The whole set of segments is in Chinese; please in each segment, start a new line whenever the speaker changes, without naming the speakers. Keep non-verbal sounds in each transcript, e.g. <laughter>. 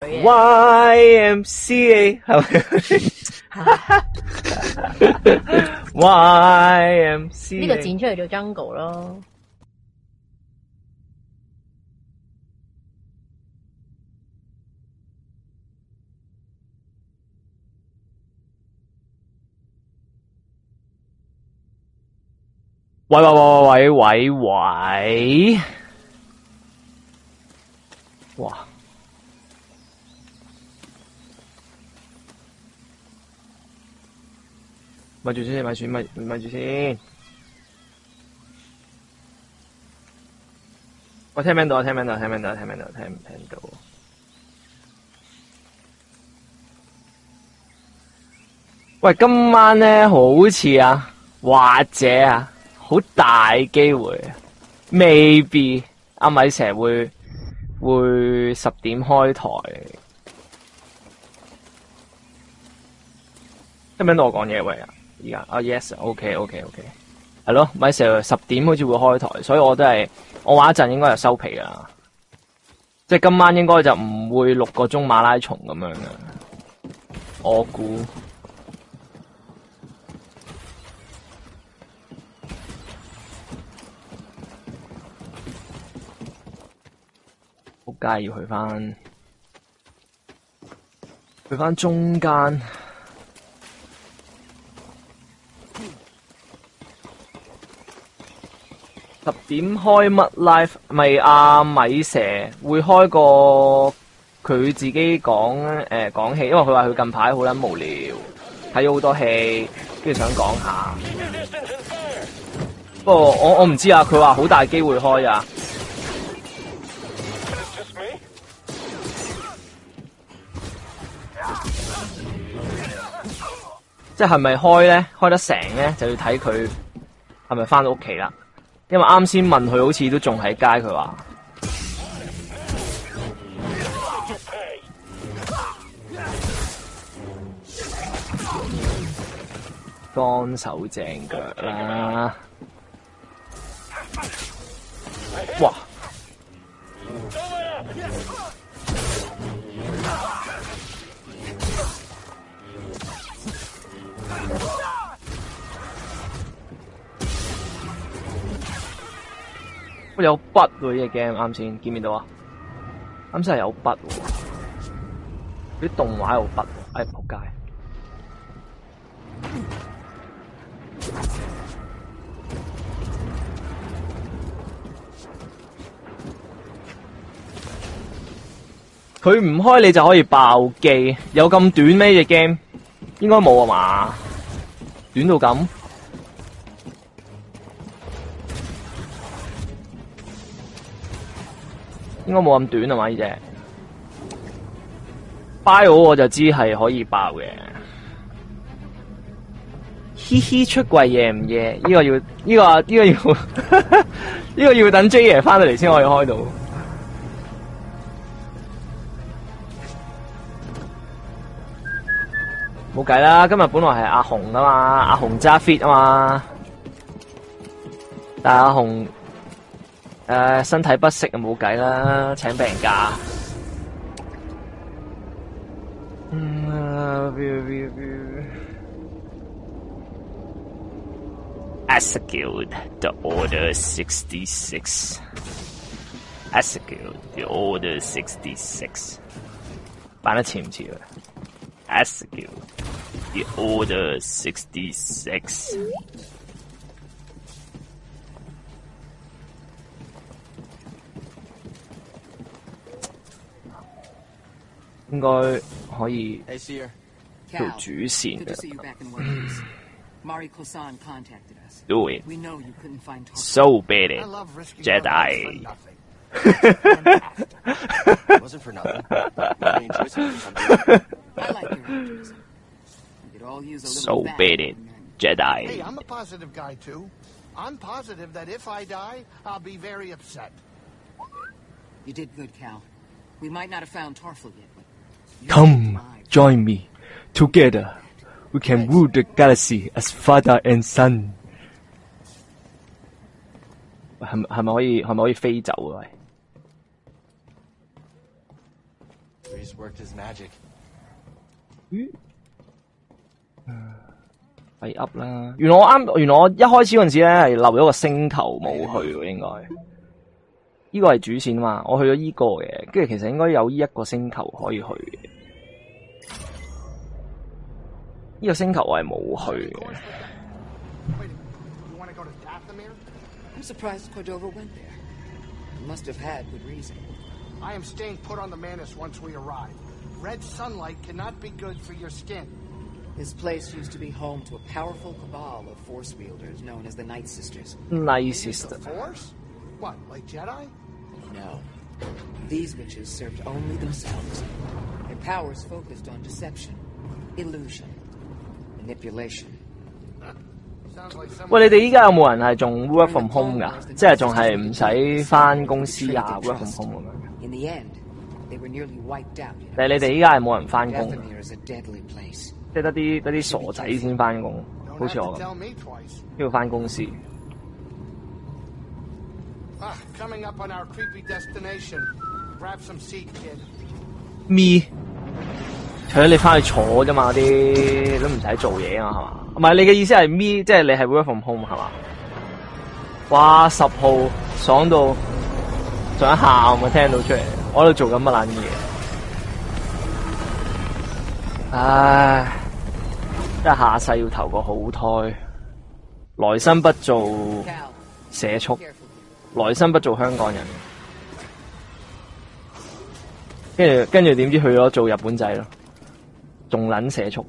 嘅。
<laughs> YMCA 係咪？YMCA
呢個剪出嚟做 jungle 咯。
喂喂喂喂喂喂！哇！咪住先，咪住，咪咪住先。我聽唔聽到？我聽唔聽到？聽唔聽到？聽唔聽到？聽唔聽到？喂，今晚咧好似啊，或者啊，好大機會啊，maybe 阿米成日會會十點開台。聽唔聽到我講嘢？喂，而家啊，yes，OK，OK，OK，係咯，米成日十點好似會開台，所以我都係我話一陣應該就收皮啦。即係今晚應該就唔會六個鐘馬拉松咁樣嘅，我估。仆街要去翻，去翻中間。十點開乜 live？咪阿米蛇會開個佢自己講誒講戲，因為佢話佢近排好撚無聊，睇咗好多戲，跟住想講下。不過我我唔知啊，佢話好大機會開啊。即係咪開咧？開得成咧，就要睇佢係咪翻到屋企啦。因為啱先問佢，好似都仲喺街，佢話乾手正腳啦。哇！喂，有筆喎呢只 game 啱先，見唔見到啊？啱先係有筆喎，啲動畫有筆喎，哎仆街！佢唔開你就可以爆機，有咁短咩？呢隻 game 應該冇啊嘛，短到咁。應該冇咁短啊嘛呢只，bio 我就知係可以爆嘅。嘻嘻出櫃夜唔夜？呢、個要呢、 <laughs> 個呢、個要呢個要等 J 爺翻到嚟先可以開到。冇計啦，今日本來係阿紅啊嘛，阿紅揸 fit 啊嘛，但係阿紅诶、身體不適啊，冇計啦，請病假。嗯啊，view view view。Execute the order sixty six. Execute the order sixty six. 扮得似唔似啊？Execute the order sixty six. 應該可以
Hey, Seer.
條
Cal,
主線
good to
嘅
see。you back in Wales. <sighs> Mari Kosan contacted us.
Do it.
We know you couldn't find Tor.
So bad
I
it.
love risking
Jedi.
my life for nothing. It wasn't for nothing. I mean, choice is something.
I like your altruism. We could all use a little
So
back
bad it.
and then-
Hey,
Jedi.
I'm a positive guy too. I'm positive that if I die, I'll be very upset.
You did good, Cal. We might not have found Torfel yet, but you
Come,
survived.
join me. Together, we can rule the galaxy as father and son. 喂係咪係咪可以係咪可以飛走啊？喂
Freeze worked his magic.
咪哎 up 啦。原來我啱，原來我一開始嗰陣時咧係漏咗個星球冇去喎，應該。呢個係主線啊嘛，我去咗呢個嘅，跟住其實應該有呢一個星球可以去嘅。呢、個星球我係冇去嘅。
Wait a minute. You want to go to Dathomir?
I'm surprised Cordova went there. He must have had good reason.
I am staying put on the Manus once we arrive. Red sunlight cannot be good for your skin.
This place used to be home to a powerful cabal of force wielders known as the Night Sisters.
Use the
Nicest
Force? What, like Jedi?
No. These witches served only themselves. Their powers focused on deception, illusion, manipulation.
Sounds like someone.
喂，你哋依家有冇人係仲 work from home 噶？即係仲係唔使翻公司啊，work from home 咁樣？
In the end, they were nearly wiped out. in
但係你哋依家係冇人翻工，
Dathomir is a deadly place.
即係得啲得啲傻仔先翻工，好
Don't have
似我
to
咁
tell me twice.
要翻公司。
Ah, coming up on our creepy destination. Grab some seat, kid.
me，除咗你翻去坐啫嘛，啲都唔使做嘢啊嘛，係嘛？唔係你嘅意思係 me，即係你係 work from home 係嘛？哇，十號爽到想喊啊！聽到出嚟，我喺度做緊乜撚嘢？唉，真係下世要投個好胎，來生不做
Cal,
社畜
be。careful.
來生不做香港人。跟住跟住點知去咗做日本仔咯，仲撚社畜。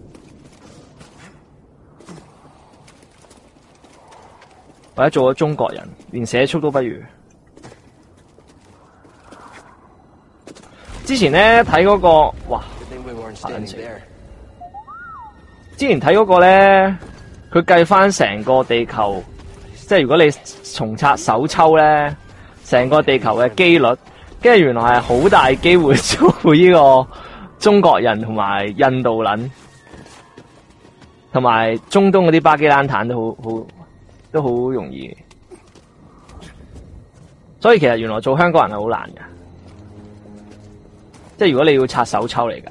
或者做咗中國人，連社畜都不如。之前咧睇嗰個，哇！
Good thing we weren't
Fine,
standing
too.
there.
之前睇嗰個咧，佢計翻成個地球，即係如果你重拆手抽咧，成個地球嘅機率，跟住原來係好大機會做呢個中國人同埋印度人，同埋中東嗰啲巴基斯坦都好好都好容易嘅。所以其實原來做香港人係好難嘅，即係如果你要拆手抽嚟計。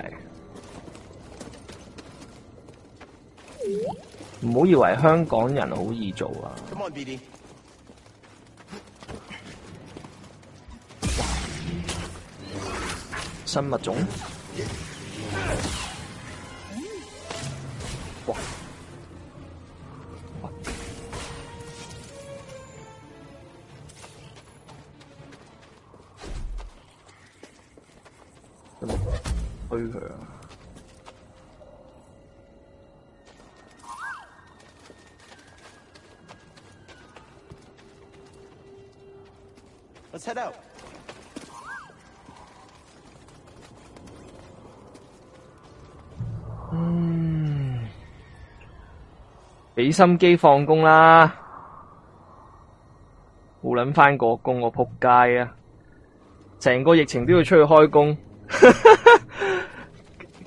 唔好以為香港人好易做啊！
Come on, BD.
新物種，哇！哇有冇推佢啊！
Let's head out.
Ừm, Bị心機放工啦，冇撚翻個工我仆街啊！成個疫情都要出去開工， <laughs>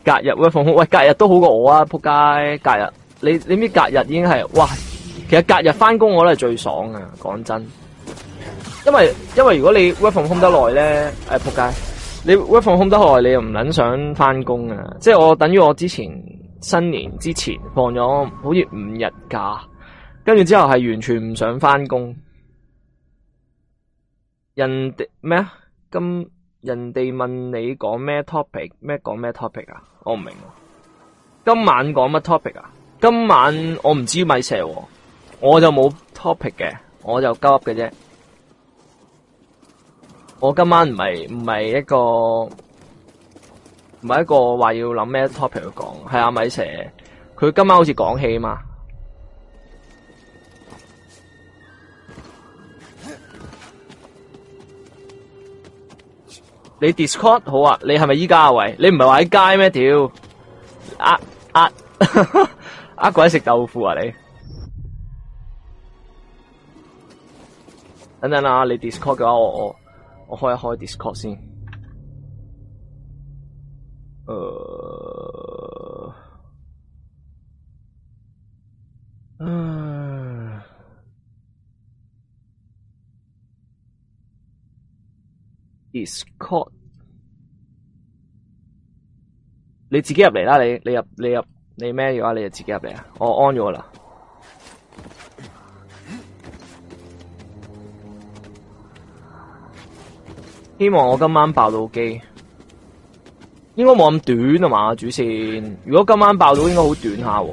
隔日喂放空，喂隔日都好過我啊！仆街，隔日你你知隔日已經係哇，其實隔日翻工我都係最爽啊！講真，因為因為如果你 work from home 得耐咧，誒、仆街。你 work from home 得耐，你又唔撚想翻工啊！即係我等於我之前新年之前放咗好似五日假，跟住之後係完全唔想翻工。人哋咩啊？咁人哋問你講咩 topic，咩講咩 topic 啊？我唔明喎。今晚講乜 topic 啊？今晚我唔知米蛇喎，我就冇 topic 嘅，我就鳩噏嘅啫。我今晚唔係唔係一個唔係一個話要諗咩 topic 去講，係阿米蛇，佢今晚好似講戲嘛。你 Discord 好啊？你係咪依家啊？喂，你唔係話喺街咩？屌，呃呃 <laughs> 呃鬼食豆腐啊你！等等啊，你 Discord 嘅話，我我我開一開 Discord 先。誒、呃唉，Discord 你自己入嚟啦，你你入你入你咩嘅話，你就自己入嚟啊！我安咗啦。希望我今晚爆到機，應該冇咁短啊嘛，主線。如果今晚爆到，應該好短下喎。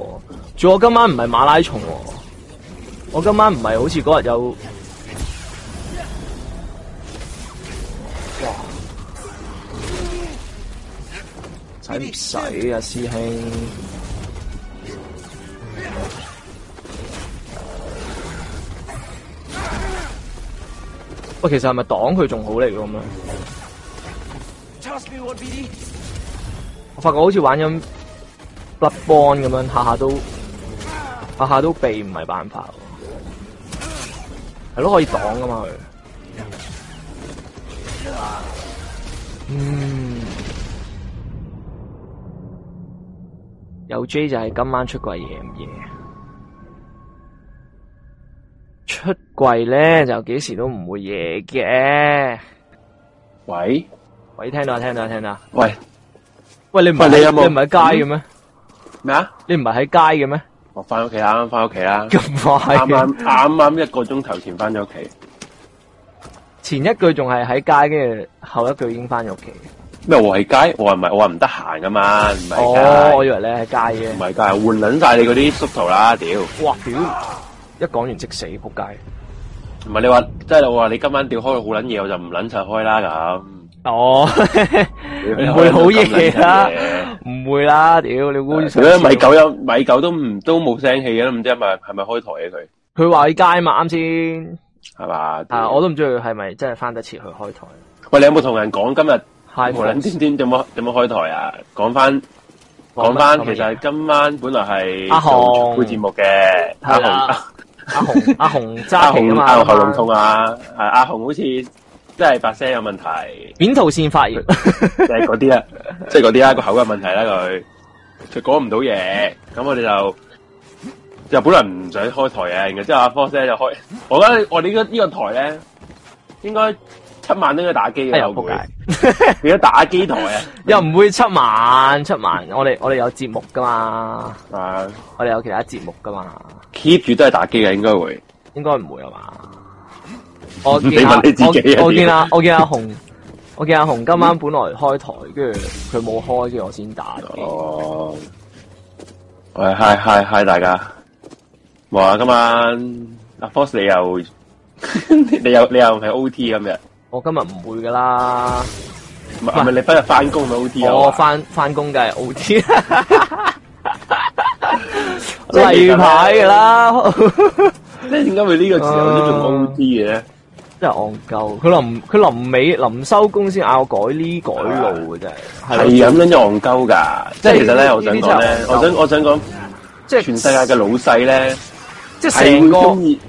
仲我今晚唔係馬拉松喎，我今晚唔係好似嗰日有。使唔使啊，師兄？喂，其實係咪擋佢仲好嚟㗎咁樣？我發覺好似玩緊 Bloodborne 咁樣，下下都下下都避唔係辦法喎。係咯，可以擋噶嘛佢。嗯。有 J 就係今晚出櫃夜唔夜？出櫃咧就幾時都唔會夜嘅。
喂
喂，聽到啊，聽到啊，聽到啊。
喂
喂，你唔
喂
係
你有冇
你唔喺街嘅咩？
咩啊？
<laughs> 你唔係喺街嘅咩？
我翻屋企啦，啱啱翻屋企啦，
咁快
啱
嘅
啱啱啱一個鐘頭前翻咗屋企。
前一句仲係喺街，跟住後一句已經翻咗屋企。
咩？我喺街，我話唔係，我話唔得閒噶嘛，唔
哦，我
係
以
街，
為你喺街
唔係街，換撚晒你嗰啲縮圖啦，屌！唔
嘅。哇，屌！一講完即死，仆街。
係你話，即係我話你今晚屌開好撚嘢，我就唔撚柒開啦咁。 <laughs>
哦，唔會好夜啦，唔會啦，屌你估
如果米九有米九都唔都冇聲氣嘅，唔知係咪係咪開台嘅佢
佢話喺街嘛，啱先。
係嘛？
啊！我都唔知佢係咪真係翻得切去開台。
喂，你有冇同人講今日無撚
Hi，
端端有冇有冇開台啊？講翻講翻，其實今晚本來係
阿紅
做節目嘅，阿
係
紅
啦阿紅阿
<laughs>
紅
阿
揸旗啊
紅
嘛，
阿紅喉嚨痛啊！啊阿紅好似真係把聲有問題，
扁桃腺
<laughs>
發炎，
即係
<laughs>
嗰啲啦，啊即係嗰啲啦，個口嘅問題啦佢，佢講唔到嘢，咁我哋就就本來唔想開台嘅，然後之後阿 Fox 咧就開，我覺得我哋呢個呢個台咧應該七晚都應該打機
哎呀
嘅，我
仆
會
街！
變咗打機台啊！
又唔會出晚出晚，我哋我哋有節目噶嘛，
啊
我哋有其他節目噶嘛，
，keep 住都係打機嘅，應該會。
應該唔會啊嘛。
<laughs>
我
你
見阿
問你自己啊
我我
屌
見阿我見阿紅，我見阿紅今晚本來開台，跟住佢冇開，跟住我先打。
哦，喂，hi hi hi 大家，哇，今晚阿 Force 你又 <laughs> 你又你又唔係 O T 今日，
我今日唔會噶啦，
唔係唔係你今日翻工咪 O T 啊？
我翻翻工梗係 O
<laughs>
T，
即係其實
例
呢
牌噶啦，
你點解會呢個時候都仲
啊
O T 嘅？
真係戇鳩。佢臨佢臨尾臨收工先嗌我改呢改路嘅真係，啊
係啊
係
咁樣戇鳩㗎，即係其實
呢
咧，
啲
我想講咧
啊呢啲，就係戇鳩
我想我想講
即係
全世界嘅老細咧
即係
係
成
會
個
中意，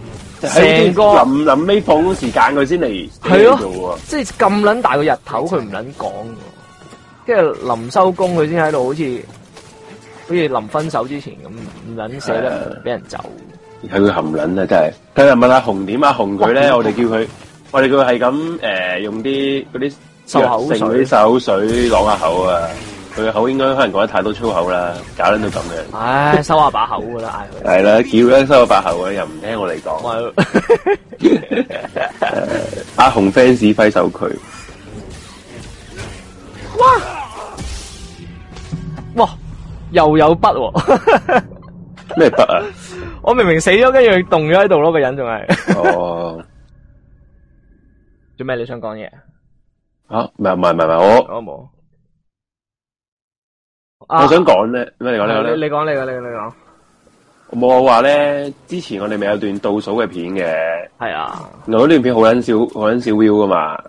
成個
臨臨尾放工時間佢先嚟
係
做喎
咯。，即係咁撚大個日頭佢唔撚講喎，跟住臨收工佢先喺度好似好似臨分手之前咁唔撚捨
啊
得俾人走。
係佢含撚啊，真係。佢又問阿紅點啊，紅佢咧，我哋叫佢，我哋叫佢係咁誒，用啲嗰啲
漱口水
藥性嗰啲漱口水啷下口啊。佢嘅口應該可能講得太多粗口啦，搞撚到咁樣。
唉，收下把口噶啦，嗌佢。
係啦，叫咧收個白喉啊，又唔聽我哋講。
我
<laughs> 阿紅 fans 揮手佢，
哇，又有筆喎、 <laughs>
咩筆啊？
我明明死咗，跟住佢凍咗喺度咯，個人仲係。
哦，
做咩你想講嘢？
啊，唔係唔係唔係，我
我冇。啊
我想講咧，咩你講你講
你
咧？
你講你講你講你講。
冇我話咧，之前我哋咪有段倒數嘅片嘅，
係啊，
嗱嗰段片好撚少好撚少 view 噶嘛。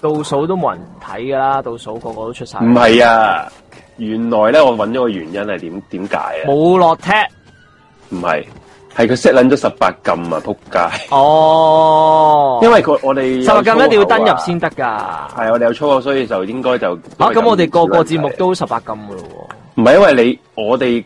倒數都冇人睇噶啦，倒數個個都出晒。
唔係啊，原來咧我揾咗個原因係點點解啊？
冇落踢。
唔係，係佢 set 撚咗十八禁啊！仆街，
哦，
因為佢我哋
十八禁一定要登入
啊係
先得噶。
我哋有粗口，所以就應該就
啊，咁我哋個個
個
節目都十八禁噶咯
唔係因為你我哋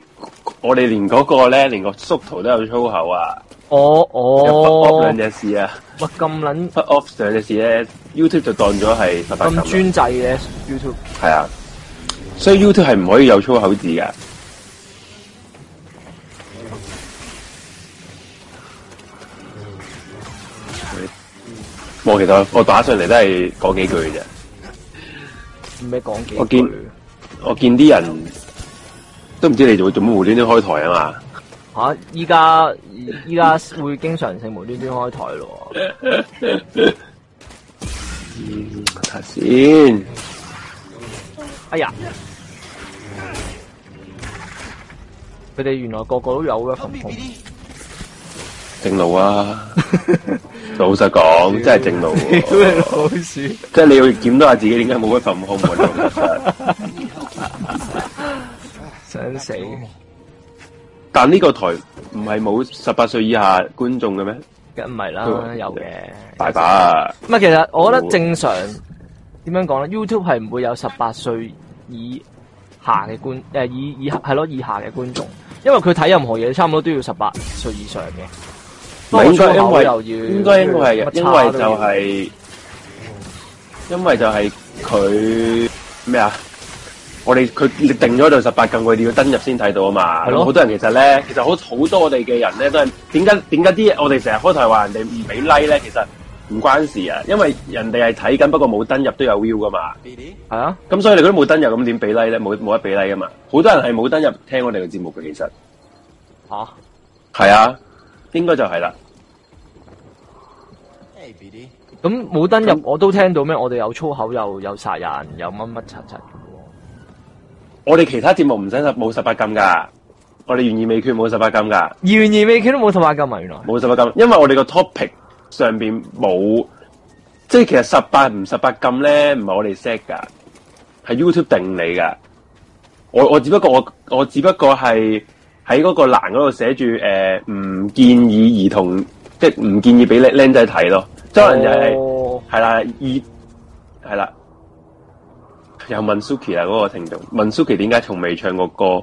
我哋連嗰個咧，連個縮圖都有粗口啊！
喎。哦
有 fuck off
哦
兩，隻事啊
哇咁撚
，fuck off 兩隻事咧，YouTube 就當咗係十八禁啊，
咁專制嘅 YouTube。
係啊，所以 YouTube 係唔可以有粗口字噶。我其實我打上嚟都係講幾句嘅啫。
咩講幾
我見
句？
我見啲人都唔知你做做乜無端端開台啊嘛。
吓，依家依家會經常性無端端開台咯。
睇下先，
哎呀，佢哋原來個個都有嘅粉紅，
正路啊！老實講，真係正路喎、
<laughs> 屌
<laughs>
你老鼠！
即係你要檢討下自己點解冇一份空喎。其實
想死！
但呢個台唔係冇十八歲以下觀眾嘅咩？
梗唔係啦
都係，
有嘅。
大把啊！
唔係，其實我覺得正常點樣講咧，YouTube 係唔會有十八歲以下嘅觀誒、呃以以係咯以下嘅觀眾，因為佢睇任何嘢差唔多都要十八歲以上嘅。
唔係應該
當
因
我粗口
為
又要
應該應該係
乜
因
叉
為
都
就
要
係、因為就係佢咩啊？我哋佢定咗到十八禁，佢哋要登入先睇到啊嘛。
係咯
好多人其實咧，其實好好多我哋嘅人咧都係點解點解啲我哋成日開台話人哋唔俾 like 咧，其實唔關事啊，因為人哋係睇緊，不過冇登入都有 view 噶嘛。
係啊，
咁所以你都冇登入，咁點俾 like 咧？冇冇得俾 like 噶嘛？好多人係冇登入聽我哋嘅節目嘅，其實
嚇、
係啊，應該就係啦。
咁冇登入我都聽到咩？我哋有粗口，又有殺人，有乜乜柒柒嘅
我哋其他節目唔使十冇十八禁噶，我哋懸疑未決冇十八禁噶，
喎。懸而未決都冇十八禁啊！原來
冇十八禁，因為我哋個 topic 上邊冇，即係其實十八唔十八禁咧，唔係我哋 set 噶，係 YouTube 定你噶。我我只不過我我只不過係喺嗰個欄嗰度寫住誒唔建議兒童，即係唔建議俾僆僆仔睇咯，即係可能就係、
哦
係啦，二係啦。又問 Suki 啦，嗰、個聽眾問 Suki 點解從未唱過歌？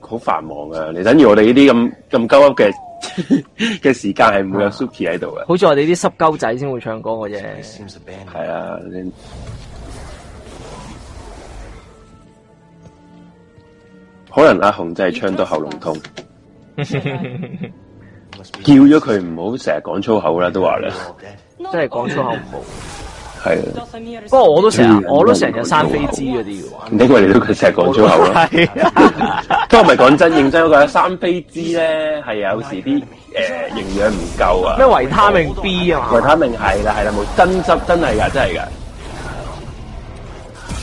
好繁忙啊，你等於我哋呢啲咁咁鳩噏嘅嘅 <laughs> 時間係唔
啊
會有 Suki 喺度嘅。
好似我哋啲濕鳩仔先會唱歌嘅啫。
係啊，你可能阿紅真係唱到喉嚨痛，叫咗佢唔好成日講粗口啦，都話啦，
真係講粗口唔好，
係啊，
不過我都成日
<laughs> 嗯
我都成日生飛枝嗰啲嘅
因為你都佢成日講粗口啦。
喎， <laughs> 係啊
<laughs> 不過唔係講真，認真嗰個三飛枝咧，係有時
<laughs>
啲誒營養唔夠啊
咩。維他命 B 啊
維
嘛，
他命係啦係啦，冇真汁真係㗎，真係㗎。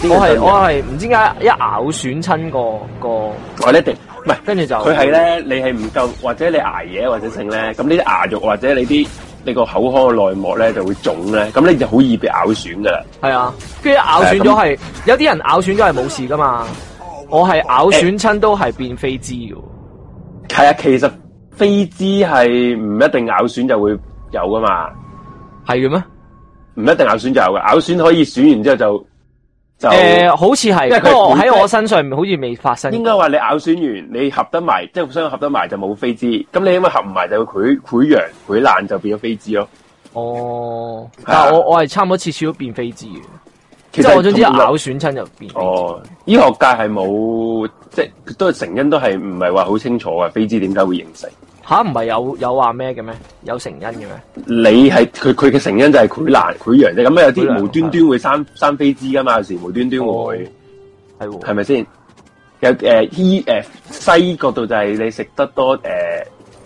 我係我係唔知點解一咬損親個個，
我我一定唔係
跟住就
佢係咧，你係唔夠或者你捱夜或者剩咧，咁呢啲牙肉或者你啲你個口腔嘅內膜咧就會腫咧，咁你就好易被咬損噶啦。
係啊，跟住一咬損咗係有啲人咬損咗係冇事噶嘛，我係咬損親都係變飛枝嘅喎。
係啊，其實飛滋係唔一定咬損就會有噶嘛，
係嘅咩？
唔一定咬損就有嘅，咬損可以損完之後就就。
誒、好似
哦因為
係，
佢
不過
本
喺
身
我身上面好似未發生過。
應該話你咬損完，你合得埋，即係相合得埋就冇飛滋。咁你因為合唔埋就會潰潰瘍、潰爛就變咗飛滋咯。 <laughs>
哦，
係啊
但係我我係差唔多次次都變飛枝嘅，
其
即
實
係我總之一咬損親就變飛枝。
哦，醫學界係冇，即係都係成因都係唔係話好清楚啊，飛滋點解會形成？
吓，唔係有有話咩嘅咩？有成因嘅咩？
你係佢佢嘅成因就係潰爛潰瘍啫，咁啊
潰哦
有啲
瘍
無端端會生生飛滋噶嘛，有時無端端會
係喎，
係咪先？有誒醫誒西角度就係你食得多誒、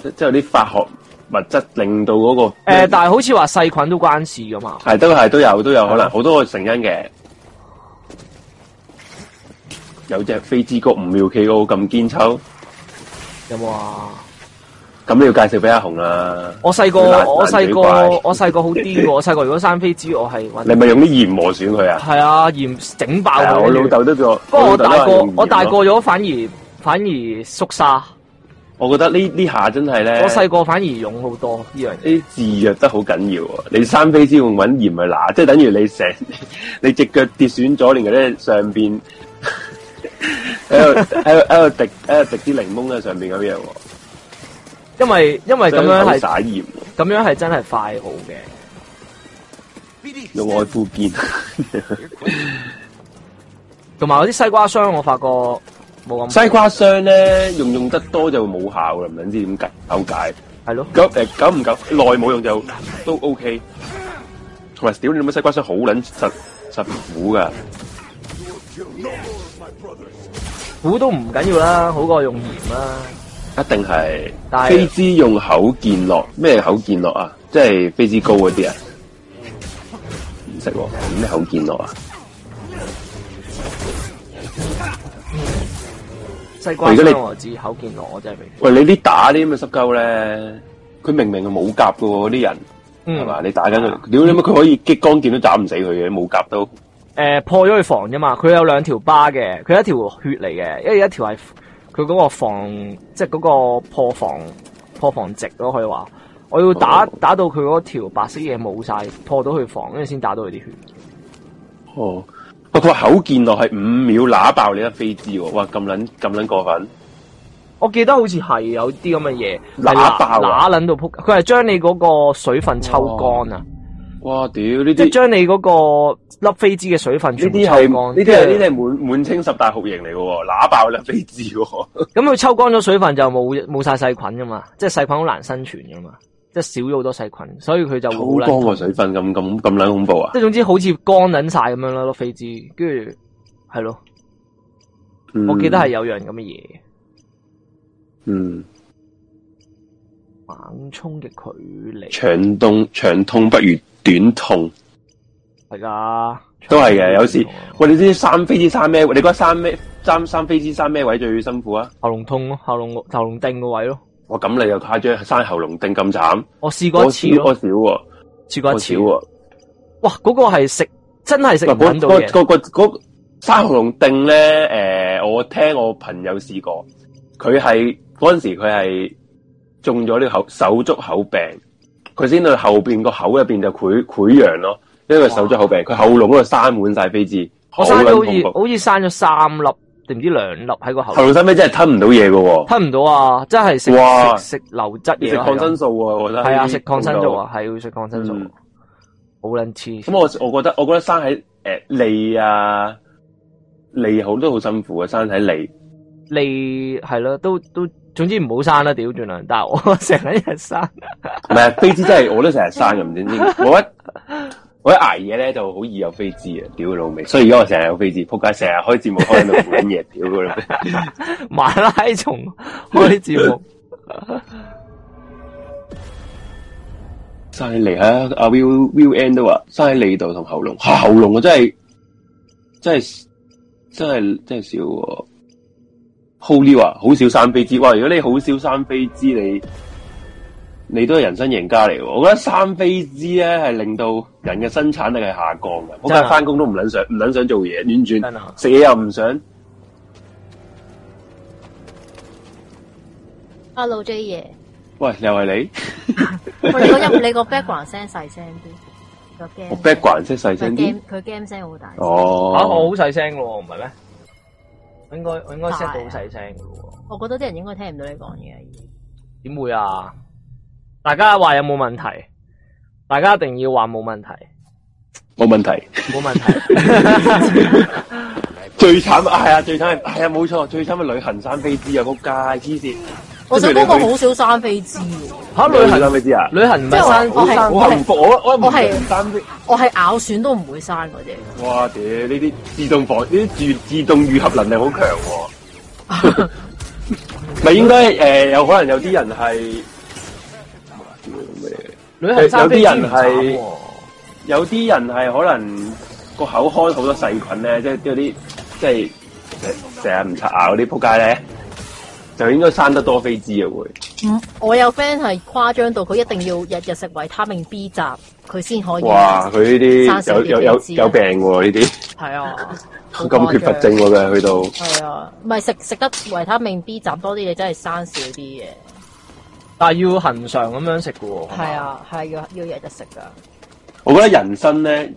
即即係啲化學物質令到嗰、個
誒、但係好似話細菌都關事噶嘛？
係都係都有都有可能好多個成因嘅。有隻飛枝谷唔妙企奧咁堅抽，
有冇啊？
咁你要介紹俾阿紅啊啦。
我細個，
懶
我細個，
懶嘴怪
我細個好癲喎！我細個如果生飛枝，我係搵
你咪用啲鹽磨損佢啊？
係啊，鹽整爆
係啊，
佢。
我老豆都叫我，
不過我
老豆都
大
係
個
用鹽，啊
我大個
咯
咗反而反而縮沙。
我覺得呢呢下真係咧，
我細個反而勇好多呢樣嘢。
呢啲自虐得好緊要喎。你三飛之換揾鹽咪嗱，即係等於你成 <laughs> 你只腳跌損咗，連嗰啲上邊 <laughs> 喺度喺度喺度滴喺度滴啲檸檬喺上邊咁樣喎。
因為因為咁樣係
灑鹽，
咁樣係真係快好嘅。
BD,
用愛膚邊。
同埋嗰啲西瓜霜，我發覺冇咁
<laughs> 西瓜霜咧用用得多就會冇效啦，唔撚知點解搞解。
係咯。
咁誒久唔久耐冇用就都 OK。同埋屌你乜西瓜霜好撚實實苦噶，
苦都唔緊要啦，好過用鹽啦。
一定係。
但係
飛枝用口健落咩口健落啊？即係飛枝膏嗰啲啊？唔識喎，咩口健落啊？
西瓜
如果你
霜我知，口見落我真係未。
喂，你啲打啲咁嘅濕鳩咧，佢明明係冇夾噶喎，啲人
嗯
係嘛？你打緊佢，屌你乜佢可以激光劍都斬唔死佢嘅，冇夾都。
誒破咗佢防啫嘛，佢有兩條疤嘅，佢一條血嚟嘅，因為一條係佢嗰個防，即係嗰個破防破防值咯，可以話。我要打
哦
打到佢嗰條白色嘢冇晒，破到佢防，跟住先打到佢啲血。
哦，哇！佢話口見落係五秒揦爆你一飛枝喎，哇！咁撚咁撚過分，
我記得好似係有啲咁嘅嘢，
揦爆啊哦
揦撚到撲，佢係將你嗰個水分抽乾啊，
哇！屌呢
即係
啲
將你嗰個粒飛枝嘅水分
呢
全部
啲
抽
係
乾。
呢啲係呢啲係滿滿清十大酷刑嚟嘅喎，揦爆你一飛枝喎，
咁佢抽乾咗水分就冇冇晒細菌噶嘛，即係細菌好難生存噶嘛，即係少咗好多細菌，所以佢就會好
好
撚
光個水分咁咁咁撚恐怖啊！
即係總之好似乾撚晒咁樣咯，粒飛枝，跟住係咯，
嗯
我記得係有樣咁嘅嘢，
嗯
猛衝嘅距離
長痛長痛不如短痛。
係噶，
都係嘅，有時喂，你知三飛之三咩？你覺得三咩三三飛之三咩位最辛苦啊？
喉嚨痛咯，喉嚨喉嚨定個位咯，
我咁你又太張生喉嚨定咁慘，
我試過
我
一次
少我
咯，
少喎，
試過一
我
次
少，喎。
哇，嗰個係食真係食唔
嗱，
撚到
嗰
嘢，
嗰嗰嗰嗰三喉龍定咧，诶、我聽我朋友試過，佢係嗰阵时佢係中咗呢個口手足口病，佢先到後边個口入边就潰潰瘍咯，因為手足口病，佢喉嚨嗰度生滿晒飛滋，好
我生
撚
咗好
恐
似
怖。
好似生咗三粒定唔知兩粒喺個喉
喉
嚨，
嚨生咩真係吞唔到嘢噶，
吞唔到啊，真係食
哇
食食流質
要
嘢啊
食
咯，
抗生素喎、我覺得
係啊，食抗生素啊，係要食抗生素
嗯，
好撚黐
咁我我覺得我覺得生喺诶脷啊脷好都好辛苦嘅，生喺脷。
你係咯，都都總之唔好生啦，屌盡量。但係
<laughs>
我成日一日生，
唔係飛枝真係我都成日生嘅，唔知點解。我一我一捱夜咧就好易有飛枝啊！屌佢老味，所以而家我成日有飛枝，仆街成日開節目開喺度負緊嘢，屌佢老味。
馬拉松開節目，
生喺脷啊！阿 Will Will N 都話生喺脷度同喉
嗯
嚨，嚇喉嚨啊我真係真係真係真係少喎。Holy 話好少生飛枝，哇！如果你好少生飛枝，你你都係人生贏家嚟喎。我覺得生飛枝咧係令到人嘅生產力係下降嘅，我梗
真
係
啊
翻工都唔撚想唔撚想做嘢，婉轉。
真啊！
食嘢又唔想，
Hello J 爺，
喂，又係你，
喂，嗰日你個 background 聲細聲啲，個 game
我哦 background 即係細聲
佢
啲
game，佢 game 聲好大聲。
哦。
啊，我好細聲嘅喎，唔係咩？我應該我應該 set
大
到
啊
好細聲嘅喎，
我覺得啲人應該聽唔到你講嘢。已經
點會啊？大家話有冇問題？大家一定要話冇問題，
冇問題。
冇問題。
<laughs> 最慘係啊，最慘係係啊，冇錯，最慘係旅行生飛枝啊，仆街黐線。
我想嗰個好少生飛枝喎，
嚇
旅
旅
行
行
生飛枝啊，
旅行唔
即係
係
我我係
生
好幸福，我我唔
我係
生飛。
我係咬損都唔會生嗰只。
哇屌！呢啲自動防呢啲自自動愈合能力好強喎。咪應該誒、呃有可能有啲人係。
旅行生飛
有
機
啲人
唔
係
慘喎
有啲人係可能個口開好多細菌咧，即係有啲即係成成日唔刷牙嗰啲仆街咧，就應該生得多飛滋啊會。
嗯我有 friend 係誇張到佢一定要日日食維他命 B 雜，佢先可以。
哇！佢呢
嗯生
啲
少啲
有有有
飛滋啊
有病喎呢啲，
係啊，好
咁缺乏症
誇張
喎佢去到，
係啊，唔係食食得維他命 B 斬多啲，你真係生少啲嘅。
但係要恒常咁樣食嘅喎。係嘛
係，啊，係要要日日食噶。
我覺得人生咧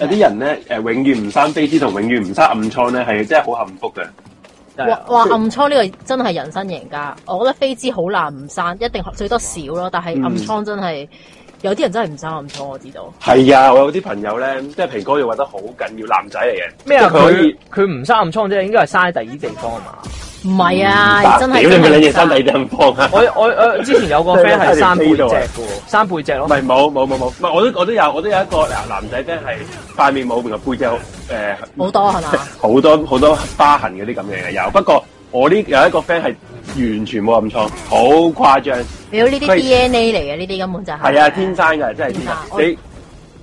有啲人咧誒永遠唔生飛枝同永遠唔生暗瘡咧係真係好幸福嘅。哎
真係
哇
啊
哇！暗瘡呢個真係人生贏家，我覺得飛枝好難唔生，一定最多少咯。但
嗯
係暗瘡真係、有啲人真係唔生暗瘡，我知道。
係啊，我有啲朋友咧，即係皮哥要揾得好緊要，男仔嚟嘅。
咩啊？
即係佢可
佢
以
佢唔生暗瘡啫，應該係生喺第二啲地方啊嘛。
唔係啊，
白
真
嗯屌
係
你咪
真
兩
係唔
隻
生
身體地方啊！
我我
<laughs>
我之前有個 friend 係生背脊嘅喎，生背脊
唔
咯。
係冇冇冇冇，唔係我都我都有我都有一個男男仔 friend 係塊面冇，然後背脊誒
好多係
<laughs>
嘛？
好多好多疤痕嗰啲咁嘅嘢有。不過我呢有一個 friend 係完全冇暗瘡，好誇張，
你呢啲
佢
DNA 嚟嘅，呢啲根本就係
係啊，天生㗎，真係天
天生
生。
我
你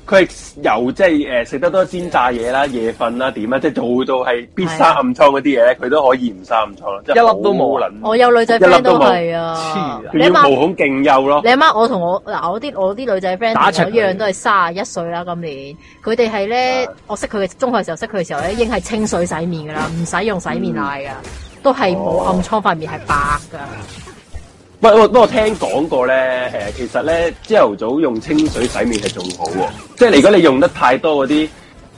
佢係由即係誒食得多煎炸嘢啦、夜瞓啦、點啦，啊即係做到係必生
係啊
暗瘡嗰啲嘢咧，佢都可以唔生暗瘡咯，即係
一粒都冇
好
啊
撚
我有女仔
一粒
friend
都
都
冇
係啊
黐啊。
佢
你
要
阿
毛
媽，
孔勁幼咯
你。阿媽，我同我嗱，我啲我啲女仔 friend
打
同我
柒
一樣
佢
都係三十一歲啦，今年佢哋係咧
啊，
我識佢嘅中學嘅時候識佢嘅時候咧，已經係清水洗面噶啦，唔使用洗面奶
哦
噶，都係冇暗瘡，塊面係白噶。
喂，我不過聽講過咧，誒，其實咧朝頭早用清水洗面係仲好喎，即係如果你用得太多嗰啲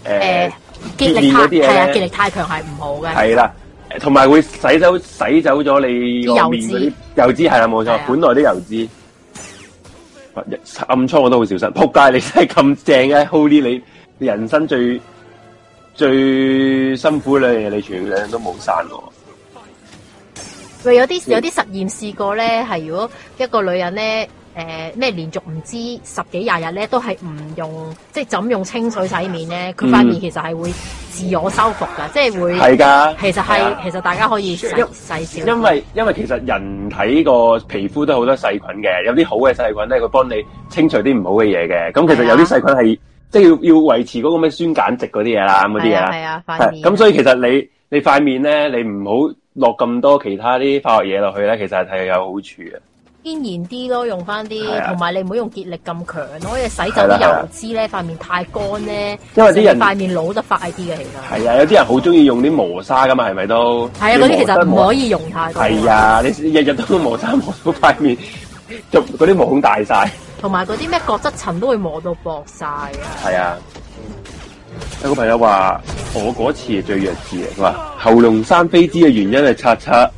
誒
誒，結呃力
熱
太
嗰啲嘢
係啊，
呢
結力太強係唔好嘅。
係啦，誒同埋會洗走洗走咗你個面
啲油
嗰啲
脂
油脂係啦，冇
係
錯
啊，
本來啲油脂。暗瘡我都好小心，仆街你真係咁正嘅，Holy 你你人生最最辛苦兩樣嘢，你全兩樣都冇散喎。
喂，有啲有啲實驗試過咧，係如果一個女人咧，誒、咩連續唔知十幾廿日咧，都係唔用，即係就咁用清水洗面咧，佢塊面
嗯
其實係會自我修復噶，即係會，
係㗎，
其實
係
係
啊
其實大家可以洗
因
洗少，
因為因為其實人體個皮膚都好多細菌嘅，有啲好嘅細菌咧，佢幫你清除啲唔好嘅嘢嘅。咁其實有啲細菌
啊
係即係要要維持嗰個咩酸鹼值嗰啲嘢啦，咁嗰啲
係
嘢啦。
啊係啊塊
係
面
咁所以其實你你塊面咧，你唔好落咁多其他啲化學嘢落去咧，其實係有好處嘅。
天然啲咯，用翻
係
啲，
啊
同埋你唔好用結力咁強咯，因為洗走
係
啲
啦係啦
油脂咧，塊面太乾咧，
因為啲
所
人
以塊面老得快啲嘅，其實
係啊，有啲人好中意用啲磨砂噶嘛，係咪都？
係啊，
你
嗰啲其
磨得
實
磨
唔可以用太多，
係啊，你日日都磨砂磨到塊面， <laughs> 就嗰啲毛孔大晒。
同埋嗰啲咩角質層都會磨到薄晒啊。
系啊，有個朋友話我嗰次係最弱智嘅，佢話喉嚨生飛枝嘅原因係刷刷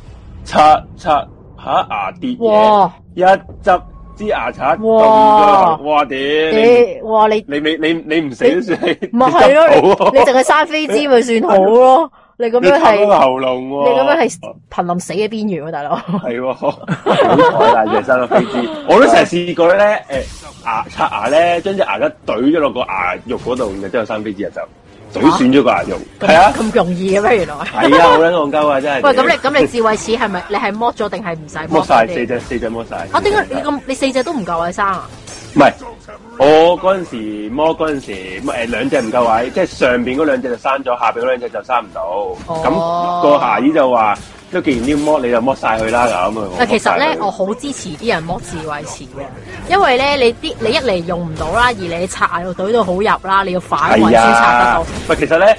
刷刷下牙跌嘢，
哇！
一執支牙刷中咗
哇
喉嚨，哇屌！你
你哇你
你你你你唔死都算係
咪係咯，
你執到喎
你你淨係生飛枝咪算好咯？你咁
<laughs> 你
樣
插啊
係
咗個喉嚨
你
喎，
咁樣係濒臨死嘅邊緣喎，大佬。
系喎，好彩啦，就生咗飛枝。
<laughs>
我都成日試過咧，誒、牙刷牙咧，將隻牙咧懟咗落個牙肉嗰度，然後之後生飛枝就懟損咗個牙肉。係啊，
咁容易嘅咩？原來。
係啊，好撚戇鳩啊，真係。
<laughs> 喂，咁你咁你智慧齒係咪你係剝咗定係唔使
剝
剝
晒
嗰
四
啲？
隻，四隻剝晒。
啊，點解你咁你四隻都唔夠位生啊？
唔係，我嗰陣時剝嗰陣時，誒兩隻唔夠位，即係上邊嗰兩隻就生咗，下邊嗰兩隻就生唔到。咁、
哦
個牙醫就話：，都既然要剝，你就剝晒佢啦咁啊。
但其實咧，
剝晒佢
我好支持啲人剝智慧齒嘅，因為咧你啲你一嚟用唔到啦，二嚟你刷牙又懟到好入啦，你要反位
係
先刷得
啊
到。，
喂，其實咧，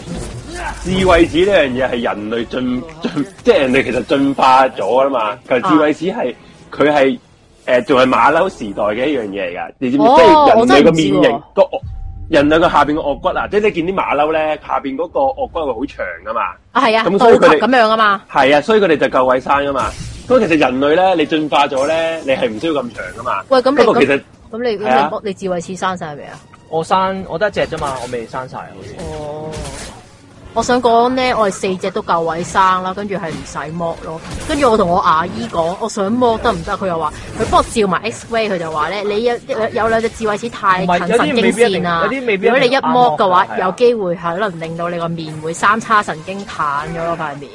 智慧齒呢樣嘢係人類進進，即係人哋其實進化咗啦
啊
嘛。其實智慧齒係佢係誒仲係馬騮時代嘅一樣嘢嚟㗎，你知唔知？
哦
即係人類個
我真係唔知喎
面型個人類個下邊個顎骨啊，即係你見啲馬騮咧，下邊嗰個顎骨會好長㗎嘛。
啊，係啊，
咁
倒
所以佢哋
及咁樣啊嘛。
係啊，所以佢哋就夠位生㗎嘛。咁其實人類咧，你進化咗咧，你係唔需要咁長㗎嘛。
喂咁你
不過其實
咁你咁
係啊
你剝你智慧齒生晒未啊？
我生我得一隻啫嘛，我未生晒好似。
哦，我想講咧，我係四隻都夠位生啦，跟住係唔使剝咯。跟住我同我牙醫講，我想剝得唔得？佢又話佢幫我照埋 X-ray，佢就話咧，你有有兩隻智慧齒太
唔係
近
有啲
神
未必
經
一定
線啊。
有啲未必
如果你
一
一
定啱
剝嘅話
剝㗎，係啊
有機會可能令到你個面會三叉神經彈咗嗰塊面，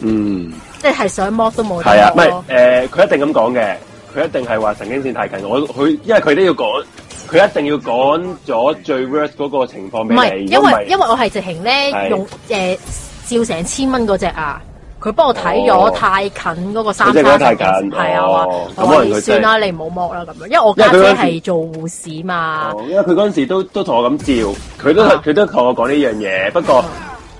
嗯。
即係想剝都冇得
係啊，唔
剝
係
咯。
誒，佢、一定咁講嘅，佢一定係話神經線太近。我佢因為佢都要講，佢一定要講咗最 worst 嗰個情況
唔係，
俾你。
因為因為我係直情咧
係
用誒照成千蚊嗰只啊，佢幫我睇
哦
咗太近嗰個三
佢真係
叉
覺
神
得太
經
近
線，係啊，
哦
我
咁
話
可
你
能佢
算
真係
啦，你唔好剝啦咁樣，因為我
因
家
為佢
姐
嗰時
係做護士嘛
哦，因為佢嗰陣時都都同我咁照，佢都
啊
佢都同我講呢樣嘢，不過。佢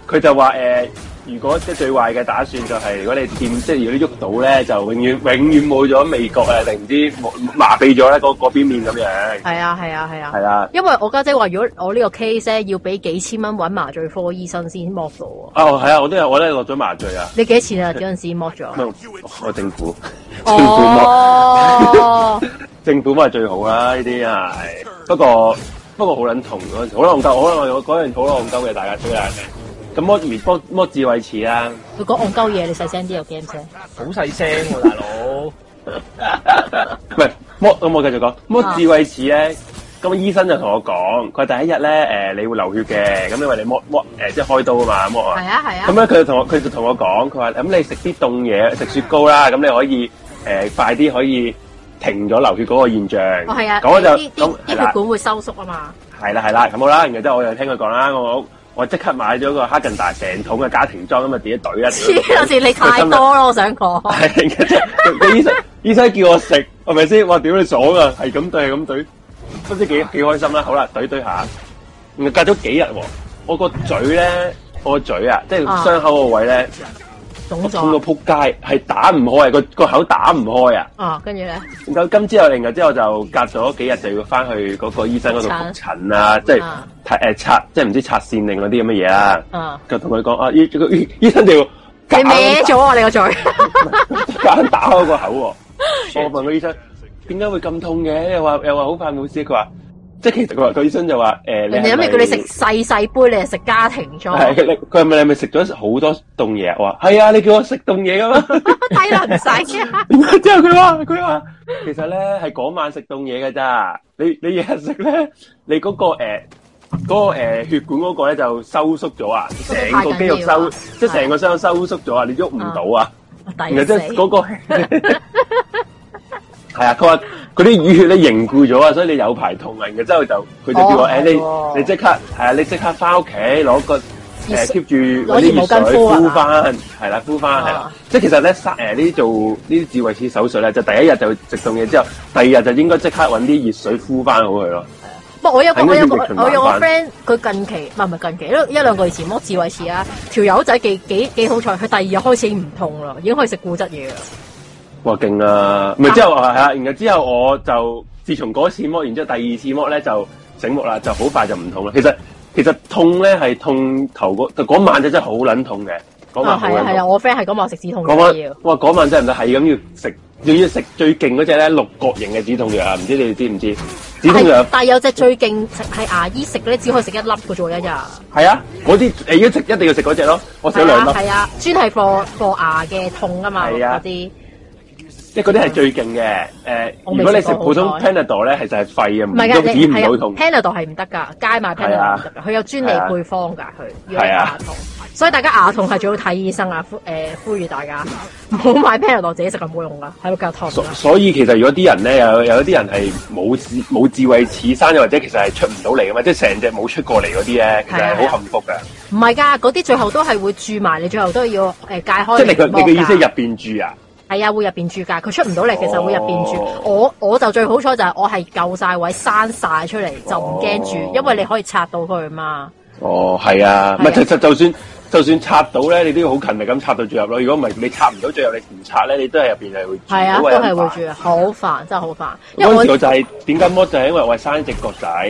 佢就話誒、呃如果即係最壞嘅打算就係、如果你掂，即係如果你喐到咧，就永遠永遠冇咗味覺啊，定唔知冇麻痹咗咧嗰嗰邊面咁樣，
係啊係啊係啊
係。啦。
因為我家姐話，如果我呢個 case 咧，要俾幾千蚊揾麻醉科醫生先剝到喎。
哦，係啊，我都有，我咧落咗麻醉啊，
你幾錢啊？嗰陣時剝
<laughs>
咗。
咁我政府 <laughs> 政府剝
哦，
政府咪最好啊啦，呢啲係。不過不過好撚痛嗰陣時，好撚戇鳩，好撚我嗰陣好撚戇鳩嘅，大家都係。咁摸而摸摸智慧啊齒啦，
佢講戇鳩嘢，你細聲啲又驚聲。
好細聲喎，大佬。
<laughs>
<laughs>
唔係摸咁我繼續講摸
啊
智慧齒咧。咁醫生就同我講，佢話第一日咧，誒、你會流血嘅，咁因為你摸摸誒、即係開刀啊嘛，摸啊。
係啊係
咁
啊，
咧佢就同我佢就同我講，佢話咁你食啲凍嘢，食雪糕啦，咁你可以誒、快啲可以停咗流血嗰個現象。
哦係啊，
咁我就
啲啲
咁係
啲血
啦，
管會收縮啊嘛。
係啦係啦，咁好啦，然後之後我又聽佢講啦，我我即刻買咗個哈根達成桶嘅家庭裝咁啊，自己懟 <laughs> 啦。
黐線，你太多啦，我想
<laughs>
講。
係，然後之後個個醫生醫生叫我食，係咪先？哇，屌你爽啊！係咁懟，係咁懟，不知幾幾開心啦。好啦，懟懟下，然後隔咗幾日喎，我個嘴咧，我個嘴啊，即係
啊
傷口個位咧。
腫
痛到
咗
撲街，係打唔開，個個口打唔開啊！
啊，跟住咧，
咁今之後，另外之後就隔咗幾日就要翻去嗰個醫生嗰度
診
復診啦，即係
啊
睇誒拆，即係唔知拆線定嗰啲咁嘅嘢啦。
啊，
就同佢講啊，醫個醫醫生就要
你歪
夾硬
咗
<laughs>
啊！你個嘴，
夾硬打開個
<laughs>
口喎。我問個醫生點解會咁痛嘅？又話又話好快冇事，佢話即係其實佢話個醫生就話誒，
人哋諗
係咪
住叫你食細細杯，你係食家庭裝， <laughs>
係佢佢係咪你係咪食咗好多凍嘢啊？我話係啊，你叫我食凍嘢噶嘛。
低能仔。
然 <laughs> 後之後佢話佢話，其實咧係嗰晚食凍嘢嘅咋，你你日日食咧，你嗰、個誒嗰、個、呃、血管嗰個咧就收縮咗啊，成個肌肉收，即係成個傷口收縮咗啊，你喐唔到啊，然
抵
後即
死
係嗰個 <laughs> 係啊，佢話嗰啲淤血咧凝固咗啊，所以你有排痛啊，然後之後就佢就叫我誒、
哦
欸
係喎
你你即刻係啊，你即刻翻屋企攞個
熱水
誒 keep 住
攞
嗰
熱毛
啲
巾
熱水
敷啊
敷翻，係啦，敷翻係
啊
啦。即係其實咧，生誒呢啲做呢啲智慧齒手術咧，就第一日就食凍嘢之後，第二日就應該即刻揾啲熱水敷翻好佢咯。
不過我有個
係
我有個
呢啲叫循環
我有個
法
friend，佢近期唔係唔係近期，一一兩個月前剝智慧齒啊，條友仔幾幾幾好彩，佢第二日開始唔痛啦，已經可以食固質嘢啦。
哇，勁啊！咪之後係啊，然後之後我就自從嗰次剝完之後，第二次剝咧就醒目啦，就好快就唔痛啦。其實其實痛咧係痛頭嗰嗰晚就真係好撚痛嘅，嗰晚
啊，
好啊
係啊
撚
係啊，
痛。
我 friend 係咁話食止痛藥
嗰
要
晚。哇，嗰晚真係唔得，係咁要食，仲要食最勁嗰只咧六角形嘅止痛藥啊！唔知你哋知唔知？止痛藥
係但係有隻最勁係牙醫食咧，只可以食一粒嘅啫，一日。
係啊，嗰啲你一直一定要食嗰只咯，我食咗
係
兩
啊
粒。
係啊，專係放放牙嘅痛啊嘛，
係啊
嗰啲
即係嗰啲係最勁嘅。誒、
我
如
未
果你
食
食
過
普通
好耐
Panadol 咧，其實係肺嘅，
唔
唔
係
都
㗎，
止
你
唔
係
到
啊
痛。啊
Panadol 係唔得㗎，街買 Panadol 唔得㗎，佢有專利
係啊
配方㗎，佢如果你
係啊
牙痛，所以大家牙痛係最好睇醫生啊，呼誒呼籲大家唔好買 Panadol 自己食啊係冇用㗎，喺度繼續痛啊
所
㗎。
所以其實如果啲人咧有有啲人係冇智冇智慧齒生，又或者其實係出唔到嚟嘅嘛，即係成隻冇出過嚟嗰啲咧，其實
係啊係
係
啊
好幸福嘅。
唔係㗎，嗰啲最後都係會住埋，你最後都要誒呃戒開。
即係你個你個意思係入邊住啊？
係啊，會入邊住㗎，佢出唔到嚟，其實會入邊住。
哦
我我就最好彩就係我係夠晒位，生晒出嚟就唔驚住
哦，
因為你可以拆到佢嘛。
哦，係啊，唔
係啊
係就就就算就算插到咧，你都要好勤力咁插到最入咯。如果唔係你插唔到最入，你唔插咧，你都係入邊係會住
係啊，都係
係咁
會
煩
住，好煩，真係好煩。因為
嗰
我
陣時我就係點解剝就係因為我係生只角仔，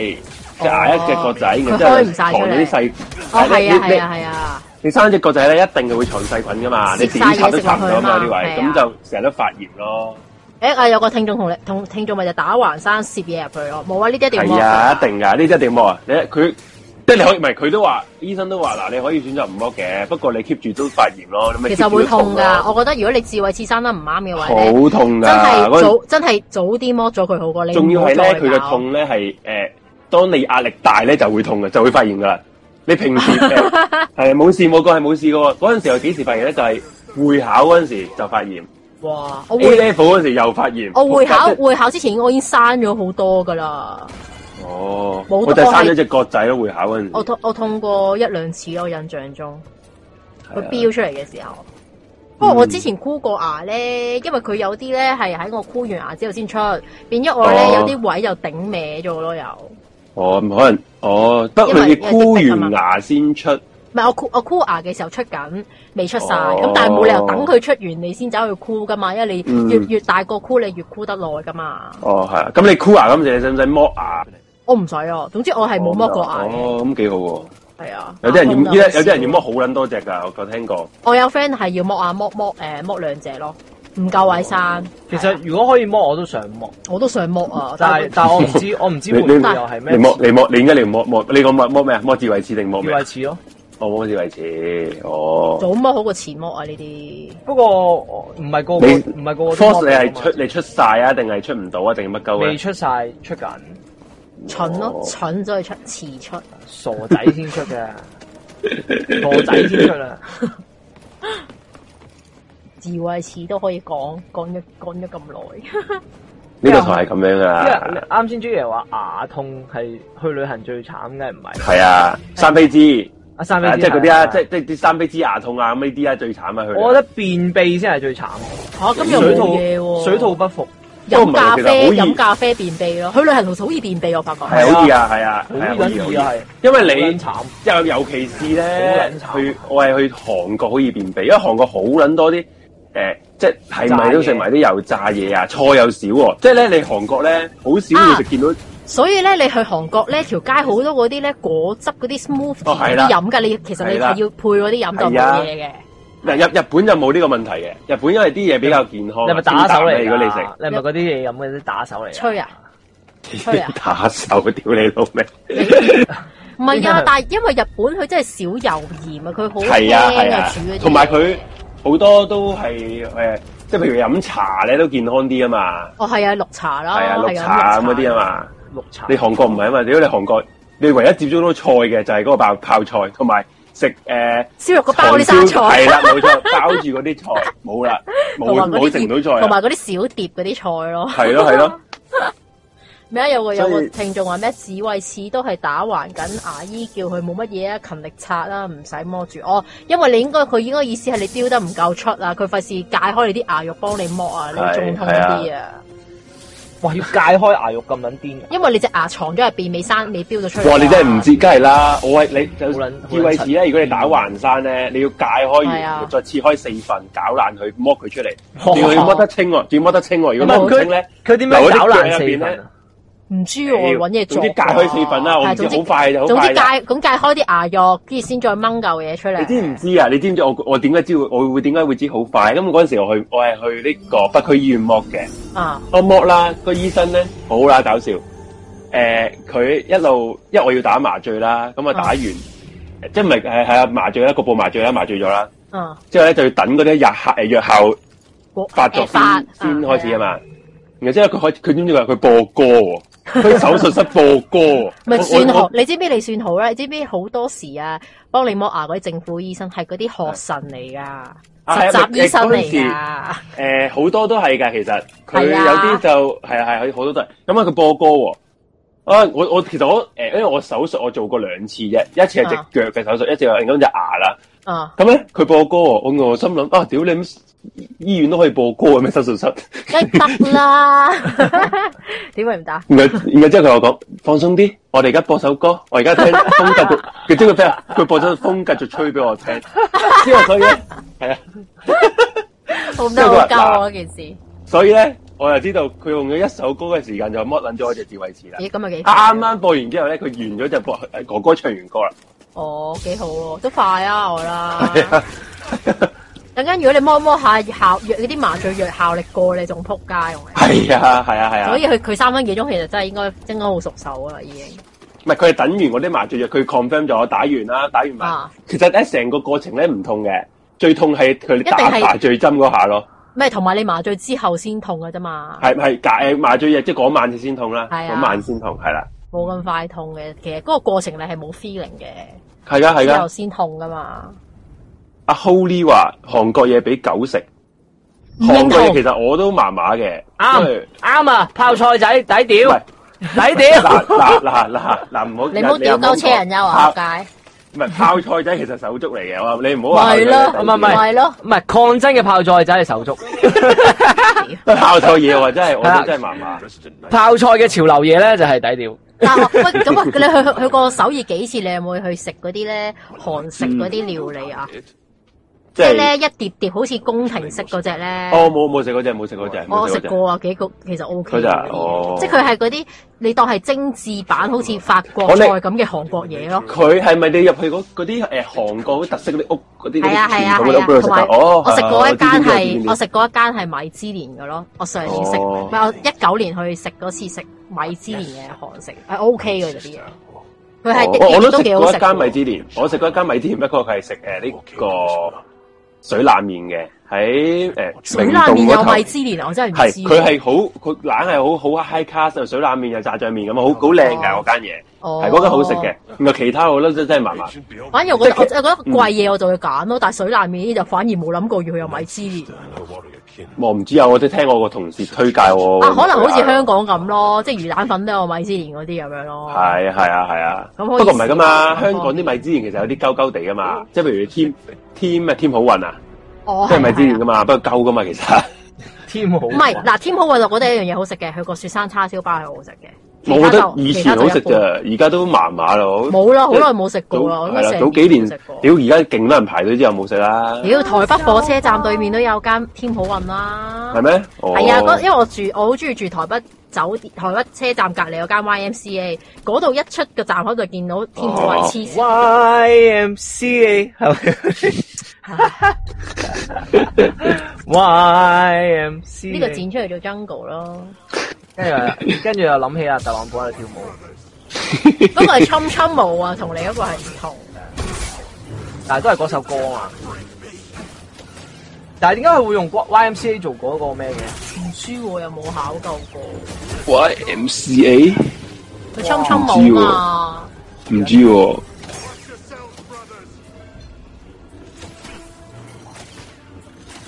即係捱一隻角仔，
哦佢
然之後
開唔晒出嚟
藏咗啲細。
哦係啊
你
係啊係啊，
你生只角仔咧，一定係會藏細菌噶嘛，你自己插都插唔到啊嘛呢
食晒嘢食落去啊嘛
位，咁就成日都發炎咯。
誒啊有個聽眾同你同聽眾咪就打橫山攝嘢入去咯，冇啊呢啲一定要剝
係
㗎
啊，一定噶，呢啲一定剝啊！你佢即係你可以，唔係佢都話，醫生都話嗱，你可以選擇唔剝嘅，不過你 keep 住都發炎咯，你咪
其
keep
實
住
會
都
痛㗎，我
咯，
覺得如果你智慧刺生得唔啱嘅話咧，
啊好痛
真
㗎！
係
嗰陣
早真係早啲剝咗佢好過你唔好再搞。
仲要係咧，佢嘅痛咧係誒，當你壓力大咧就會痛嘅，就會發炎噶啦。你
<laughs>
平時誒係冇事冇過係冇事嘅喎，嗰陣時又幾時發炎咧？就係、會考嗰陣時就發炎
哇！我
，A
會
level 嗰陣時又發炎。
我會考
仆街
會考之前我已經生咗好多㗎啦。
哦，
冇
我就
我
係
係
生咗只角仔咯，會考嗰陣時。
我痛我痛過一兩次，我印象中
啊
佢飆出嚟嘅時候。不過
嗯
我之前箍過牙咧，因為佢有啲咧係喺我箍完牙之後先出，變咗我咧、
哦
有啲位又頂歪咗咯，又
哦，可能哦，得
因為
你箍完牙先出，
唔係我箍我箍牙嘅時候出緊，未出晒。
哦
咁、但係冇理由等佢出完你先走去箍噶嘛，因為
嗯
你越、越大個箍你越箍得耐噶嘛。
哦，係啊。咁你箍牙咁，你使唔使剝牙？
我唔使啊，總之我係冇剝過牙嘅，
哦，咁幾好喎。
係、啊。
有啲人要，
牙痛啊
有啲有啲人要剝。好撚多隻㗎，我我聽過。
我有 friend 係要剝牙呃剝剝誒剝兩隻咯，唔夠位生。
其實如果可以剝，我都想剝，
啊我都想剝
嗯
啊，
但
但
係
係
但係我唔知我唔知
你
會唔
你
會
你
又係咩
剝你剝，你應該你要剝剝，你講剝剝咩啊？剝智慧齒定剝
智慧？
咩啊
齒咯。
我剝智慧齒。哦。
早剝好過遲剝啊呢啲。
不過我唔係個個
你
唔係個個都剝
force 你係
到
出
㗎嘛
你出晒啊，定係出唔到啊，定係乜鳩
未
咧？
出晒出緊，
蠢咯
哦，
蠢所以出遲出。
傻仔先出嘅，
<laughs>
傻仔先出啊啦。
智慧齒都可以講講咗講咗咁
<laughs>
耐，
呢個台係咁樣啊
因為
噶，
啱先 J 爺話牙痛係去旅行最慘嘅，唔係？
係啊，三飛枝，
阿三
啊
飛
即係嗰啲啊，即係即係啲三飛枝牙痛啊，咁呢啲啊最慘啊佢哋。
我覺得便秘先係最慘，
啊
吓咁又
水
冇
土
嘢喎。
水土不服，
都唔
飲
係
咖
其實
啡
好易
飲咖啡便秘咯，去旅行好易便秘我發覺。
係好易啊，係啊，係
好
啊，好易
撚
好
易啊
易。
係。
因
好
為你哦
撚慘
又尤其是咧
好撚，慘
去我係去韓國好易便秘，因為韓國好撚多啲誒，即係係咪都食埋啲油炸嘢啊，菜又少喎。即係咧，你韓國咧好少
啊
會食見到
所以咧，你去韓國咧，條街好多嗰啲咧果汁嗰啲 smooth
哦
嗰
係啦
啲飲㗎，你其實你
係啦
係要配嗰啲飲就
係啊
冇嘢嘅。
嗱日日本就冇呢個問題嘅，日本因為啲嘢比較健康啊。
你係咪打手嚟㗎
清淡啊如果你食。
你係咪嗰啲嘢飲嗰啲打手嚟㗎？
吹啊！吹啊
<laughs> 打手，屌你老
<laughs>
味！ <laughs>
唔係
真係
啊，但係因為日本佢真係少油鹽啊，佢好
係啊係
輕
啊
啊煮嗰啲嘢，
同埋佢好多都係誒，即係譬如飲茶咧都健康啲啊嘛，
哦係啊綠茶啦，
係啊
係
綠茶咁嗰啲啊嘛。
綠茶。
你韓國唔係啊嘛，屌你韓國，你唯一接觸到菜嘅就係嗰個爆泡菜，同埋食誒
燒肉個包嗰啲生菜
係。啦冇錯，包住嗰啲菜冇啦，冇
<laughs> 同埋嗰
冇
啲
食
碟
唔到菜
同埋
啊，
嗰啲小碟嗰啲菜咯。
係咯係咯，
咩啊有個有
所
個
以
聽眾話咩？智慧齒都係打橫緊，牙醫叫佢冇乜嘢啊，勤力刷啦，唔使摸住。哦，因為你應該佢應該意思係你雕得唔夠出啊，佢費事解開你啲牙肉幫你剝啊，
係
你仲痛啲啊。
哇！要戒開牙肉咁撚癲，
因為你隻牙藏咗入邊，未生未標到出嚟啊。
哇你真係唔知，梗係啦，我係你就
好撚
智慧齒咧，如果你打橫山咧，你要解開
係啊
完，再切開四份，搞爛佢，剝佢出
哇
嚟，你要剝得清喎，仲要剝得清喎，如果剝唔清咧。
啊佢點樣搞爛四份啊？
唔知我揾嘢做啊。
總之解開四份啦我唔
係
知
總之
好快就好
總之
快
解
就
咁解開啲牙肉，跟住先再掹嚿嘢出嚟。
你知唔知啊？你知唔知我我點解知會我會點解會知好快？咁嗰陣時我去我係去呢個北區醫院剝嘅，
啊？
我剝啦個醫生咧好啦搞笑，誒、呃佢一路因為我要打麻醉啦，咁啊打完、即係唔係係係啊麻醉啦，局部麻醉啦，麻醉咗啦，
啊，
之後咧就要等嗰啲藥效誒藥效
果
發作
誒
先
發
先開始啊。嘛。然後之後佢開佢知唔知佢話佢播歌喎？佢手術室播歌喎，
<laughs> 咪
我
算
我
好，你知唔知你算好咧？啊你知唔知好多時啊，幫你磨牙嗰啲政府醫生係嗰啲學神嚟噶，
係
實
啊
習醫生
咪誒嗰陣時
嚟噶，
诶，呃好、多都係㗎，其實佢有
係啊
啲就係啊係啊好多都係。咁啊，佢播歌喎、啊，我我其實我诶、因為我手術我做過兩次啫，一次係
啊
隻腳嘅手術，一次係另一隻牙啦。
啊，
咁咧佢播歌喎，我我心諗啊，屌你咁醫院都可以播歌嘅咩手術室？
梗係得啦， <laughs> 點會唔得？
然後然後之後佢同我講放鬆啲，我哋而家播首歌，我而家聽風繼續，佢知佢咩啊？佢播咗風繼續吹俾我聽，之後所以咧係啊。
好唔得好鳩啊！件事，
所以咧，我就知道佢用咗一首歌嘅時間就剝撚咗我隻智慧齒啦。
咦咁啊幾快
啱啱播完之後咧，佢完咗就播誒哥哥唱完歌啦。
哦幾好喎，都快啊我
<laughs>
啦。
係啊
等間如果你摸摸下效藥嗰啲麻醉藥效力過你，仲撲街我哋。
係啊，係啊，係啊
所。以佢佢三分幾鐘其實真係應該應該好熟手啊已經。
唔係佢係等完嗰啲麻醉藥，佢 confirm 咗打完啦，打完麻
啊。
其實咧，成個過程咧唔痛嘅，最痛係佢打
係
麻醉針嗰下咯。
咩？同埋你麻醉之後先痛嘅啫嘛。
係係打誒麻醉藥，即係嗰晚先痛啦，
係啊
嗰晚先痛係啦，
冇咁快痛嘅，其實嗰個過程你係冇 feeling 嘅，
係噶係
之後
噶。
先痛噶嘛。
阿 Holy 話韓國嘢俾狗食，
唔認
韓國嘢
同
其實我都麻麻嘅，因為
啱啱啊！泡菜仔抵
唔
屌
係，
抵屌
嗱。嗱嗱嗱嗱唔好
你唔好屌鳩車人優啊，
炮
仆街！
唔
<laughs>
係泡菜仔其實手足嚟嘅，我話你唔好話
咪咯，
唔係唔係
咪咯，
唔係抗爭嘅泡菜仔係手 <laughs> 足，
泡菜嘢喎，真係我都真係麻麻。
泡菜嘅潮流嘢咧就係底料，
但係我喂，咁啊，你去去過首爾幾次？你有冇去食嗰啲咧韓食嗰啲料理啊？
即
即係
係
咧一碟碟好似宮廷式嗰只咧。
哦，冇冇食嗰只，冇食嗰只，
我
冇
食
嗰隻。
過啊，幾個其實 O K
嗰隻啊哦
即係佢係嗰啲你當係精緻版，好似法國
我
菜
哋
咁嘅韓國嘢咯。
佢係咪你入去嗰嗰啲誒韓國嗰啲特色嗰啲屋嗰
係
啲嗰啲
啊係啊
傳
係
統嗰啲屋俾
啊，
佢食
同
啊
埋
哦，
我食過一間係我
我知邊啲邊啲
食過一間係米芝蓮嘅咯，我上年食
哦
唔係我一九年去食嗰次食米芝蓮嘅韓食係 O K 嘅嗰啲嘢，佢係
我我
啲
我
碟
都
都幾好
食過
食
一間
嘅。
米芝蓮，我食過一間米芝蓮，不過佢係食誒呢個水冷麵嘅，喺誒
水
明
冷
洞
麵有
嗰
米
頭。
芝蓮啊，我真係唔
係
知。
佢係好佢冷係好好 high class，又水冷麵又炸醬麵咁啊，好好靚㗎
哦
嗰間嘢，
哦
係嗰間好食嘅。然後其他我覺得真真係麻麻。
反而我覺得我我
即
覺得貴嘢我就會揀咯，但係水冷麵呢啲就反而冇諗過要佢有米芝蓮。
我唔知啊，我都聽我個同事推介我。
啊，可能好似香港咁咯，即係魚蛋粉都有米芝蓮嗰啲咁樣咯。
係啊係啊係啊，
咁
不
可以
過唔係噶嘛，
試下
香港啲米芝蓮其實有啲鳩鳩地噶嘛，即係譬如添添啊添好運啊，
哦，
即係米芝蓮
係
噶
啊
嘛，不過鳩噶嘛其實，
添好唔
唔係嗱，天好運我覺得一樣嘢好食嘅，佢個雪山叉燒包係好好食嘅。
我覺得以
其他
前
就
好食咋，
其他就一般
而家都麻麻咯。
冇啦，好耐冇食
早
過啦，我應
係
該
啦，
成
早幾年
冇食過
屌而家勁多人排隊之後冇食啦，
屌台北火車站對面都有間添好運啦，
係？咩？哦
係啊，嗰因為我住我好中意住台北酒店，台北車站隔離有間 YMCA，嗰度一出個站口就見到添好運
哦
黐線，
YMCA
<laughs>
係咪？YMCA
呢個剪出嚟做 jungle
<laughs>
咯。
跟住跟住又諗起阿特朗普喺度跳舞，
嗰個係侵侵舞啊，同你嗰個係唔同嘅。
但係都係嗰首歌啊嘛。但係點解佢會用 YMCA 做嗰個咩嘅？
唔知喎，又冇考究過。
YMCA
佢侵侵舞嘛，
唔知喎，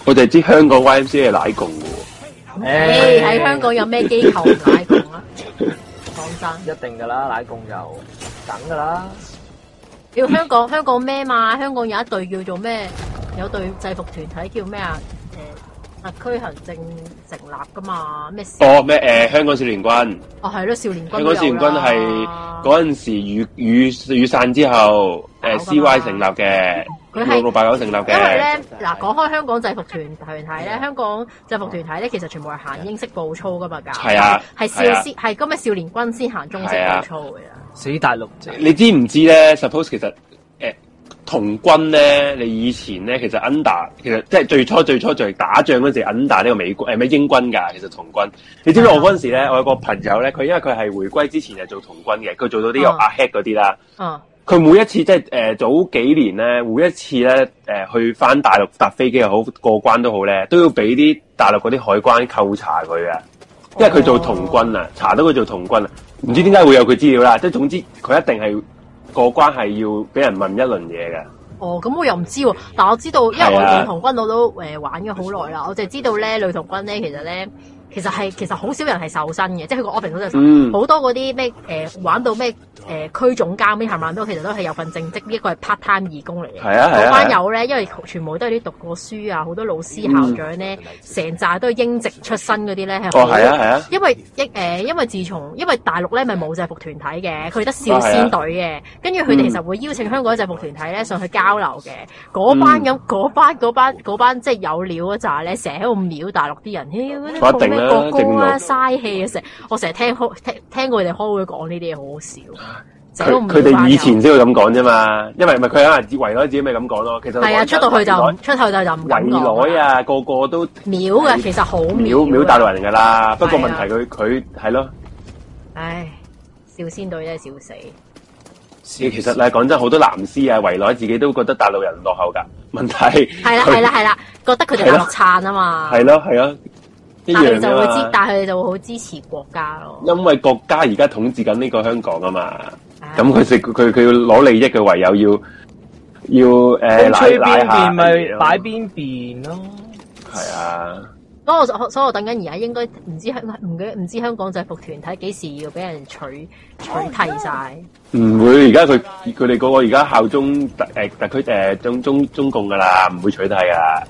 我就係知香港 YMCA 係奶共嘅喎，
誒喺香港有咩機構唔奶共啊？講真。
一定㗎啦，奶共就梗㗎啦。
要香港香港咩嘛？香港有一隊叫做咩？有隊制服團體叫咩啊？誒、特區行政成立噶嘛？咩？
哦咩誒香港少年軍。
哦，係咯，少年軍
香
都有啦。
港少年軍係嗰陣時雨雨雨傘之後，誒、
搞㗎
C
嘛
Y 成立嘅，
佢係
六六八九成立
因為
嘅，啊
咧，嗱講開香港制服團團體咧，香港制服團體咧，其實全部係行英式步操噶嘛，㗎
係啊
係
係
少
啊
先係今日少年軍先行中式步操嘅。
死大陸仔，
你知唔知咧？Suppose 其實誒、呃童軍咧，你以前咧其實 under 其實即係最初最初最打仗嗰陣時 under 呢個美軍誒咩英軍㗎，其實童軍。你知唔知我嗰陣時咧，我有個朋友咧，佢因為佢係回歸之前係做童軍嘅，佢做到啲有
嗯
阿 head 嗰啲啦。
啊，
佢每一次即係誒早幾年咧，每一次咧誒、呃去翻大陸搭飛機又好過關都好咧，都要俾啲大陸嗰啲海關扣查佢啊，因為佢做童軍啊，查到佢做童軍啊，唔知點解會有佢資料啦。即係總之佢一定係過關係要俾人問一輪嘢嘅。
哦，咁我又唔知喎，但我知道，因為
係
我
啊
女童軍我都誒、呃玩咗好耐啦，我就係知道咧，女童軍咧其實咧，其實係其實好少人係受身嘅，即係佢個 office 好多人
嗯
好多嗰啲咩誒玩到咩誒、呃、區總監啲冚唪唥都其實都係有份正職，呢個係 part time 義工嚟嘅。
係啊係
嗰
啊
班友咧，因為全部都係啲讀過書啊，好多老師
嗯
校長咧，成扎都係英籍出身嗰啲咧，係
哦
好
係啊係啊
因為一誒、呃因為自從因為大陸咧咪冇制服團體
嗯
嘅，佢哋得少先隊嘅，跟住佢哋其實會邀請香港嘅制服團體咧上去交流嘅。嗰
嗯
班咁嗰班嗰班嗰班即係有料嗰扎咧，成日喺度秒大陸啲人，屌
我
啲
一
做
定
咩
啦
國歌啊
正路
嘥氣啊！成我成日聽開聽聽過佢哋開會講呢啲嘢，好好笑。成
佢
日都唔秒
啊佢
班友
哋以前先會咁講啫嘛，因為咪佢可能為咗自己咪咁講咯。其實
係啊，出到去就唔出去就就唔敢
圍
講
內
啦。
啊，個個都
秒嘅其實好秒啊
秒秒大陸人㗎啦。不過
係
問
啊
題佢佢係咯。
唉，少先隊真係少死。
其實咧，講真，好多藍絲啊，圍內自己都覺得大陸人落後㗎。問題 <laughs>
係啦係啦係啦，覺得佢哋大陸撐啊嘛。
係咯係咯，一
但係
樣
你就會
㗎
支，
嘛。
但係佢哋就會好支持國家咯。
因為國家而家統治緊呢個香港啊嘛，
唉
咁佢食佢佢要攞利益，佢唯有要要
風
誒哎奶
吹
奶
邊
下
邊咪
係啊
擺邊邊咯。
係啊，
所以我就所以我等緊而家應該唔知香唔記唔知香港制服團體幾時要俾人取取替晒。
唔會而家佢佢呃哋嗰個而家效忠特誒特區誒中中中共㗎啦，唔會取締㗎啦。啊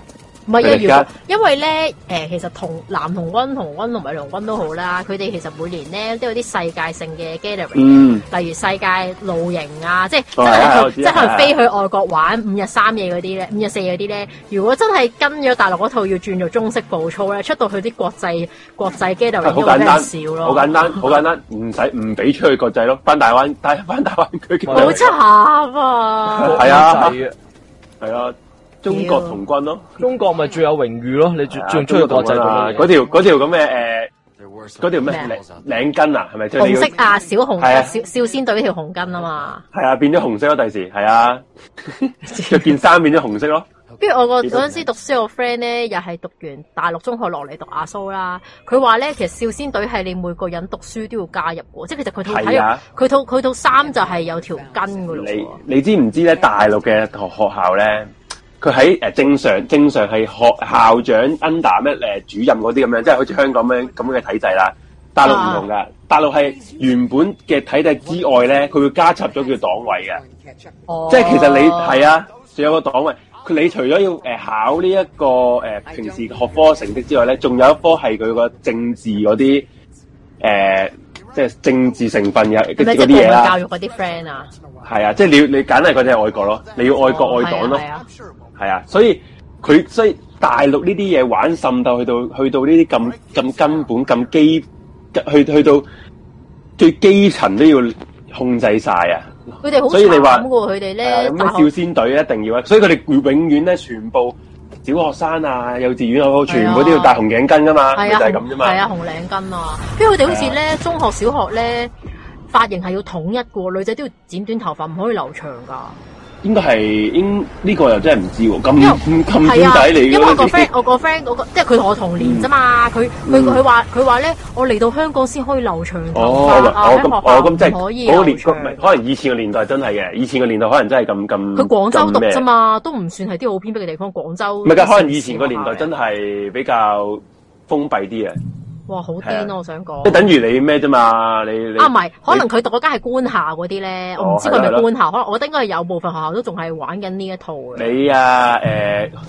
唔係
佢哋
啊，
家
如因為咧，誒、其實同男童軍、童軍同埋女童軍都好啦，佢哋其實每年咧都有啲世界性嘅 gathering，、
嗯
例如世界露營啊，即係真
哦係啊
係
我
去
知
即
啊
係可
係
能
啊
飛去外國玩五日三夜嗰啲咧，五日四夜嗰啲咧，如果真係跟咗大陸嗰套要轉做中式步操咧，出到去啲國際國際 gathering
啊好
都會
簡
俾
單，
人笑咯，
好簡單，好簡單，唔使唔俾出去國際咯，翻大灣，大翻大灣區
好
好
係
慘
<laughs>
啊！
係啊
國際
啊，中國童軍咯，
中國咪最有榮譽咯？你仲
係啊
仲出去國際
中國童軍啊
度
嗰條嗰條咁嘅誒，
There were some
嗰條咩
咩
領領巾啊，係咪？即係你
紅
要
色啊，小紅
係啊
少少先隊條紅巾啊嘛，
係啊，變咗紅色咯，第時
<laughs>
係啊，着件衫變咗紅色咯，
跟住我個
呢度
嗰陣時讀書個 friend 咧，又係讀完大陸中學落嚟讀亞蘇啦。佢話咧，其實少先隊係你每個人讀書都要加入喎，即係其實佢套體
係啊
育，佢套佢套衫就係有條巾噶咯喎。
你你知唔
<laughs>
知咧？大陸嘅學學校咧，佢喺誒正常正常係學校長 under 咩誒主任嗰啲咁樣，即係好似香港咁樣咁嘅體制啦。大陸唔同
啊
噶，大陸係原本嘅體制之外咧，佢會加插咗叫黨委嘅，
哦
即係其實你係啊，仲有個黨委。佢你除咗要誒考呢、一個誒、平時學科成績之外咧，仲有一科係佢個政治嗰啲誒，即係政治成分嘅
係咪
嗰
即係
啲
部
嘢
門
啦。
教育嗰啲 friend 啊？
系啊，即系你要你揀係佢哋係愛國咯，你要愛國愛黨咯，
哦係啊係啊
I'm sure it won't.
係啊，所以佢所以大陸呢啲嘢玩滲透去到去到呢啲咁咁根本咁基，去去到最基層都要控制晒啊！
佢哋好
所以你話
慘噶喎，佢哋咧
係啊咁
大
樣少
學
先隊一定要啊，所以佢哋永遠咧全部小學生啊、幼稚園啊，全部都要戴紅頸巾噶嘛，咪
係
就
啊
係咁啫
紅
嘛。
係啊紅領巾啊，跟住佢哋好似咧中學小學咧髮型係要統一噶喎，女仔都要剪短頭髮，唔可以留長噶。
應該係應呢個又真係唔知喎，咁
因為
嗯咁咁
係
偏
啊，
底你嗯
因為我個
嗰啲
friend，我個 friend 嗰個，即係佢同我同年啫嘛。佢佢佢話佢話咧，我嚟到香港先可以留長頭
<laughs> 哦，
髮啊，喺
哦
學
咁，哦咁即
校
係
唔可以
嗰個
留
年代，
長
唔。係可能以前個年代真係嘅，以前個年代可能真係咁咁。
佢廣州讀
咁咩
啫？嘛，都唔算係啲好偏僻嘅地方。廣州
唔係㗎，可能以前個年代真係比較封閉啲嘅，
哇好
係啊
癲咯！我想講
即係等於你咩啫嘛？你你
啊，唔係，可能佢讀嗰間係官校嗰啲咧，我唔知佢係
哦係
咪
啦
官校，可能我覺得應該係有部分學校都仲係玩緊呢一套嘅。
你啊誒、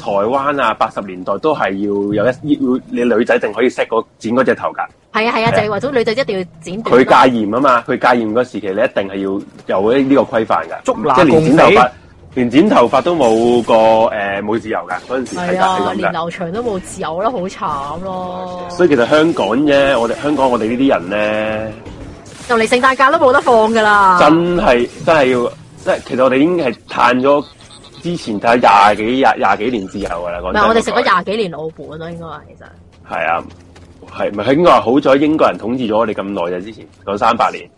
台灣啊八十年代都係要有一要你女仔淨可以 set 個剪嗰隻頭㗎，
係啊係啊，
係啊
就係話咗女仔一定要剪短髮。
佢戒嚴啊嘛，佢戒嚴嗰時期你一定係要有呢個規範㗎，
捉拿
即係連剪頭
共
髮
匪。
連剪頭髮都冇個誒冇、自由㗎，嗰陣時係
係
㗎係
啊，
咁㗎
連。留長都冇自由啦，好慘咯。
所以其實香港啫，我哋香港我哋呢啲人咧，
就嚟聖誕假都冇得放㗎啦。
真係真係要，即係其實我哋已經係嘆咗之前睇廿幾廿廿幾年自由㗎啦。
唔
講真
係，我哋食咗
嗰句
廿幾年老本咯，應該係其實。
係啊，係咪應該話好在英國人統治咗我哋咁耐啊就之前講三百年，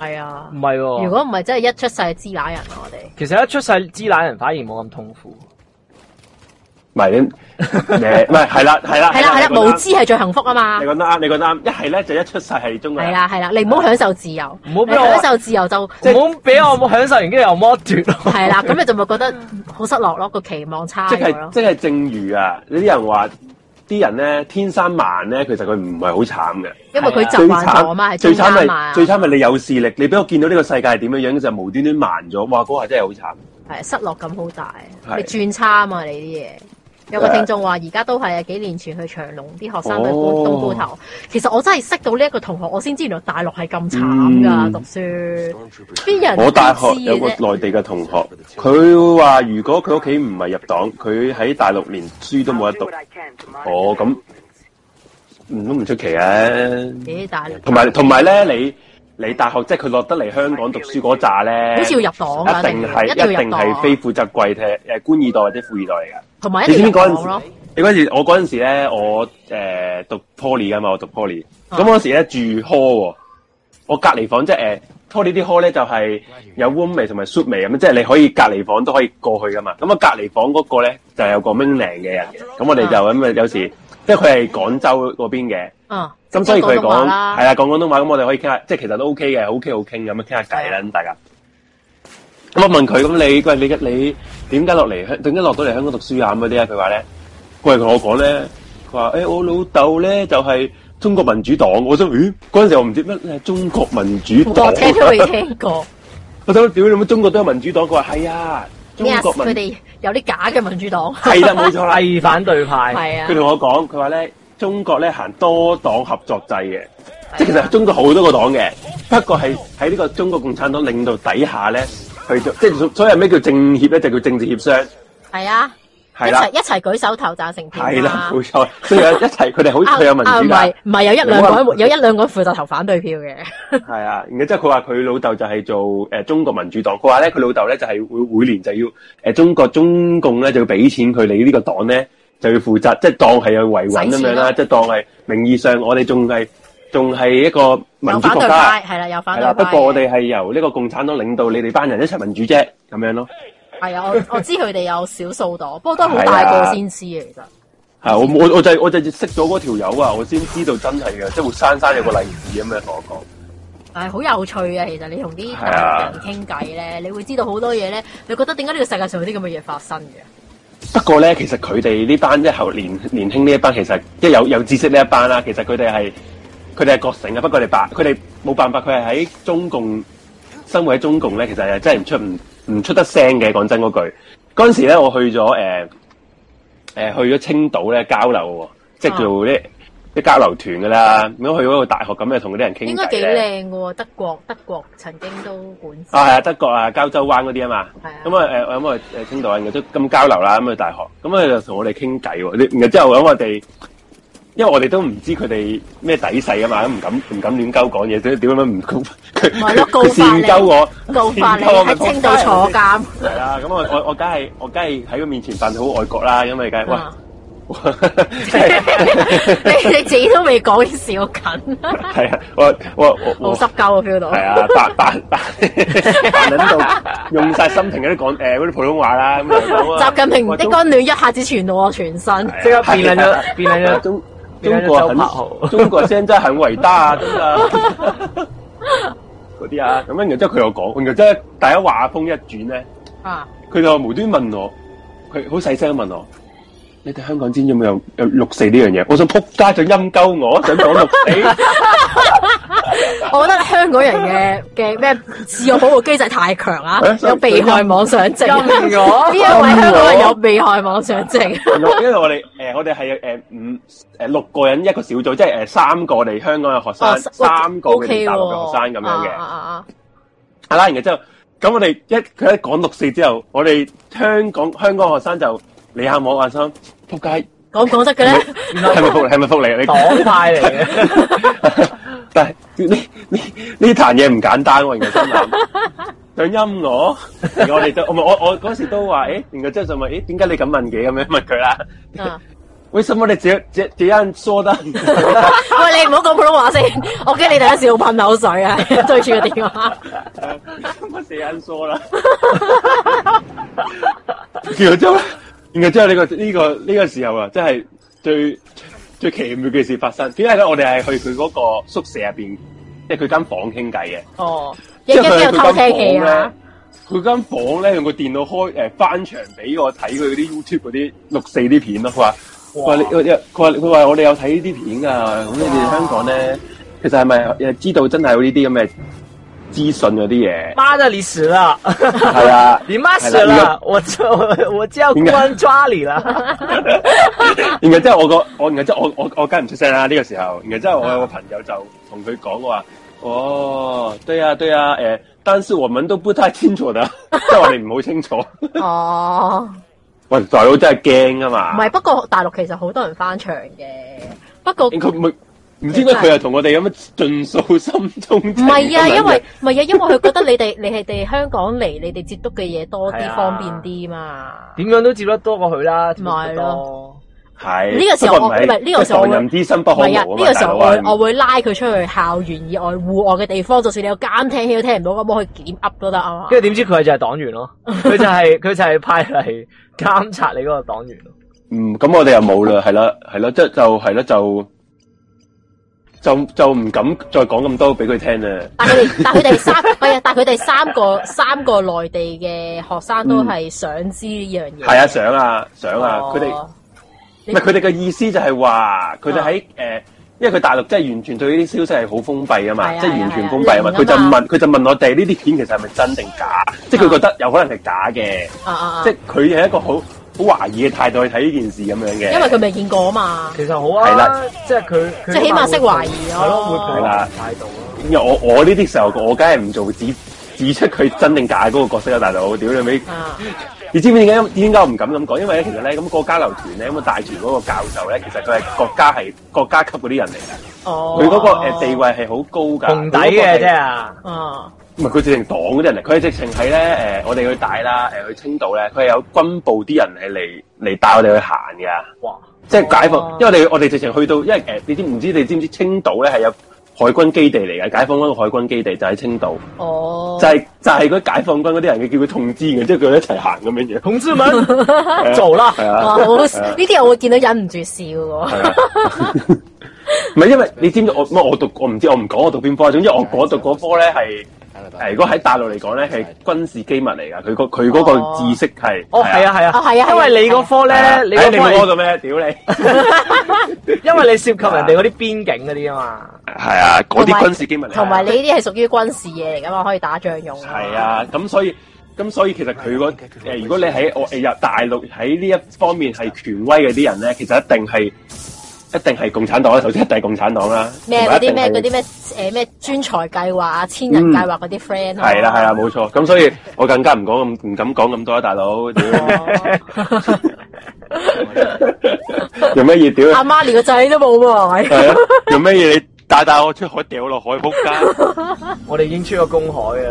係啊
唔，
嗯
係喎。
如果唔係真係一出世就支那人啊，我哋。
其實一出世知奶人反而冇咁痛苦。
唔係你 <laughs> 誒唔係係啦係啦
係啦係啦，
啊你講得
無
啱
知係最幸福啊嘛
你。講得啱，你講得啱。一係咧就一出世係中國
係
人，
啦係啦，你唔好享受自由，
唔好
你
俾我
享受自由就
即唔好俾我享受完，跟住又剝奪咯。
係啦，咁你就咪覺得好失落咯，個期望差
即
咗咯
係。即係正如啊，有啲人話啲人咧天生盲咧，其實佢唔係好慘嘅。
因為佢習
最
慣咗啊嘛，係
慘，最
中間
慘
嘛
係，最慘係你有視力，你俾我見到呢個世界係點樣樣，就無端端盲咗，哇！嗰下真係好慘。
係失落感好大，
係
你轉差啊嘛，你啲嘢。有個聽眾話：而家都係啊，幾年前去長隆，啲學生都係搬
哦
東姑頭。其實我真係識到呢一個同學，我先知原來大陸係咁慘㗎
嗯
讀書。
stormtroopers
邊人
我大
學
學有個內地嘅同學，佢話如果佢屋企唔係入黨，佢喺大陸連書都冇得讀，哦，咁。唔都唔出奇啊！
咦大陸
同埋同埋咧，你你大學即係佢落得嚟香港讀書嗰扎咧，
好似要入黨啊，
一定係
一定
一
要入
定係
黨，
非富則貴嘅誒官二代或者富二代嚟㗎。
同埋一
你知
定要入
唔知嗰
黨咯
陣時？。你嗰陣時，我嗰陣時咧，我誒、呃、讀 poly 噶嘛，我讀 poly。
啊
咁嗰陣時咧住 hall，喎我隔離房即係誒 poly 啲 hall 咧就係、有 roommate 同埋 suitmate 咁，即係你可以隔離房都可以過去噶嘛。咁我隔離房嗰個咧就有個 m i n 嘅人嘅，咁我哋就咁啊有時，即係佢係廣州嗰邊嘅，
啊，
咁所以佢
即係廣東話
講係
啦，
啊講廣東話，咁我哋可以傾下，即係其實都 OK 嘅，好 OK 好傾咁樣傾下偈啦，咁大家。咁我問佢，咁你喂你你點解落嚟香？點解落到嚟香港讀書啊？咁嗰啲啊，佢話咧，佢係同我講咧，佢話誒我老豆咧就係、中國民主黨，我想咦嗰陣時我唔知乜係中國民主黨 <laughs>
我，聽都未聽過。
我想屌你乜中國都有民主黨，佢話係啊，中
咩啊？
國
佢
民
哋有啲假嘅民主
<laughs>
黨，
係啦，冇錯啦。
係反對派，
係啊
佢，同我講，佢話咧中國咧行多黨合作制嘅，
啊
即係其實中國好多個黨嘅，不過係喺呢個中國共產黨領導底下咧去做，即係所所以咩叫政協咧，就叫政治協商，
係啊，一
係啦
齊，一齊舉手投贊成票啊
係啦，冇錯，所以有一齊佢哋好
啊
佢有民
啊唔
主㗎
係。唔係有一兩個
冇
人有一兩個人負責投反對票嘅，
系啊，然後即係佢話佢老豆就係做诶、呃中國民主黨，佢話咧佢老豆咧就係會每年就要诶、呃中國中共咧就要俾錢佢哋呢個黨咧就要負責，即係當係有維穩
使
咁樣
錢
啦，
啦
即係當係名義上我哋仲係仲係一個
有
民主
反
國
對
家
派，係啦，有
係
反對
啦，
派
不
嘅。
過我哋係由呢個共產黨領導你哋班人一齊民主啫，咁樣咯，
係啊，我我知佢哋有少數黨，不過都係好
啊
大個先知啊嘅，其實。
系啊我我我就我就識咗嗰條友啊，我先知道真係嘅，即係活生生有個例子咁樣同我講。
係好有趣嘅，其實你同啲
係啊
大陸人傾偈咧，你會知道好多嘢咧。你覺得點解呢個世界上有啲咁嘅嘢發生嘅？
不過咧，其實佢哋呢班即係後年年輕呢一班，其實即係有有知識呢一班啦。其實佢哋係佢哋係覺醒嘅，不過佢哋白佢哋冇辦法，佢係喺中共生活喺中共咧，其實係真係唔出唔唔出得聲嘅。講真嗰句，嗰陣時咧，我去咗誒誒去咗青島咧交流喎，即
啊
係做啲啲交流團噶啦。咁去嗰個大學咁，就同嗰啲人傾
應該
偈
幾
咧。
靚嘅喎，德國德國曾經都管治。
啊，係啊，德國啊，交州灣嗰啲啊嘛。
係啊
咁啊誒，咁啊誒，青島人嘅都咁交流啦，咁去大學，咁啊就同我哋傾偈喎。你然後之後咁我哋，因為我哋都唔知佢哋咩底細啊嘛，咁唔敢唔敢亂鳩講嘢，所以點樣唔佢佢
咪咯告
佢
發
善
你
鳩我，
告發你
善鳩我
喺青島坐。監，
係啦，咁我我我梗係我梗係喺佢面前扮到好愛國啦，因為梗係
<laughs>
哇
啊，
即係 <laughs>
你你自己都未講已經笑緊，
係啊，我我我
好
我
濕鳩啊
<laughs>
feel 到。
系啊，扮扮 <laughs> 扮扮喺度，用晒心情嗰啲 <laughs> 講诶嗰啲普通話啦。咁樣咁啊
習近平
哇
的
中
溫暖一下子傳到我全身，
即刻變撚咗，變撚咗
啊 <laughs> 中
變咗
中國
周柏豪
很 <laughs> 中國聲真係很偉大啊，真 <laughs> 係嗰啲啊。咁跟住之後佢又講，然後之後大家話風一轉咧，
啊，
佢就無端問我，佢好細聲咁問我。你哋香港知唔知有冇有六四呢樣嘢？我想撲街就陰鳩我，想講六四。
我覺得香港人嘅嘅咩自我保護機制太強啊
<laughs> 誒，所以
有被害妄想症。呢
陰咗
一位香港人有被害妄想症，
因為我哋誒、呃我哋係誒五誒六個人一個小組，即係誒三個我哋香港嘅學生，
哦
三個我
OK
哋
喎
大陸嘅學生咁樣嘅，係啦、
啊啊啊
然後之後咁我哋一佢一講六四之後，我哋香港香港學生就你下我眼心，仆街
<laughs> 講唔講得嘅咧？
<laughs> 係咪福利？係咪福利？你
黨派嚟嘅，
<laughs> 但係呢呢呢壇嘢唔簡單喎，然後心諗想陰我，然後我哋都我咪我我嗰時都話誒、欸然後之後就問誒點解你咁問嘅咁樣問佢啦？
啊
為什麼你這這這樣說的？
喂，你唔好講普通話先，我驚你第一時要噴口水啊！ <laughs> 對住個電話，
乜死人疏啦？然後之後咧，然後之後呢、個呢、個呢、個時候啊，真係最最奇妙嘅事發生。點解咧？我哋係去佢嗰個宿舍入邊，即係佢間房傾偈嘅。
哦，一
即
一
係佢
有偷
佢
聽器
間房咧
啊！，
佢間房咧用個電腦開誒、呃翻牆俾我睇佢嗰啲 YouTube 嗰啲六四啲片咯。佢話佢話你佢話佢話我哋有睇呢啲片㗎。咁你哋香港咧，其實係咪誒知道真係有呢啲咁嘅資訊嗰啲嘢？
<laughs>
媽的，你死啦！
係啊，
你媽死
係
啦
啦！
我就我就要
應該
關抓你啦！
然後之後我個我，然後之後我我我梗係唔出聲啦。呢、個時候，然後之
啊
後我有個朋友就同佢講我話：，哦，對啊，對啊，誒、但是我們都不太清楚的， <laughs> 即係我哋唔好清
<laughs>
楚。
哦，
喂，大佬真係驚啊
唔
嘛！
係，不過大陸其實好多人翻牆嘅，不
<laughs>
過
佢唔唔知點解佢又同我哋咁樣盡訴心中唔
唔係啊，因為唔係啊，因為佢覺得你
<laughs>
哋你係哋香港嚟，你哋接觸嘅嘢多
係
啲，
啊
方便啲嘛。
點樣都接得多過佢啦，接
咪
得
係
咯
咯。
係
呢個時候我唔係呢個時候我
防人之心不
唔
可無
係啊，
啊
呢個
嘛，
時
大
候
佬
我
啊
會我會拉佢出去校園以外、戶外嘅地方，就算你有監聽器都聽唔到，咁我可以檢 up 都得啊嘛。
跟住點知佢就係黨員
<laughs>
咯，佢就係佢就係派嚟監察你嗰個黨員咯。
嗯，咁我哋又冇啦，係啦，係啦，即係就係啦，就就就唔敢再講咁多俾佢聽啊啦。
但
<laughs>
佢哋但佢哋三，唔係啊，但佢哋三個三個內地嘅學生都係想知呢樣嘢。
係啊，想啊，想啊，
哦
佢哋唔係佢哋嘅意思就係話，佢哋喺誒因為佢大陸真係完全對呢啲消息係好封閉啊嘛
啊係啊，
即係完
係啊
全封閉啊嘛。
係啊
佢就
零啊嘛
問佢就問我哋呢啲片其實係咪真定假？即係佢覺得有可能係假嘅，
啊啊啊
即！係佢係一個好好懷疑嘅態度去睇呢件事咁樣嘅。
因為佢未見過啊嘛，
其實好啊，
係啦
即係佢佢
即係起碼識懷疑啊咯
係咯，會培
係
養
啦
態度啊咯。
因為我我呢啲時候，我梗係唔做指指出佢真定假嗰個角色啊，大佬，屌你尾！
啊
你知唔知點解點解我唔敢咁講？因為咧，其實咧，咁、個交流團咧，咁、個大團嗰個教授咧，其實佢係國家係國家級嗰啲人嚟嘅，
哦，
佢嗰、個、呃、地位係好高㗎，
紅底
佢嗰個係
嘅啫啊！
啊
唔係佢直情黨嗰啲人嚟，佢係直情係咧呃誒，我哋去大啦，誒、呃去青島咧，佢係有軍部啲人係嚟嚟帶我哋去行㗎，
哇，
即係解放，
哦
因為我哋我哋直情去到，因為誒、呃你知唔知你知唔知青島咧係有海軍基地嚟嘅，解放軍個海軍基地就喺青島。
哦，
就係、就係嗰啲解放軍嗰啲人，佢叫佢通知嘅，即係佢一齊行咁樣
<laughs>
樣。
同志們 <laughs>
係啊
做啦！
<laughs> 哇
係啊，
好
<laughs>
呢啲我會見到忍唔住笑喎，
係啊。唔係因為你知唔知我乜？我讀我唔知，我唔講我讀邊科。總之我我讀嗰科咧係誒，如果喺大陸嚟講咧係軍事機密嚟㗎。佢個佢嗰
哦
個知識係
哦，係啊，，係
哦
啊，
係啊係啊
因為你嗰科
係
咧，
啊
你
哎
嗰
你
科
冇
係
嘅咩？屌你！
因為你涉及人哋嗰啲邊境嗰啲啊嘛。
係啊，嗰啲軍事機密嚟㗎。
同埋你呢啲係屬於軍事嘢嚟噶嘛，可以打仗用。
係，啊，咁所以咁所以其實佢嗰誒，如果你喺我誒入大陸喺呢一方面係權威嗰啲人咧，其實一定係一定係共產黨啦，首先一定係共產黨啦，
咩嗰啲咩嗰
同埋一
啲
定係嗯
咩誒咩專才計劃啊、千人計劃嗰啲 friend 啊
係啦係啦，冇錯。咁所以我更加唔講咁唔敢講咁多啦，大佬，屌 <laughs> 有
<laughs>
咩嘢屌
哦，阿媽連個仔都
<laughs>
冇埋，
係啊，有咩嘢你帶帶我出海掉落海仆
<laughs>
街，
我哋已經出咗公海噶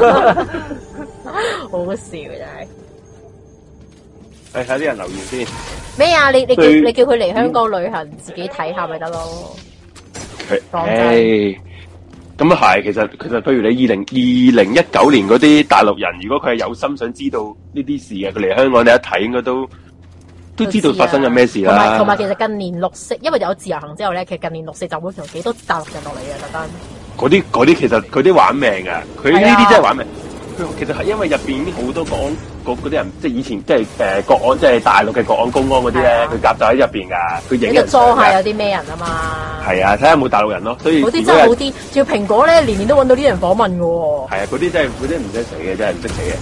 啦。 <laughs>
好好笑真係。
誒睇下啲人留言先。
咩啊？你你叫
對
你叫佢嚟香港旅行，自己睇下咪得咯。
佢，
講真
唉，咁啊係，其實其實，譬如你二零二零一九年嗰啲大陸人，如果佢係有心想知道呢啲事嘅，佢嚟香港你一睇，應該都都知道發生緊咩事
同埋
啦。
啊同埋，其實近年綠色，因為有自由行之後咧，其實近年綠色就會同幾多大陸人落嚟嘅特登。
嗰啲嗰啲其實佢啲玩命噶，佢呢
係啊
啲真係玩命。佢其實係因為入邊已經好多國安局嗰啲人，即係以前即係誒國安，即係大陸嘅國安公安嗰啲
係
咧
啊，
佢夾就喺入邊噶，佢影
你就
人
裝下
相㗎
有啲咩人啊嘛。
係啊，睇下有冇大陸人咯。所以
嗰
如
啲真
果
係
有
好啲，仲要蘋果咧，年年都揾到啲人訪問嘅喎，
係啊，嗰啲真係嗰啲唔識死嘅，真係唔識死嘅。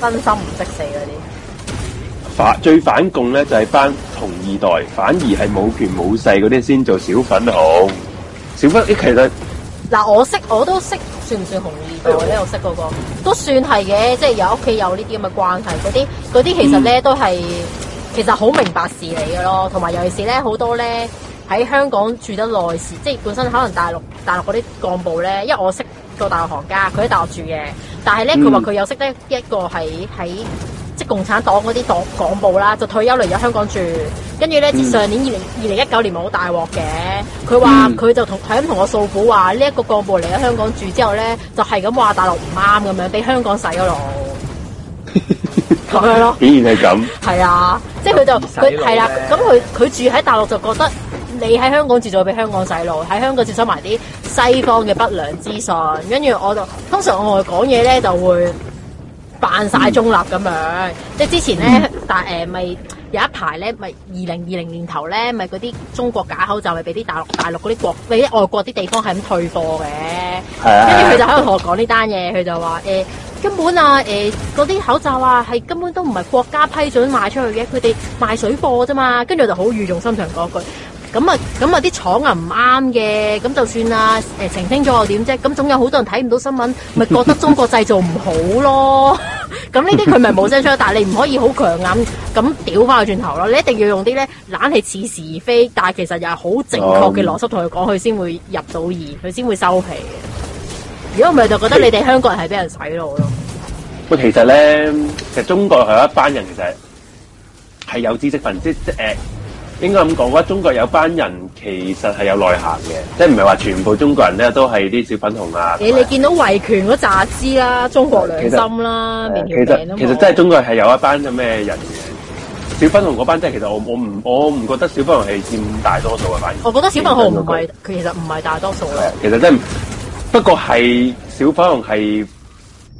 真心唔識死嗰啲。
反最反共咧就係、班同二代，反而係冇權冇勢嗰啲先做小粉紅。小粉其實
嗱，我識我都識，算唔算紅二代咧？我識嗰、個都算係嘅，即係有屋企有呢啲咁嘅關係，嗰啲嗰啲其實
嗯
咧都係其實好明白事理嘅咯，同埋尤其是咧好多咧喺香港住得耐時，即係本身可能大陸大陸嗰啲幹部咧，因為我識個大陸行家，佢喺大陸住嘅，但係咧佢話佢有識得一個喺喺。即係共產黨嗰啲黨幹部啦，就退休嚟咗香港住，跟住咧，自上年二零二零一九年咪好大鑊嘅，佢話佢就同係咁同我訴苦話，呢、一個幹部嚟咗香港住之後咧，就係咁話大陸唔啱咁樣，俾香港洗咗腦，咁樣咯，
竟然係咁，
係啊，即係佢就
洗腦
佢係啦
咧，
咁佢佢住喺大陸就覺得你喺香港住就會俾香港洗腦，喺香港接收埋啲西方嘅不良資訊，跟住我就通常我同佢講嘢咧就會。扮晒中立咁樣，即係之前咧，
嗯
但誒咪、有一排咧，咪二零二零年頭咧，咪嗰啲中國假口罩咪俾啲大陸大陸嗰啲國，俾啲外國啲地方係咁退貨嘅，
係啊
跟住佢就喺度同我講呢單嘢，佢就話誒、根本啊誒嗰啲口罩啊係根本都唔係國家批准賣出去嘅，佢哋賣水貨啫嘛，跟住我就好語重心長講句。咁啊，咁啊，啲廠啊唔啱嘅，咁就算啦，誒澄清咗又點啫？咁總有好多人睇唔到新聞，咪覺得中國製造唔好咯。 <laughs> 咁呢啲佢咪冇聲出，但係你唔可以好強硬咁屌翻佢轉頭咯。你一定要用啲咧懶係似是而非，但係其實又係好正確嘅邏輯同佢講，佢先會入到耳，佢先會收皮嘅。如果唔係，就覺得你哋香港人係俾人洗腦咯。
喂，其實咧，其實中國係有一班人其實係有知識分子，即係誒、呃，應該咁講啦。中國有班人其實係有內涵嘅，即係唔係話全部中國人咧都係啲小粉紅啊。
你你見到維權嗰扎知啦，中國良心啦，面
其
條啊
實
命都
呃其實真係中國係有一班咁嘅人嘅。小粉紅嗰班真係其實我我唔我唔覺得小粉紅係佔大多數嘅，反而
我覺得小粉紅唔係，
認真嗰句
佢其實唔係大多數啊咯。
其實真係唔不過係小粉紅係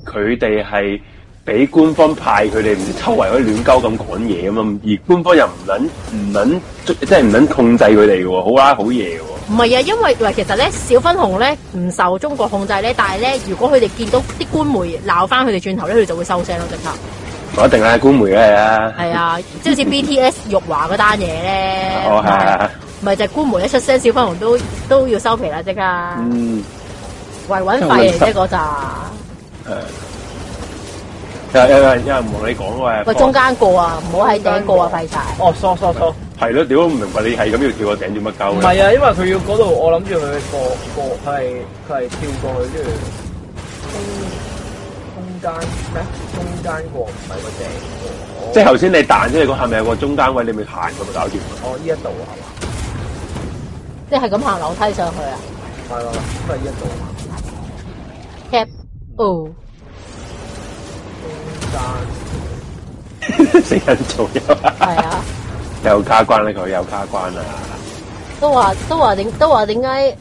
佢哋係俾官方派佢哋唔知周圍可以亂鳩咁講嘢咁啊，而官方又唔撚唔撚即係唔撚控制佢哋嘅喎，好啦好嘢嘅喎。
唔係啊，因為嗱，其實咧小粉紅咧唔受中國控制咧，但係咧如果佢哋見到啲官媒鬧翻佢哋轉頭咧，佢哋就會收聲咯，即刻。
<laughs> 我一定係官媒嘅係啊，
係啊，即係好似 BTS 玉華嗰單嘢咧，
哦係啊係啊
咪就係官媒一出聲，小粉紅都都要收皮啦，即刻
嗯，
維穩費嚟啫啊嗰扎。
有有有有人同你講喂，
喂，中間過啊，唔好喺頂過啊，廢柴。
哦，疏疏疏，
係咯，屌我唔明白你係咁要跳個頂做乜
唔係
鳩咧？
啊，因為佢要嗰度，我諗住佢過過，佢係佢係跳過去，跟住中中間咩？中間過唔係個頂過，
即係頭先你彈出嚟嗰係咪有個中間位你咪行咁咪搞掂？
哦呢一度係嘛？
即係咁行樓梯上去啊
係啦，都係呢一度嘛。
c a p 哦，
中間
死人做
係啊，
又又卡關啦佢，又卡關啦。
都話都話點都話點解？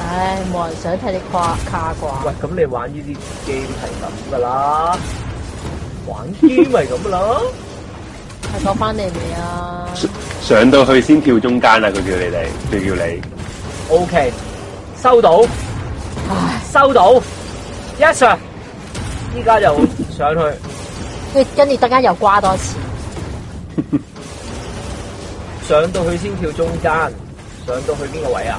唉，冇人想睇你跨卡啩
喂，。咁你玩呢啲 game 係咁噶啦，玩 game 咪咁噶啦。
係講翻你未啊？
上到去先跳中間啦，佢叫你哋，佢叫你。
O K，收到，收到，Yes sir，依家就上去。
跟跟住突然間又瓜多次，
上到去先跳中間，上到去邊個位啊？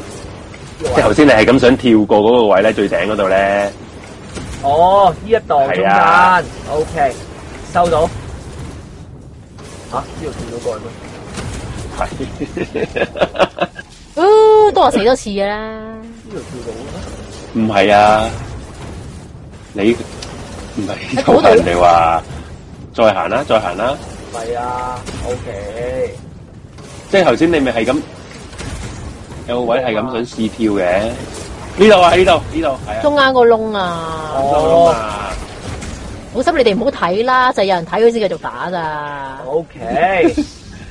呢個
即係
位
頭先你係咁想跳過嗰個位咧，最頂嗰度咧，
哦，呢一度中
係啊
間，OK，收到。吓、呢度跳到過去咩？
係
哦，都話死多次嘅啦。
呢度跳到咩？
<laughs> 唔係啊？你唔係好人哋話再行啦，再行啦。
唔係啊，OK，
<laughs>
即係頭先你咪係咁有個位係咁想試跳嘅，呢度啊，呢度呢度係啊，
中間個窿啊，
中
哦
啊，
好心你哋唔好睇啦，就有人睇佢先繼續打咋。
，OK，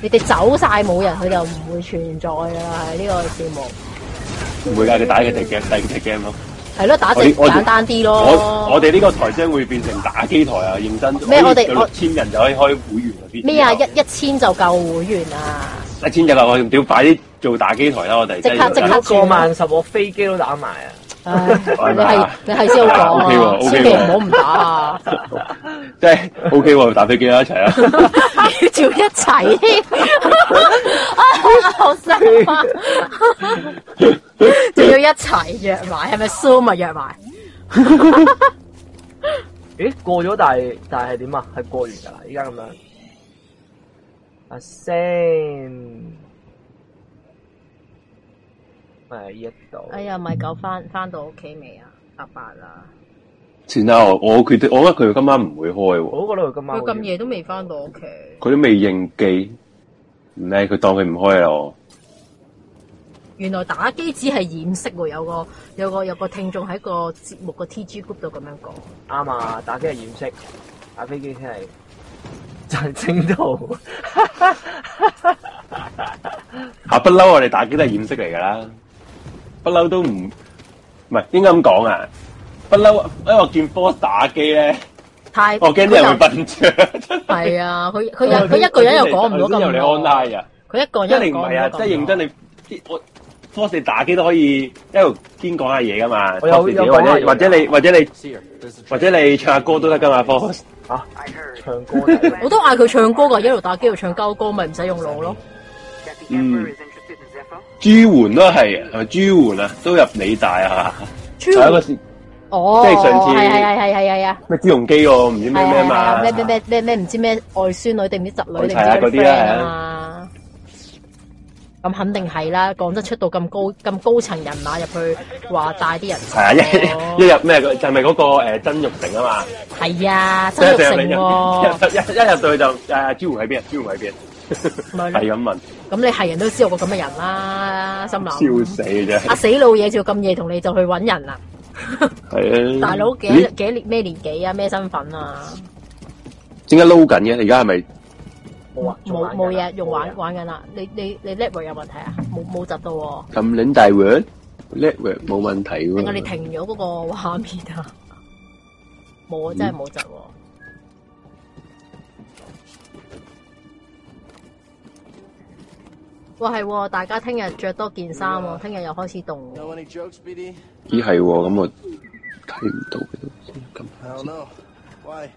你哋走晒冇人，佢就唔會存在㗎啦。喺呢個節目
唔會㗎，你打嘅敵嘅，打嘅敵 game 咯。
係咯，打隻
我哋我哋
簡單啲
我我
咯。
哋呢個台將會變成打機台啊！認真
哦咩我哋
有
我
六千人就可以開會員嗰啲
咩啊？一一千就夠會員啊！
一千人啦！我哋屌快啲做打機台啦！我哋
即刻
真係
即刻
如果過萬十，我飛機都打埋啊！
唉，你係你係先好
哎 OK
講
喎
啊，
，OK 喎
千祈唔好唔打啊！
即係 OK 喎，打飛機啦一齊啊
<laughs>
啦！
要照一齊
<laughs>
添，啊好心啊！仲要一齊約埋，係咪 Zoom 啊約埋？
咦，過咗，但係但係點啊？係過完㗎啦，依家咁樣。阿 Sam，咪一度。
哎呀，咪狗翻翻到屋企未啊？阿伯啊，
算啦，我我決定，我覺得佢今晚唔會開喎，
我都覺得佢今晚好
佢咁
夜
夜都未翻到屋企，
佢都未應機，唔理佢當佢唔啊開咯。
原來打機只係掩飾喎。有個有個有個聽眾喺個節目個 TG group 度咁樣講，
哦
啱啊！打機係掩飾，打飛機先係 <laughs> 真正道。
啊，不嬲我哋打機都係掩飾嚟㗎啦，不嬲都唔唔係應該咁講啊！不嬲，因為我見 Force 打機咧，
太
我驚啲人會笨著。
係啊！佢佢又佢一個人又講唔到
哦頭
咁
先又你
多，
online 啊！
佢一個
即係
人
你
又
唔
講
係啊，
唔
即
到
係
咁
認
多
真你啲我 force 你打機都可以一路邊講下嘢噶嘛
我有
，force 你
有
或
講下嘢
者
㗎
或者你或者你
Seer, there's the
或者你唱下歌都得噶嘛，force
啊，
I heard
唱歌都係
我都嗌佢唱歌㗎，一路打機一路唱鳩歌，咪唔使用腦咯。
that the
Mm.
Emperor is interested in Zepho.
朱媛都係係咪朱媛啊？都入理大啊！
朱
有一個是
哦，
即係上次
係係係係係係啊，
咩朱鎔基喎，唔知咩咩
係
嘛
啊，咩咩咩咩咩唔知咩外孫女定唔知侄女定唔知
係啊嗰
佢
啲啊
friend 啊嘛。咁肯定係啦，講真出到咁高咁高層人馬入去，話帶啲人走
係啊，
哦
<laughs> 一一入咩就係咪嗰個誒曾玉成啊嘛？
係啊，曾玉成啊
一入
喎，
一一入到去就誒朱媛喺邊？啊朱媛喺邊？
咪咯
<laughs> 係咁問，
咁你係人都知道個咁嘅人啦，心
笑
諗
死嘅啫
阿，死老嘢照咁夜同你就去揾人啦，
係啊！
大佬幾
咦
幾年咩年紀啊，咩身份啊，
點解撈緊嘅？而家係咪
冇啊，
冇冇嘢用玩
冇嘢
玩緊啦，你你你 network 有問題啊，冇冇窒到喎。
咁撚大 word network 冇問題
定我哋
喎？
停咗嗰個畫面啊？冇啊，真係冇窒喎。哇，係喎，大家聽日着多件衫喎，聽日又開始凍喎。
Know any jokes, BD?
咦係喎，咁我睇唔到嘅都咁
I don't know. Why?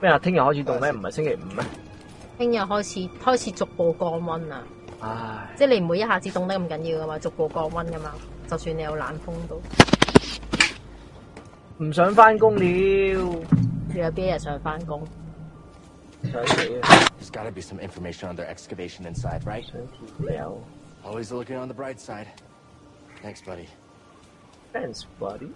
咩啊？聽日開始動咩？唔係星期五咩？
聽日開始開始逐步降溫啦，
唉，
即係你唔會一下子凍得咁緊要噶嘛，逐步降溫噶嘛。就算你有冷風都，
唔想翻工了，
你有邊一日想翻工？
想死啊！
There's got to be some information on their excavation inside, right?
想見有
Always looking on the bright side. Thanks, buddy.
Thanks, buddy。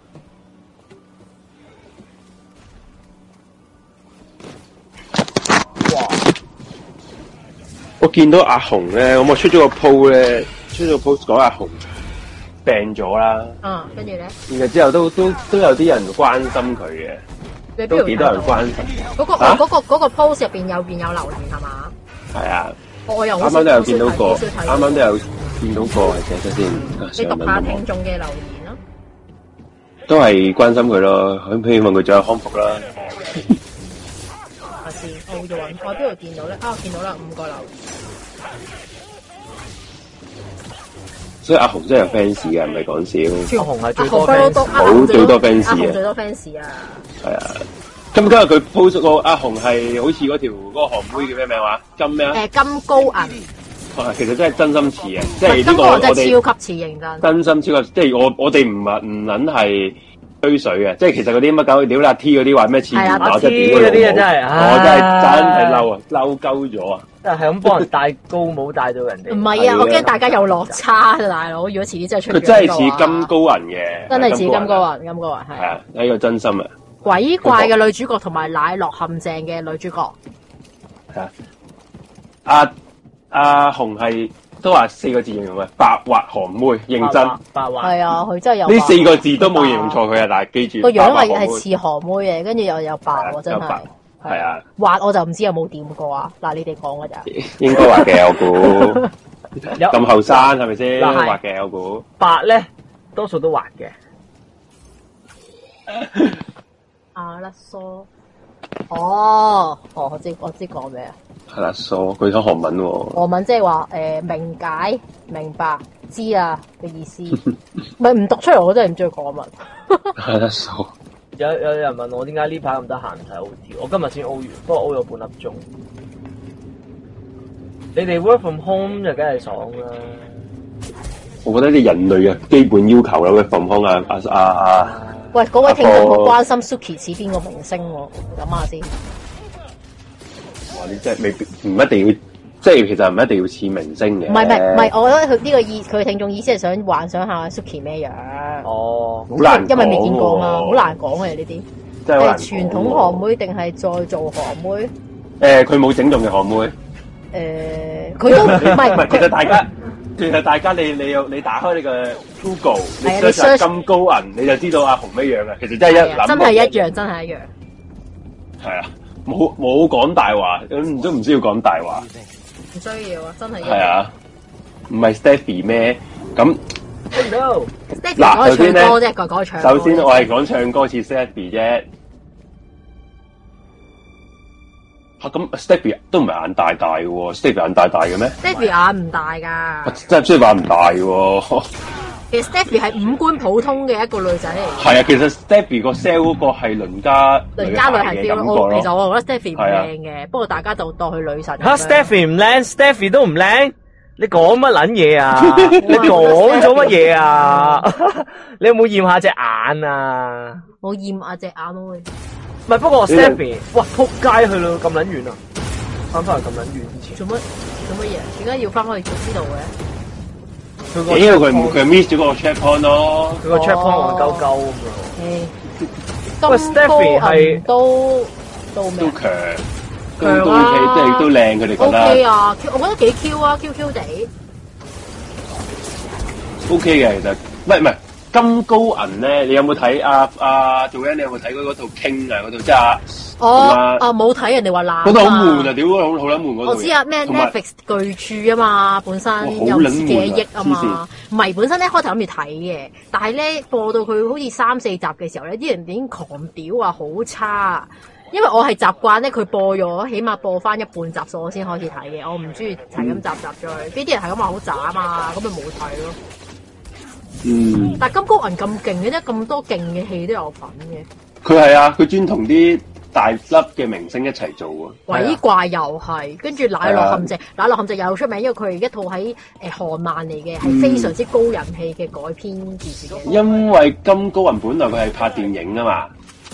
我見到阿紅咧，咁我出咗個 po 咧，出咗個 post 講阿紅病咗啦，
啊，跟住咧，
然後之後都都都有啲人關心佢嘅，
你邊
都
度
幾
睇
多
到
人
啊？
關心，
嗰個
啊
我嗰個嗰個 post 入邊有邊有留言係嘛？
係啊，
我又好
啱
少
啱都
好少
有
睇
見到個，
好少睇
啱啱都有見到個，係寫咗先，啊
你
上
讀
文
下
咁
聽
講
眾嘅留言啦。
都係關心佢咯，希希望佢早日康復啦。
下先，我要揾我邊度見到咧？啊，我見到啦，五個留言。
所以阿紅真係有 fans 嘅，唔係講笑，
啊
阿紅係最多
阿紅
fans
follow 多，
嘅
阿啊紅
最多 fans
阿
嘅
紅最多 fans 啊！
係啊。咁今日佢 post 個阿紅係好似嗰條嗰個韓妹叫咩名話？金咩啊？
誒金高銀，
哇其實真係真心似嘅，即係呢
金
個
高
我
銀真
哋。
係超級似認真。
真心超級，即係我我哋唔係唔撚係吹水嘅，即係其實嗰啲乜狗屌啦 T 嗰啲話咩黐
係啊
線
打
我真係
T
屌佢
嗰啲啊
老母
真係
我真係
唉
真係嬲啊，嬲鳩咗啊！
真係咁幫人戴高帽戴到人
唔
哋。
係啊，
係啊
我驚大家有落差啊，大佬。如果遲啲真係出
佢
咗
真係
呢個
似
啊
金，高人嘅，
真係似金
人啊，
高銀，金高銀
係
係
啊，呢個真心啊，
鬼怪嘅女主角同埋奶酪陷阱嘅女主角，
係啊，阿阿紅係都話四個字形容嘅，白滑韓妹，認真
白話白話
啊係啊，佢真係有
呢四個字都冇形容錯佢啊，但係記住
個樣，
白滑
因
韓
為
妹
係似韓妹嘅，跟住又有白喎，真
有
係
白。啊係啊，
滑我就唔知有冇掂過啊！嗱，你哋講
<laughs>
㗎咋？
應該話嘅，我估
<laughs> 有
咁後生係咪先
嗱係
話嘅，我估。
白咧，多數都滑嘅。
阿啊甩梳，哦，哦，我知我知講咩啊？
係啦，傻，佢講韓文喎、
俄文即係話誒明解、明白、知啊嘅意
<laughs>
思，唔係唔讀出嚟我真係唔中意講文。
係啦，傻，
有有人問我點解呢排咁得閒睇 O T，我今日先 O 完，不過 O 咗半粒鐘。你哋 work from home 就梗係爽啦，
我覺得啲人類嘅基本要求啦，喂，馮康啊，阿阿阿
喂，嗰位聽眾
哦
好關心 Suki 似邊個明星喎？諗下先，
哇，你真係未必唔一定要，即係其實唔一定要似明星嘅，
唔係唔係唔係，我覺得佢呢個意佢聽眾意思係想幻想下 Suki 咩樣，
哦，
好難講喎，
因為未見過嘛，好難講嘅呢啲。
真係好
係
難講
傳統韓妹定係再做韓妹？
妹，誒，佢冇整容嘅韓妹，
誒，佢都唔
唔係，其實
係
大家。其實大家你你有你打開你個 Google，你
係啊
search 下
你 search
金高銀，你就知道阿紅咩樣嘅。其實真係一
佢，
諗
真係一樣，真係一樣。
係啊，冇冇講大話，咁都唔需要講大話。
唔需要啊，真係一
係
樣。
啊，唔係 Stephy 咩？咁
no，
Stephy
嗱
講
首先
佢唱
呢
歌啫，佢講佢唱歌啫。
首先我係講唱歌似 Stephy 啫。吓啊咁 Stephy 都唔係眼大大嘅喎，Stephy 眼大大嘅咩？啊
Stephy 眼唔大㗎，
真係雖然話唔大嘅喎，
其實 Stephy 係五官普通嘅一個女仔嚟
係啊，其實 Stephy 個 sell 嗰個係鄰家
嘅，鄰家女
孩
係
嘅感
feel
覺
咯。其實
咯。
我覺得 Stephy 唔
係啊
靚嘅，不過大家就當佢女神咁樣。
吓 Stephy 唔靚，Stephy 都唔靚，你講乜撚嘢 <laughs> 啊？你講咗乜嘢啊？ <laughs> 你有冇驗下隻眼啊？
我厭啊隻眼咯，喂
唔係，不過
你哋
Stephy，哇，撲街去到咁撚遠啊！翻返去咁撚遠之前，
做乜做乜嘢？點解要翻返去呢度嘅？
佢個
因為佢唔佢 miss 咗個 check point 咯，
佢個 check point 戇鳩鳩咁樣。喂
誒，
，Stephy 係
咁高都到
都
咩
強，都
強
都
啊
OK，即係都靚，佢哋覺
？O K
得
啊，我覺得幾 Q 啊，Q Q 地。
OK 嘅。其實唔係唔係金高銀咧，你有冇睇啊啊 j o 你有冇睇佢嗰套傾啊嗰套即係啊
哦
同啊，
啊冇睇人哋話爛，
嗰度好悶啊！！屌，好好撚悶嗰度。
我知啊，咩
同埋
Netflix 巨著啊嘛，本身
哇
有
好
唔
撚
知幾多億啊
悶
嘛
啊，
唔係本身咧開頭諗住睇嘅，但係咧播到佢好似三四集嘅時候咧，啲人已經狂屌啊，好差啊，因為我係習慣咧，佢播咗，起碼播翻一半集數我先開始睇嘅，我唔中意係咁集集追。呢啲人係咁話好渣啊嘛，咁咪冇睇咯。
嗯，
但係金高銀咁勁嘅啫，咁多勁嘅戲都有份嘅，
佢係啊，佢專同啲大粒嘅明星一齊做啊。啊
鬼怪又係，跟住奶酪陷阱，奶酪陷阱又出名，因為佢係一套喺誒韓漫嚟嘅，
嗯
係非常之高人氣嘅改編電視劇。
因為金高雲本來佢係拍電影啊嘛，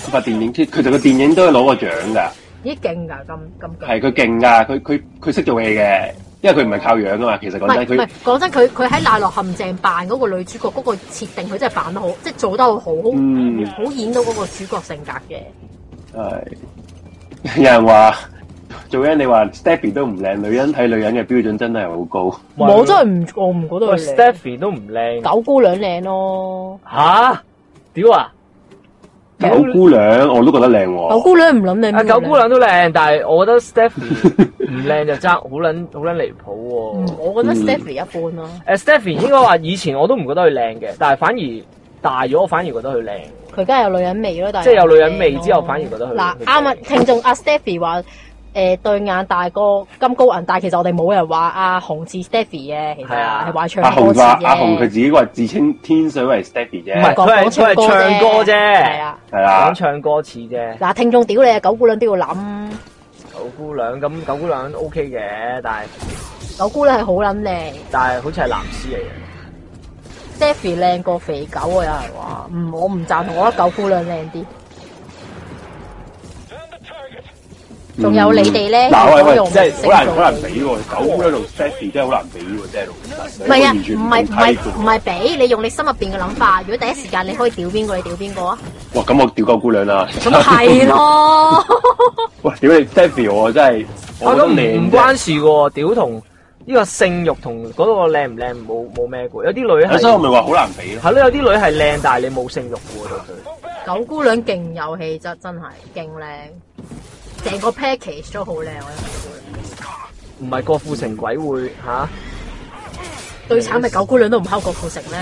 佢拍電影，佢佢就個電影都係攞過獎噶，
咦勁㗎，咁咁勁！
係佢勁噶，佢佢佢識做戲嘅，因為佢唔係靠樣噶嘛。其實
唔
講
係
真，
唔係
佢，
講真，佢佢喺《奶酪陷阱》扮嗰個女主角嗰個設定，佢真係扮得好，即係做得好好，
嗯
好演到嗰個主角性格嘅。
係 <laughs> 有人話做人，你話 Stephy 都唔靚，女人睇女人嘅標準真係好高。
我真係唔，我唔覺
喂
得佢靚。
，Stephy 都唔靚。
九姑娘靚咯，
吓？屌啊！
九姑娘我都覺得靚
九
喎，
姑娘唔撚你咩
啊，
靚。
九姑娘都靚，但係我覺得 Stephy 唔靚就爭 <laughs> 好撚好撚離譜
嗯，
喎。
我覺得 Stephy 一般咯，
誒 Stephy 應該話以前我都唔覺得佢靚嘅，但係反而大咗，我反而覺得佢靚。
佢梗係有女人味咯，但係
即係有女人味之後反而覺得佢
嗱
佢
啱啊！
正
聽眾阿 Stephy 話誒對眼大過金高銀，但係其實我哋冇人話阿紅似 Stephy 嘅，其實
係啊
係話唱
阿
歌
紅
似
話
嘅
阿紅佢自己話自稱天水圍 Stephy
唔係
啫，
講
佢係
講
佢係唱歌啫
係啊。
係啦
講，唱歌似啫。
嗱，聽眾屌你啊，九姑娘都要諗，
九姑娘咁九姑娘 OK 嘅，但係
九姑娘係好撚靚
但係好似係藍絲嚟嘅。
，Stephy 靚過肥狗啊，有人話，嗯，我唔贊同，我覺得九姑娘靚啲。仲有你哋咧，
嗱喂
如果
喂
用，
真係好難
星座
好難比喎，九姑娘同 Stephy 真係好難比喎，真係老實
唔係啊，
我完全
唔
冇
係唔係
睇過
唔係俾你用你心入邊嘅諗法。如果第一時間你可以屌邊個，你屌邊個
<laughs>
啊？
哇！咁我屌九姑娘啦，
咁係咯，
<laughs> 喂，屌你 Stephy 我真係，
啊
我覺
咁唔
得靚
唔關事嘅喎，屌同呢個性慾同嗰個靚唔靚冇冇咩嘅，有啲女
啫，所以我
係
咪話好難比咯。
係咯，有啲女係靚，但係你冇性慾嘅喎對佢。
<laughs> 九姑娘勁有氣質，真係勁靚，成個 package 都好靚。我覺得
唔係郭富城鬼會吓，
最慘咪九姑娘都唔敲郭富城咧，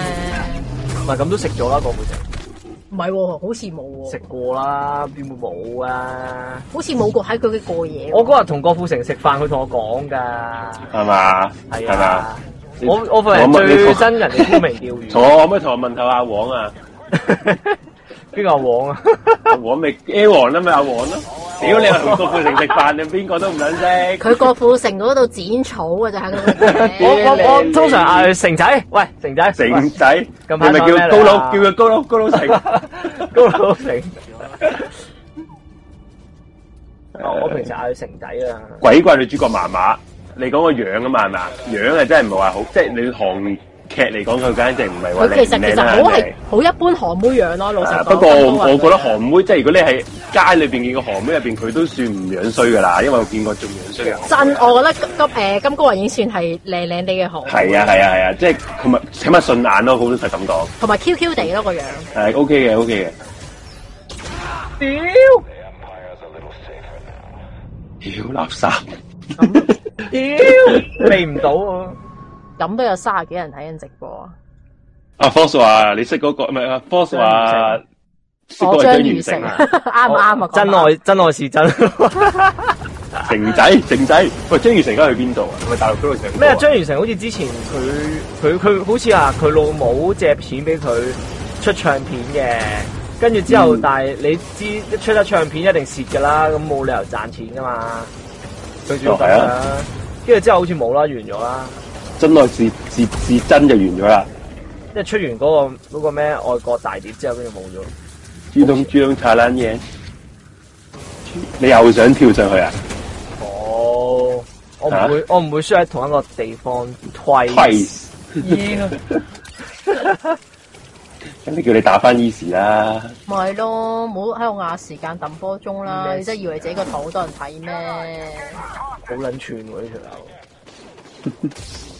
唔係咁都食咗啦，郭富城
唔係喎，好似冇
食
喎，
過啦，邊會冇啊？
好似冇過喺佢嘅過夜喎。
我嗰日同郭富城食飯，佢同我講㗎，
係嘛？
係
係嘛？
啊，我我份人
我乜你
最
講
憎人哋沽名
<laughs>
釣
同
譽，
我可唔可以同我問候阿黃啊？
邊個
<laughs>
王啊？
阿黃咪 A 王啦，咪阿黃咯。屌你話同郭富城食飯，你邊個都唔撚
<laughs>
識。
佢郭富城嗰度剪草嘅就喺嗰度
我
<laughs>
嘅。
我我通常嗌佢成仔，喂成仔，
城仔，你
近排買
咪
咩
叫
嚟
高佬，
啊
叫佢高佬，高佬城。
高佬成。我平時嗌佢成仔啊，
鬼怪女主角麻麻，你講個樣啊嘛係嘛？樣啊真係唔係話好，即係你韓劇嚟講，佢簡直唔係話
佢其實
靚唔
其
靚
實
啦。
好
人
係
哋
好一般韓妹樣咯，老實
啊
講。
不過我我覺得
韓
韓妹，即係如果你喺街裏邊見個韓妹入邊，佢都算唔樣衰噶啦，因為我見過仲樣衰嘅韓妹。
真，我覺得金誒金高銀已經算係靚靚地嘅韓妹
係啊係啊係啊，即係佢咪起碼順眼咯，好老實咁講，
同埋 Q Q 地咯個樣，
係 OK 嘅 OK 嘅。
屌
屌垃圾！
屌，避唔到啊！
咁都有三十幾人睇緊直播啊！
阿 Force 話你識嗰個唔係阿 Force 話識嗰
我
個
張
張
如
如
成
成
啊 <laughs>
啊，
啱唔啱啊？
哦真愛真愛是真。
成仔成仔，喂張如成而家去邊度啊？係咪大陸嗰度成
咩啊？張元成好似之前佢佢佢好似啊，佢老母借錢俾佢出唱片嘅，跟住之後，
嗯
但係你知一出得唱片一定蝕㗎啦，咁冇理由賺錢㗎嘛。最主要咁
哦哦係
樣，跟住之後好似冇啦，完咗啦。
真愛是是是真就完咗啦。
即係出完嗰、個嗰、個咩外國大碟之後，跟住冇咗。
豬東豬東踩撚嘢，你又想跳上去啊？
哦，我唔
啊
會，我唔會輸喺同一個地方 twice。
Twice，
Yeah
咁你叫你打翻 Easy 啦。
咪係咯，唔好喺度壓時間揼波鐘啦！
咩
你真係以為自己個頭好多人睇咩？
好撚串喎呢條友。
喺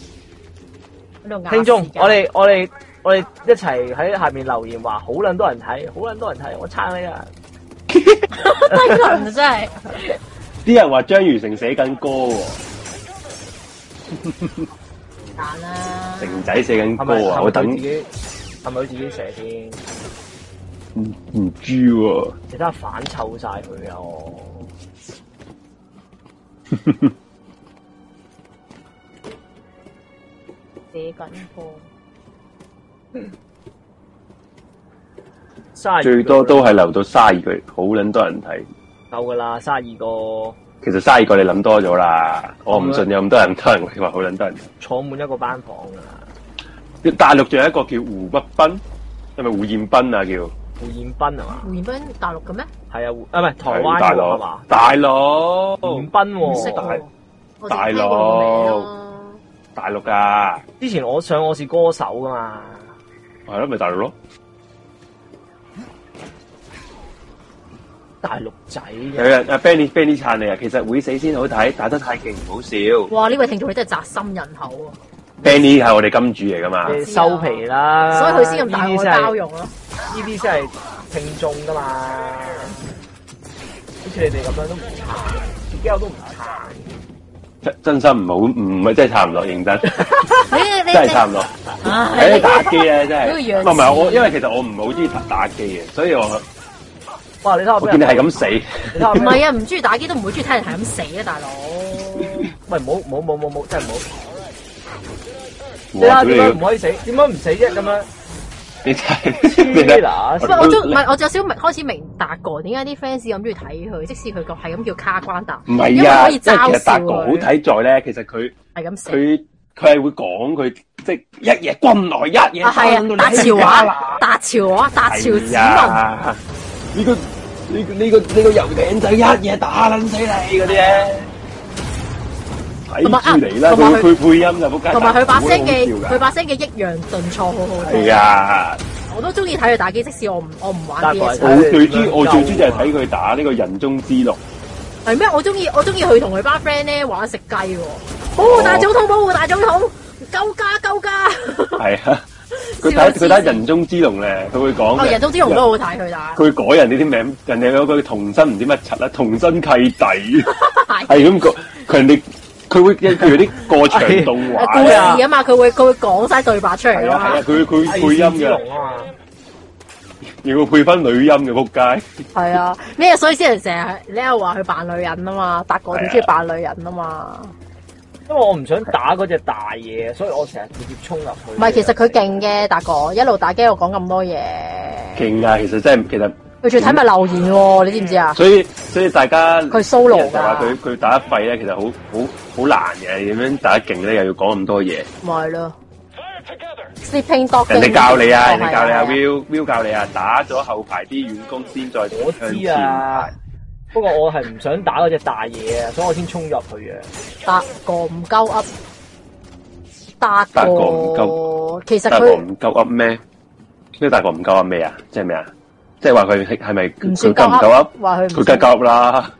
度壓
聽眾
啊時，間
我
<laughs>
哋我哋我哋一齊喺下面留言話，好撚多人睇，好撚多人睇，我撐你啊！
低能哎真係，
啲人話張如成寫緊歌喎，
難啦！
成仔寫緊
係咪
歌啊！
係
我
咪
等
佢自己係咪佢自己寫先？
唔唔知喎，
其他反臭晒佢啊！我
寫緊課。
32
最多都係留到卅二句，好撚多人睇。
夠噶啦，卅二個
其實卅二個你諗多咗啦，我唔信有咁多人多人話好撚多人。
坐滿一個班房啊噶啦。
大陸仲有一個叫胡北斌，係咪胡彦斌啊？叫
胡彦斌係嘛？
胡彦斌大陸嘅咩？
係啊，胡啊唔係台灣
大
喎係
佬
嘛？，
大佬，
胡彦斌
哦唔識
喎，
喎，我
大
淨聽過個名咯。
大陸啊，
之前我上我是歌手噶嘛，
係咯，咪大陸咯，
大陸仔
有人阿 Benny Benny 撐你啊，其實會死先好睇，打得太勁唔好笑。
哇！呢位聽眾你真係宅心仁厚啊，
Benny 係我哋金主嚟噶嘛，
嗯
你收皮啦，
所以佢先咁大
啊呢啲
愛
先係
包容咯。
呢啲先係聽眾噶嘛，好似你哋咁樣都唔撐，自己我都唔撐。
真真心唔好，唔係真係撐唔落，認真
你 <laughs> 哎你啊
真係撐唔
<laughs>
落。
唉
<laughs> 喺度打機咧，真
嗰個樣
係
子
唔係我，因為其實我唔係好中意打打機嘅，所以我
哇！你睇我
我
俾人
見你係咁死，
你睇我
唔
俾
<laughs>
人
係啊，唔中意打機都唔會中意睇人係咁死啊，大佬。
喂，唔好唔好唔好唔好，真係唔好。你睇
我
下
屌
點解唔
啊
你，
可以死？點解唔死啫？咁樣
你真係你
黐
真係啊
啦
唔係我都唔係，我就有少明開始明白過點解啲 fans 咁中意睇佢，即使佢個係咁叫卡關達，
唔
因
係
為
啊，
可
因為
以
其
嘲
實
笑
達哥好
佢，
睇在咧，其實佢
係咁死。
佢佢係會講佢即係一夜軍來一夜
啊，係啊，達潮話，達潮話，達潮指紋，
啊！呢個呢個呢個呢個遊艇仔一嘢打撚死你嗰啲咧，睇
同埋啊
住嚟啦！
同埋
佢
佢
佢配音就仆街，
同埋佢把聲嘅
好
佢
笑㗎
把聲嘅抑揚頓挫好好聽
係。啊！
我都中意睇佢打機，即使我唔我唔玩
達哥
PS。
我最中我最中就係睇佢打呢個人中之龍，
係咩？我中意我中意佢同佢班 friend 咧玩食雞喎，哦
哦
保護大總統，保護大總統，救家救家！
係啊！佢
笑到
打
黐
佢打
線
人中之龍咧，佢會講
哦，人都
Dạ.
之龍都好睇佢打，
佢改人哋啲名，人哋有個童身唔知乜柒啦，童身契弟係咁講，佢人哋佢會譬如啲過場動
誒
畫
故
啊，
事啊嘛，佢會佢會講晒對白出嚟
係
㗎
啊係啊
嘛，，
佢佢配音
之
嘅，
龍啊嘛，
要佢配翻女音嘅仆街，
係啊，咩所以先人成日你又話佢扮女人啊嘛，達哥最中意扮女人啊嘛，
因為我唔想打嗰只大嘢，所以我成日直接衝入去。
唔係其實佢勁嘅達哥，一路打機我講咁多嘢，
勁啊！其實真係其實，
佢仲要睇埋留言喎，你知唔知啊？
所以所以大家
佢 solo
啲人就話
㗎
佢佢打得廢咧，其實好好好難嘅，點樣打得勁咧，又要講咁多嘢，
咪係咯，sleeping dog
人哋教你啊，
哦
人哋教你啊
係係
，Will Will 教你啊，打咗後排啲遠攻先再
我
向
知
前
啊，不過我係唔想打嗰只大嘢啊，所以我先衝入去嘅。
達哥唔夠 up，達
達哥唔
哥其實
大哥
佢
唔夠噏咩？呢個大哥唔夠噏咩啊？即係咩啊？即係話佢係咪
唔
佢
算
夠唔
夠
夠噏
up，？話佢唔
佢梗係
算
夠噏啦，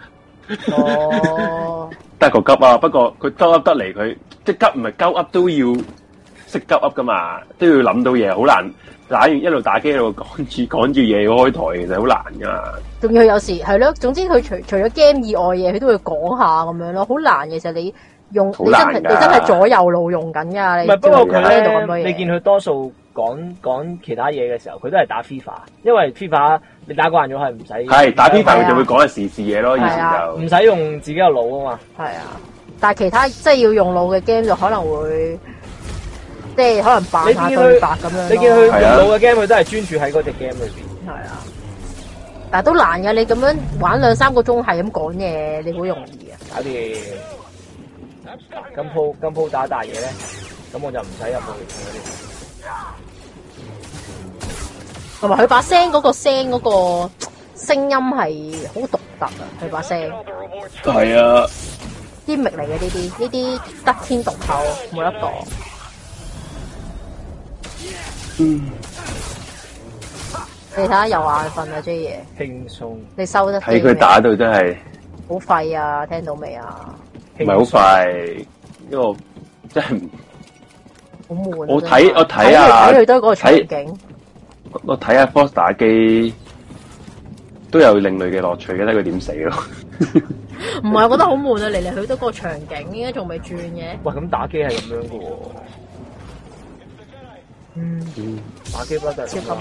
哦，
大哥急啊！不過佢鳩噏得嚟，佢即係急唔係鳩噏都要識鳩噏噶嘛，都要諗到嘢，好難。打完一路打機一路講住講住嘢要開台，其實好難噶。
仲要佢有時係咯，總之佢除除咗 game 以外嘢，佢都會講下咁樣咯，好難嘅。其實你用
好
你真係
難㗎
你真係左右腦用緊㗎，
唔
你
係，不過佢
聽到咁多
咧，你
嘢
見。佢多數講講其他嘢嘅時候，佢都係打 FIFA，因為 FIFA 你打慣咗係唔使
係打 FIFA
係啊
佢就會講下時事嘢咯，以前
係啊
就
唔使用自己嘅腦啊嘛。
係啊，但係其他即係要用腦嘅 game 就可能會即係可能扮下
你見佢
對白咁樣咯。
你見佢用
係啊
腦嘅 game，佢都係專注喺嗰只 game 裏邊。
係啊，但係都難㗎。你咁樣玩兩三個鐘係咁講嘢，你好容易啊。
搞掂。今鋪今鋪打大嘢咧，咁我就唔使入去
同埋佢把聲嗰個聲嗰個聲音係好獨特啊！佢把聲
係啊，
啲力嚟嘅呢啲，呢啲得天獨厚，冇得講。你睇下又眼瞓啊 J 爺，
輕鬆。
你收得
睇
機未
佢打到真係
好廢啊！聽到未啊？
唔係好快，因為我真係唔
好悶啊。
我睇
真係
我睇
睇
啊
佢睇佢都係嗰個場
睇
景，
我睇下 Force 打機都有另類嘅樂趣嘅，睇佢點死咯。
唔係我覺得好悶啊！嚟嚟去去都嗰個場景，應該仲未轉嘅。
喂，咁打機係咁樣嘅喎，
嗯，
打機不得
超級悶。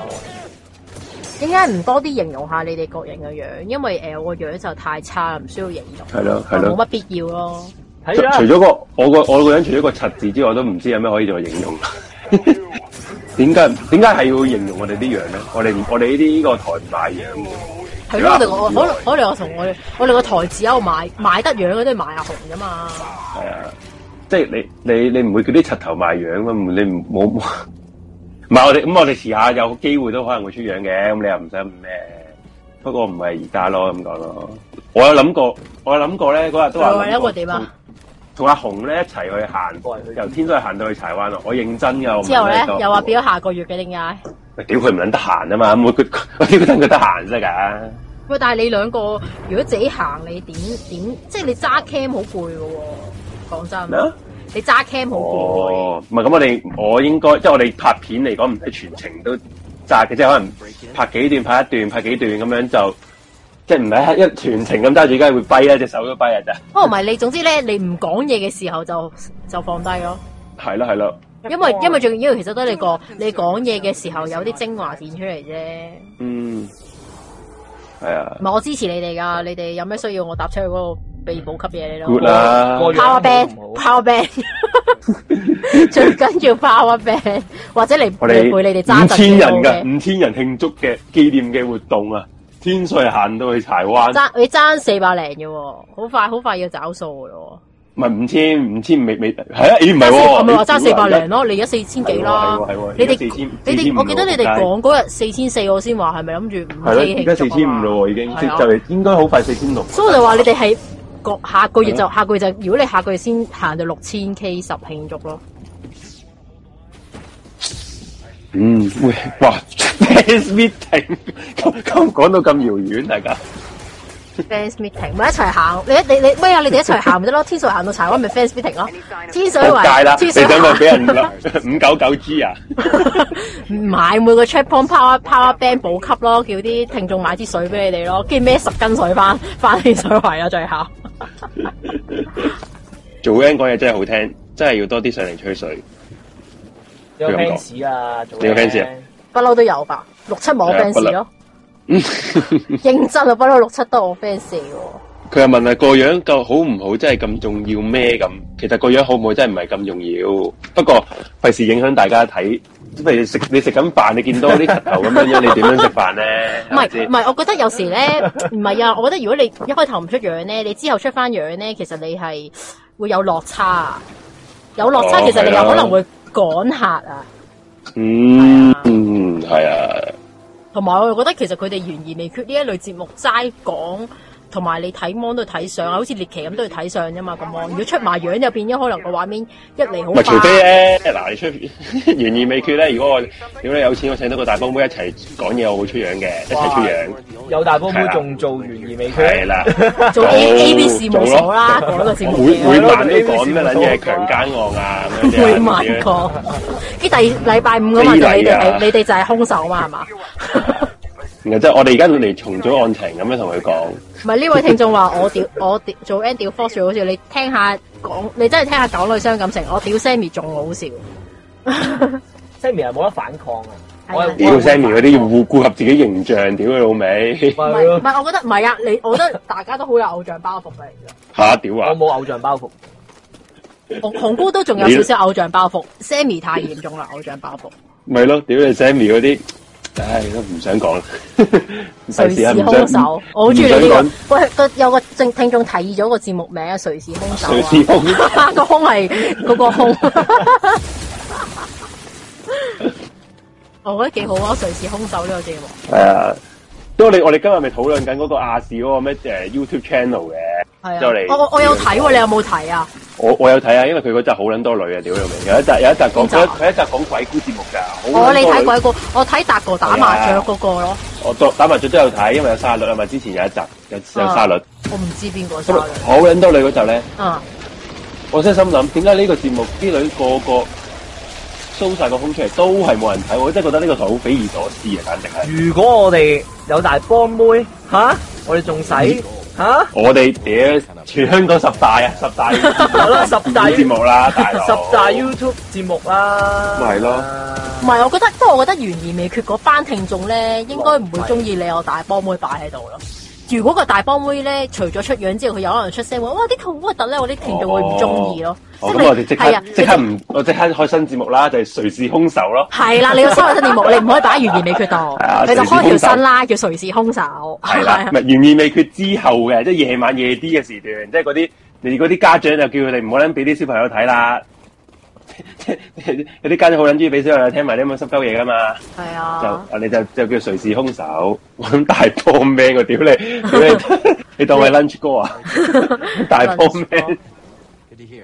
點解唔多啲形容下你哋各人嘅樣？因為誒、呃我個樣就太差，唔需要形容，啊
係咯係
冇乜
咯。
必要咯。
除
睇啦
除，咗個我個我個人除咗個柒字之外，我都唔知有咩可以做形容。 <laughs> 點解點解係要形容我哋啲樣咧？我哋唔我哋呢啲呢個台唔賣樣嘅，
係咯，我哋我
如果
可能可能我同我哋我哋個台字喺度買買得樣嗰啲買阿紅啫嘛。
係啊，即係你你你唔會叫啲柒頭賣樣啊？唔你唔冇冇，唔係我哋咁我哋遲下有機會都可能會出樣嘅，咁你又唔使咁咩？不過唔係而家咯，咁講咯。我有諗過，我有諗過咧，嗰日都話
喂喂
諗過
諗過點啊
同阿紅咧一齊去行，由天水圍行到去柴灣咯。我認真噶。我唔
之後咧
係講
又話變咗下個月嘅點解？
喂屌佢唔撚得閒啊嘛，咁我佢 <laughs> 佢我屌佢等佢得閒先得㗎。
喂，但係你兩個如果自己行，你點點即係你揸 cam 好攰嘅喎，講
咩啊
真，你揸 cam 好攰喎。
哦，唔係咁，我哋我應該即係我哋拍片嚟講，唔係全程都揸嘅，即係可能拍幾段拍一段拍幾段咁樣就，即係唔係一全程咁揸住，梗係會跛啦，隻手都跛啊咋。
哦，唔係你，總之咧，你唔講嘢嘅時候就就放低咯，
係咯係咯，
因為因為仲因為其實都係你個你講嘢嘅時候有啲精華展出嚟啫。
嗯，係啊
唔係我支持你哋㗎，你哋有咩需要我搭出去嗰個秘寶級嘢你咯
，good。啦，
過
Power
唔
Band，Power
<laughs>
Band，最緊要 Power Band，或者嚟
我
嚟
哋
陪你哋揸
五
陣
千
嘅
人
都 OK
㗎，五千人慶祝嘅紀念嘅活動啊，天水行到去柴灣，
爭你爭四百零嘅喎，好快好快要找數嘅咯
唔係五千五千未未係啊？咦唔
喎。爭
係
四
喎，
我咪話爭
你
四
屌
百
啊
零咯，你而家四千幾啦
係喎係喎係喎。
你
而家
哋
4000
你
4500
哋，我記得你哋
仆街
講嗰日四千四，我先話係咪諗住
係
五
咯，而
千
家四千五咯喎，已經即
係
係
啊
就嚟應該好快四千六。
所以我就話你哋係個下個月就下個月就，如果你下個月先行到六千 K 十慶祝咯。
嗯， <laughs> 喂，哇，fans meeting，咁咁講到咁遙遠，大家
fans meeting 咪一齊行，你一你你咩啊？你哋一齊行咪得咯？天水圍行到柴灣咪 fans meeting 咯，天水
仆街
圍，
啦你
天水
想咪俾
圍
人 <laughs> 五九九 G 啊？
<laughs> 唔買每個 checkpoint power power band 補給咯，叫啲聽眾買支水俾你哋咯，跟住孭十斤水 <laughs> 翻翻天水圍啊！最後
做 N 講嘢真係好聽，真係要多啲上嚟吹 <laughs> 水。
有 fans 啊，做
你有 fans
嘢
啊
不嬲都有吧，六七冇我
係啊不
fans
嬲
咯，
嗯
認真啊，不嬲六七都我 fans 嚟嘅喎。
佢又問啊，個樣夠好唔好，真係咁重要咩？咁其實個樣好唔好真係唔係咁重要，不過費事影響大家睇。譬如食你食緊飯，你見到啲柒頭咁樣樣，你點樣食飯咧？
唔係唔係，我覺得有時咧， <laughs> 唔係啊，我覺得如果你一開頭唔出樣咧，你之後出翻樣咧，其實你係會有落差啊，有落差，
哦
其實你有
係啊
可能會趕客啊，
嗯，嗯，係啊。
同埋我又覺得其實佢哋懸而未決呢一類節目齋講。同埋你睇 mon 都係睇相啊，好似獵奇咁都要睇相啫嘛，咁我如果出埋樣就變咗可能個畫面一嚟好
唔係，除
花
非咧，嗱，你出 <laughs> 懸而未決咧。如果我如果你有錢，我請到個大波妹一齊講嘢，我會出樣嘅，一齊出樣。
有大波妹仲做完而未
啊
係
佢，
啦，
做
哦
A A B 事務
做
所
咯
啦，講個節
每
目嘢
每
咯
晚都講咩撚嘢強姦案啊，咁樣
每晚講，跟住第二禮拜五嗰晚就你
非禮
哋
啊
係你哋就係兇手嘛，係嘛？
然後即係我哋而家嚟重組案情咁樣同佢講，
唔係呢位聽眾話我屌我屌做 N 屌 Fox 最好笑，你聽下講，你真係聽下港女傷感情，我屌 Sammy 仲好笑。
Sammy 係冇得反抗啊！
係啊
我係
屌 Sammy 嗰啲要顧顧及自己形象，屌佢老味
唔
咪
係
咯
唔，係，我覺得唔係啊，你我覺得大家都好有偶像包袱嚟嘅。
嚇屌
我
啊！
冇偶像包袱，
紅紅姑都仲有少少偶像包袱，Sammy 太嚴重啦，偶像包袱。
咪咯，屌你 Sammy 嗰啲，唉都唔想講啦， <laughs>
誰
費
是
事啊，唔
兇
想
手？我好中意
唔
你
想
呢個。喂，個有個聽聽眾提議咗個節目名啊，誰是兇
<laughs> 講，隨時
手
空
啊？ <laughs> 個兇係嗰個
<laughs>
兇。我覺得幾好啊！誰是兇手呢個節目？
係啊，因為我哋我哋今日咪討論緊嗰個亞視嗰個咩誒 YouTube channel 嘅，就
係
嚟
啊，我我我有睇喎，你有冇睇啊？
我我有睇啊，因為佢嗰集好撚多女啊，屌你明，有一集有一集
邊
講
集啊
佢佢一集講鬼故節目㗎，好撚多
我哦你睇
女
鬼，故，我睇達哥打麻雀嗰個咯，
我當打麻雀都有睇，因為有沙律啊嘛，之前有一集有有沙律，
我唔知邊個
咁
打
啊
嘅。
好撚多女嗰集咧，
啊，
我真係心諗點解呢個節目啲女個個 show 晒個胸出嚟都係冇人睇，我真係覺得呢個台好匪夷所思啊，簡直係
如果我哋有大波妹吓，我哋仲使吓？
我哋屌全香港十大啊，十大
好啦，十大
節目啦，大佬
十大 YouTube 節目啦，
咪係咯
啊
唔係，我覺得，不過我覺得懸而未決嗰班聽眾咧，應該唔會中意你有大波妹擺喺度咯。如果個大波妹咧，除咗出樣之後，佢有可能出聲話：哇，啲好核突咧！我啲聽眾會唔中意咯。
哦，
即係
咁我哋即
係啊
刻即刻唔，我即刻開新節目啦，就係誰是兇手
<laughs>
咯。
係啦，你要收下新節目，你唔可以擺懸而未決
係 <laughs> 啊
度，你就開條新啦，叫誰是兇手。
係啦，唔係懸意未決之後嘅，即係夜晚夜啲嘅時段，即係嗰啲你嗰啲家長就叫佢哋唔好撚俾啲小朋友睇啦。 <laughs> 即係有啲家長好撚中意俾小朋友聽埋啲咁嘅濕鳩嘢噶嘛，
<laughs> 係
就
啊，
啊你就就叫誰是兇手， <laughs> 我咁大波 man 我屌你，屌
<laughs>
你你當我係 lunch 哥啊？大波 man
Good to hear.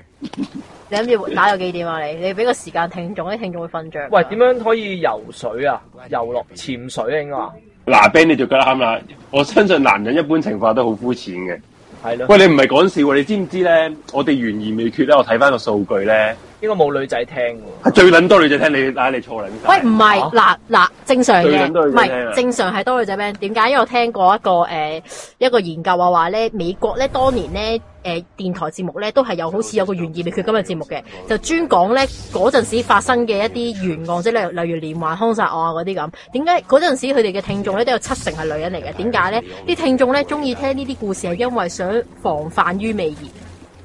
你諗住打到幾點啊？你你俾個時間聽眾，啲聽眾會瞓着。
喂，點樣可以游水啊？游落潛水啊，應該話
嗱 Ben 你就覺得啱啦，我相信男人一般情況都好膚淺嘅。
係咯，
喂，你唔係講笑喎，你知唔知咧？我哋懸而未決咧，我睇翻個數據咧，
應該冇女仔聽喎。
係最撚多女仔聽你，唉你錯撚晒
喂，唔係嗱嗱，正常
啊最
嘅，
緊都
唔
係女仔啊
係正常係多女仔 band。點解？因為我聽過一個誒、呃一個研究啊，話咧美國咧當年咧誒、呃、電台節目咧都係有好似有個懸疑未決咁嘅節目
哦
嘅，就專講咧嗰陣時發生嘅一啲懸案，即係例如例如連環兇殺案啊嗰啲咁。點解嗰陣時佢哋嘅聽眾咧都有七成係女人嚟嘅？點解咧？啲聽眾咧中意聽呢啲故事係因為想防範於未然。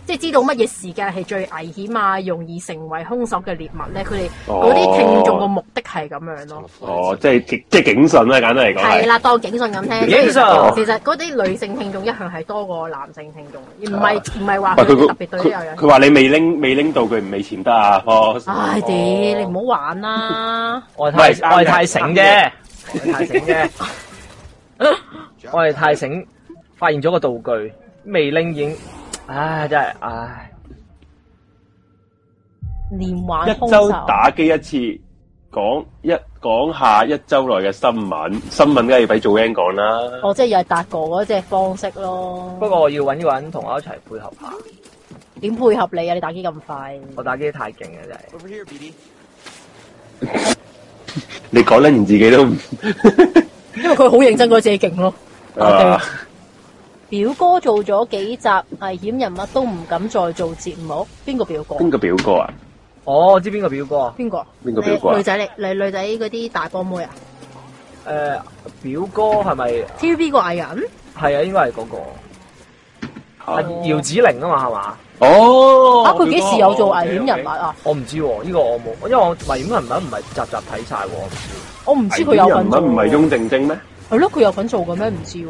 即係知道乜嘢時間係最危險啊，容易成為兇手嘅獵物咧。佢哋嗰啲聽眾個目的係咁樣咯。
哦，即係即即係警訊啦，簡單嚟講
係
係。
啦，當警訊咁聽。
警訊
其實嗰啲女性聽眾一向係多過男性聽眾，而唔係唔係
唔
話佢
係
哋
佢佢
特別對呢
佢
樣嘢。
佢話你未拎未拎到佢唔未潛得啊，科。
唉，屌你唔好
好。
玩啦！
我係
喂
太我係太醒啫，我係太醒啫，
<laughs>
我係太醒，發現咗個道具，未拎已經，唉真係唉，
連環
一
兇
周
手。
打機一次，講一講下一周內嘅新聞，新聞梗係要俾做 N 講啦。
我即係又係達哥嗰隻方式咯。
不過我要揾個人同我一齊配合下，
點配合你啊？你打機咁快，
我打機太勁嘅真係。
Over here, BD.
你講得連自己都唔 <laughs>
因為佢好認真，覺得自己勁咯。
啊，
表哥做咗幾集危險人物都唔敢再做節目，邊個表哥？
邊個表哥啊？
哦，我知邊個表哥啊？
邊個？
邊個表哥啊
你女仔嚟，你女仔嗰啲大波妹啊
誒、表哥係咪
？TVB 個藝人？
係啊？應該係嗰、個係姚子玲啊嘛，係嘛？
哦，
啊，佢幾時有做危險人物
物？
啊？
我唔知喎、呢、個我冇，因為我危險人物唔係集集睇晒喎。
我唔知佢有份
危險
做。
人物唔係翁靜晶咩？
係咯，佢有份做嘅咩？唔知喎。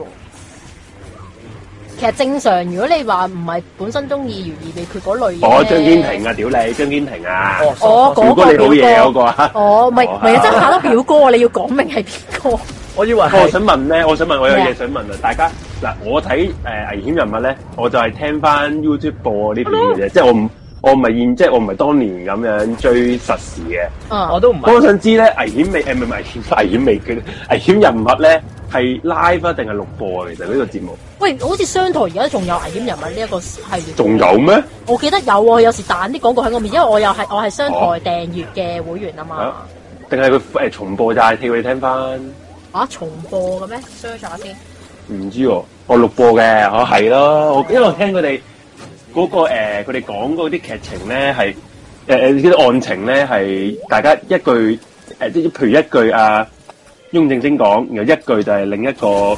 其實正常，如果你話唔係本身中意懸疑未決嗰類嘢，
哦，張堅庭啊，屌你，張堅庭啊！
哦，
哦
我
嗰
表
個
哥你好嘢
表哥
嗰個啊！
哦，唔係
哦
唔係啊，真係太多表哥啊！你要講明係邊個？
我以為
<laughs> 我
係
哦想問咧，我想問，我有
咩啊
嘢想問啊！大家嗱，我睇誒、呃危險人物咧，我就係聽翻 YouTube 播呢片嘅啫，即係我唔我唔係現，即係我唔係當年咁樣追實時嘅。
嗯，
我都唔
咁我
係
想知咧，危險未誒唔係危險危險未決，危險人物咧係 live 啊定係錄播啊？其實呢個節目
喂，好似商台而家仲有危險人物呢一個系列。
仲有咩？
我記得有喎，有時彈啲廣告喺我面，因為我又係我係商台訂閱嘅會員啊嘛
啊。定係佢誒重播就係替佢聽翻？
啊，重播嘅咩？search 下先。
唔知喎，我錄播嘅，我係咯，我因為我聽佢哋嗰個誒，佢哋講嗰啲劇情咧係誒誒啲案情咧係大家一句誒，即係譬如一句啊，翁正晶講，然後一句就係另一個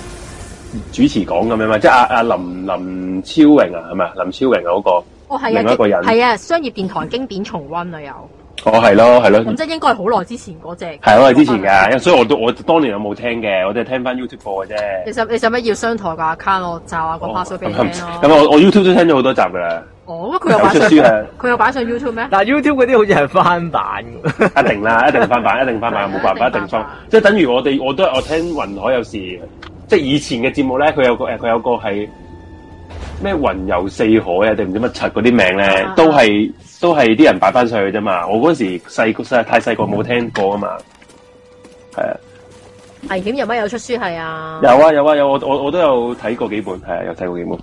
主持講咁樣嘛，即係阿阿林林超榮啊，係咪啊林超榮啊嗰個？
哦，係啊，
另一個人
係啊，商業電台經典重温啊，又
哦，係咯，係
咁
咯，
即係應該係好耐之前嗰啊只。
係我係之前㗎，因為所以我都我當年有冇聽嘅，我都係聽翻 YouTube 播嘅啫。
你使你使乜要商台㗎 account 我就啊個
哦
password 俾你聽
咁
咯。
我我 YouTube 都聽咗好多集㗎啦，
哦，咁佢
有
有擺
出
上
書啊。
佢有擺上 YouTube 咩？
但 YouTube 嗰啲好似係翻版嘅，
<laughs> 一
<laughs>
定啦，一定翻版，一定翻版，
啊
冇辦法，一定翻。即係等於我哋，我都我聽雲海有時，即係以前嘅節目咧，佢有個誒，呃佢有個係咩雲遊四海啊，定唔知乜柒嗰啲名咧
啊，
都係都係啲人擺翻上去啫嘛。我嗰時細個細太細個冇聽過啊嘛。係啊，
危險人物有出書係啊。
有啊有啊有，我我我都有睇過幾本，係啊有睇過幾本。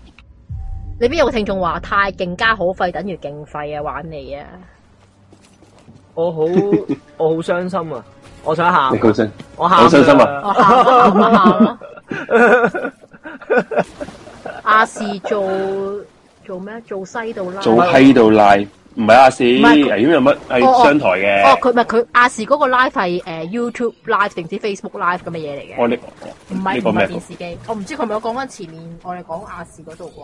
你邊有個聽眾話太勁加好費等於勁費啊，玩你啊！
我好我好傷心啊！我想喊
你，高聲，
我喊
好傷心啊
我喊啦喊啦喊啦！亞視做做咩？做西到拉。
早閪到賴，唔係亞視，
唔係
危險有乜係
哦哦
商台
哦，
嘅。
佢唔係佢亞視嗰個 live 係誒 YouTube live 定唔知 Facebook live 咁嘅嘢嚟嘅
我，呢
唔係
哦呢
唔
個
係
咩？
電視機。我唔知佢係咪有講緊前面我哋講亞視嗰度啩？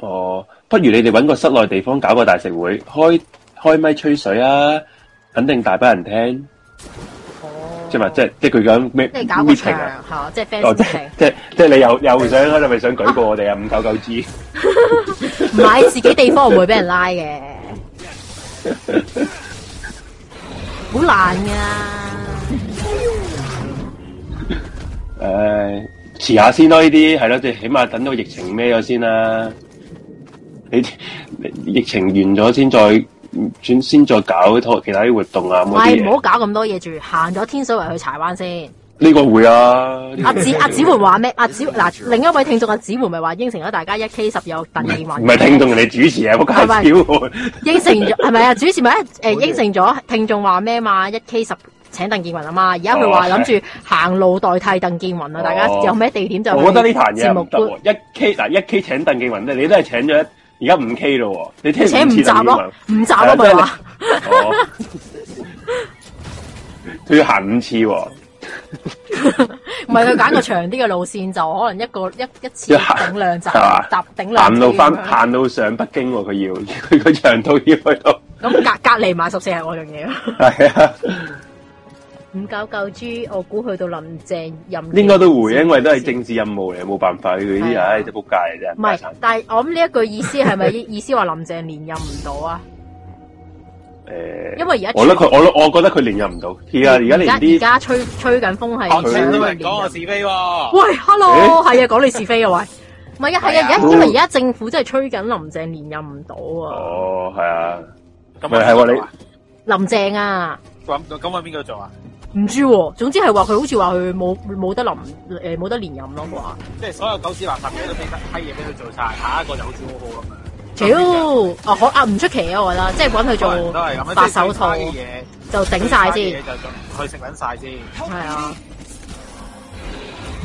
哦，不如你哋揾個室內地方搞個大食會，開開咪吹水啊！肯定大把人聽，
哦，
即係咪？即係即係佢講咩
即係搞個
meeting
場
啊？
嚇，即係 fans
哦，即
meeting
係。即係即係你又又想喺度咪想舉報我哋啊？五九九 G <laughs>
唔係自己地方唔會俾人拉嘅，好難噶。
唉，遲下先咯，呢啲係咯，即係起碼等到疫情咩咗先啦。你你疫情完咗先再先先再搞拖其他啲活動啊咁
唔
嗰啲
係唔好
嘢。
搞咁多嘢住，行咗天水圍去柴灣先。
呢個會啊，呢個
<laughs> 阿子
<laughs>
阿子桓話咩？阿子嗱，另一位聽眾阿子桓咪話應承咗大家一 K 十有鄧健雲，
唔係聽眾，你主持啊，仆
係咪
街屌！
應承
<laughs>
咗係咪啊？主持咪誒應承咗聽眾話咩嘛？一 K 十請鄧健雲啊嘛，而家佢話諗住行路代替鄧健雲啊！
哦
大家有咩地點就去
我覺得呢壇
節
嘢
目
唔得
觀
喎，一 K 嗱一 K 請鄧敬雲咧，你都係請咗而家五 K 咯喎，你聽唔
請五集
次鄧敬
咯
雲，
五集
係
咯
啊
咪話。
真係哦， <laughs> 佢要行五次喎，
唔係佢揀個長啲嘅路線，就可能一個一一次
要行
頂兩站
<laughs> 係嘛，
搭頂兩
行到
站
翻行到上北京喎，佢要 <laughs> 佢個長度要去到，
咁隔隔離買十四日我樣嘢。
係啊，
五九九 G，我估去到林鄭任
應該都會，因為都係政治任務嚟，冇辦法，佢
嗯係
啲
啊
唉真係仆街真係
唔係，但係我諗呢一句意思係咪 <laughs> 意思話林鄭連任唔到啊？
誒，
因為而家
我覺得佢我我覺得佢連任唔到，而家而家連
而
啲
家吹吹緊風係
佢
想
都
連
講我
任
是非喎，
喂，hello，係啊，講你是非啊，喂，唔係啊，係啊，而家因為而家政府真係吹緊林鄭連任唔到啊，
哦係啊，
咁
咪係喎你。
林鄭啊。
咁咁揾邊個做啊？
唔知喎，總之係話佢好似話佢冇冇得臨誒冇得連任咯話。
即係所有狗屎垃圾嘢都俾得閪嘢俾佢做晒，下一個就好似好好咁樣。
屌，啊可啊唔出奇啊，我覺得，即係揾佢
可能都係咁
做
樣
白嗯手套
即係最差嘅嘢
就頂晒先，
最差嘅嘢就佢食撚晒先。
係啊。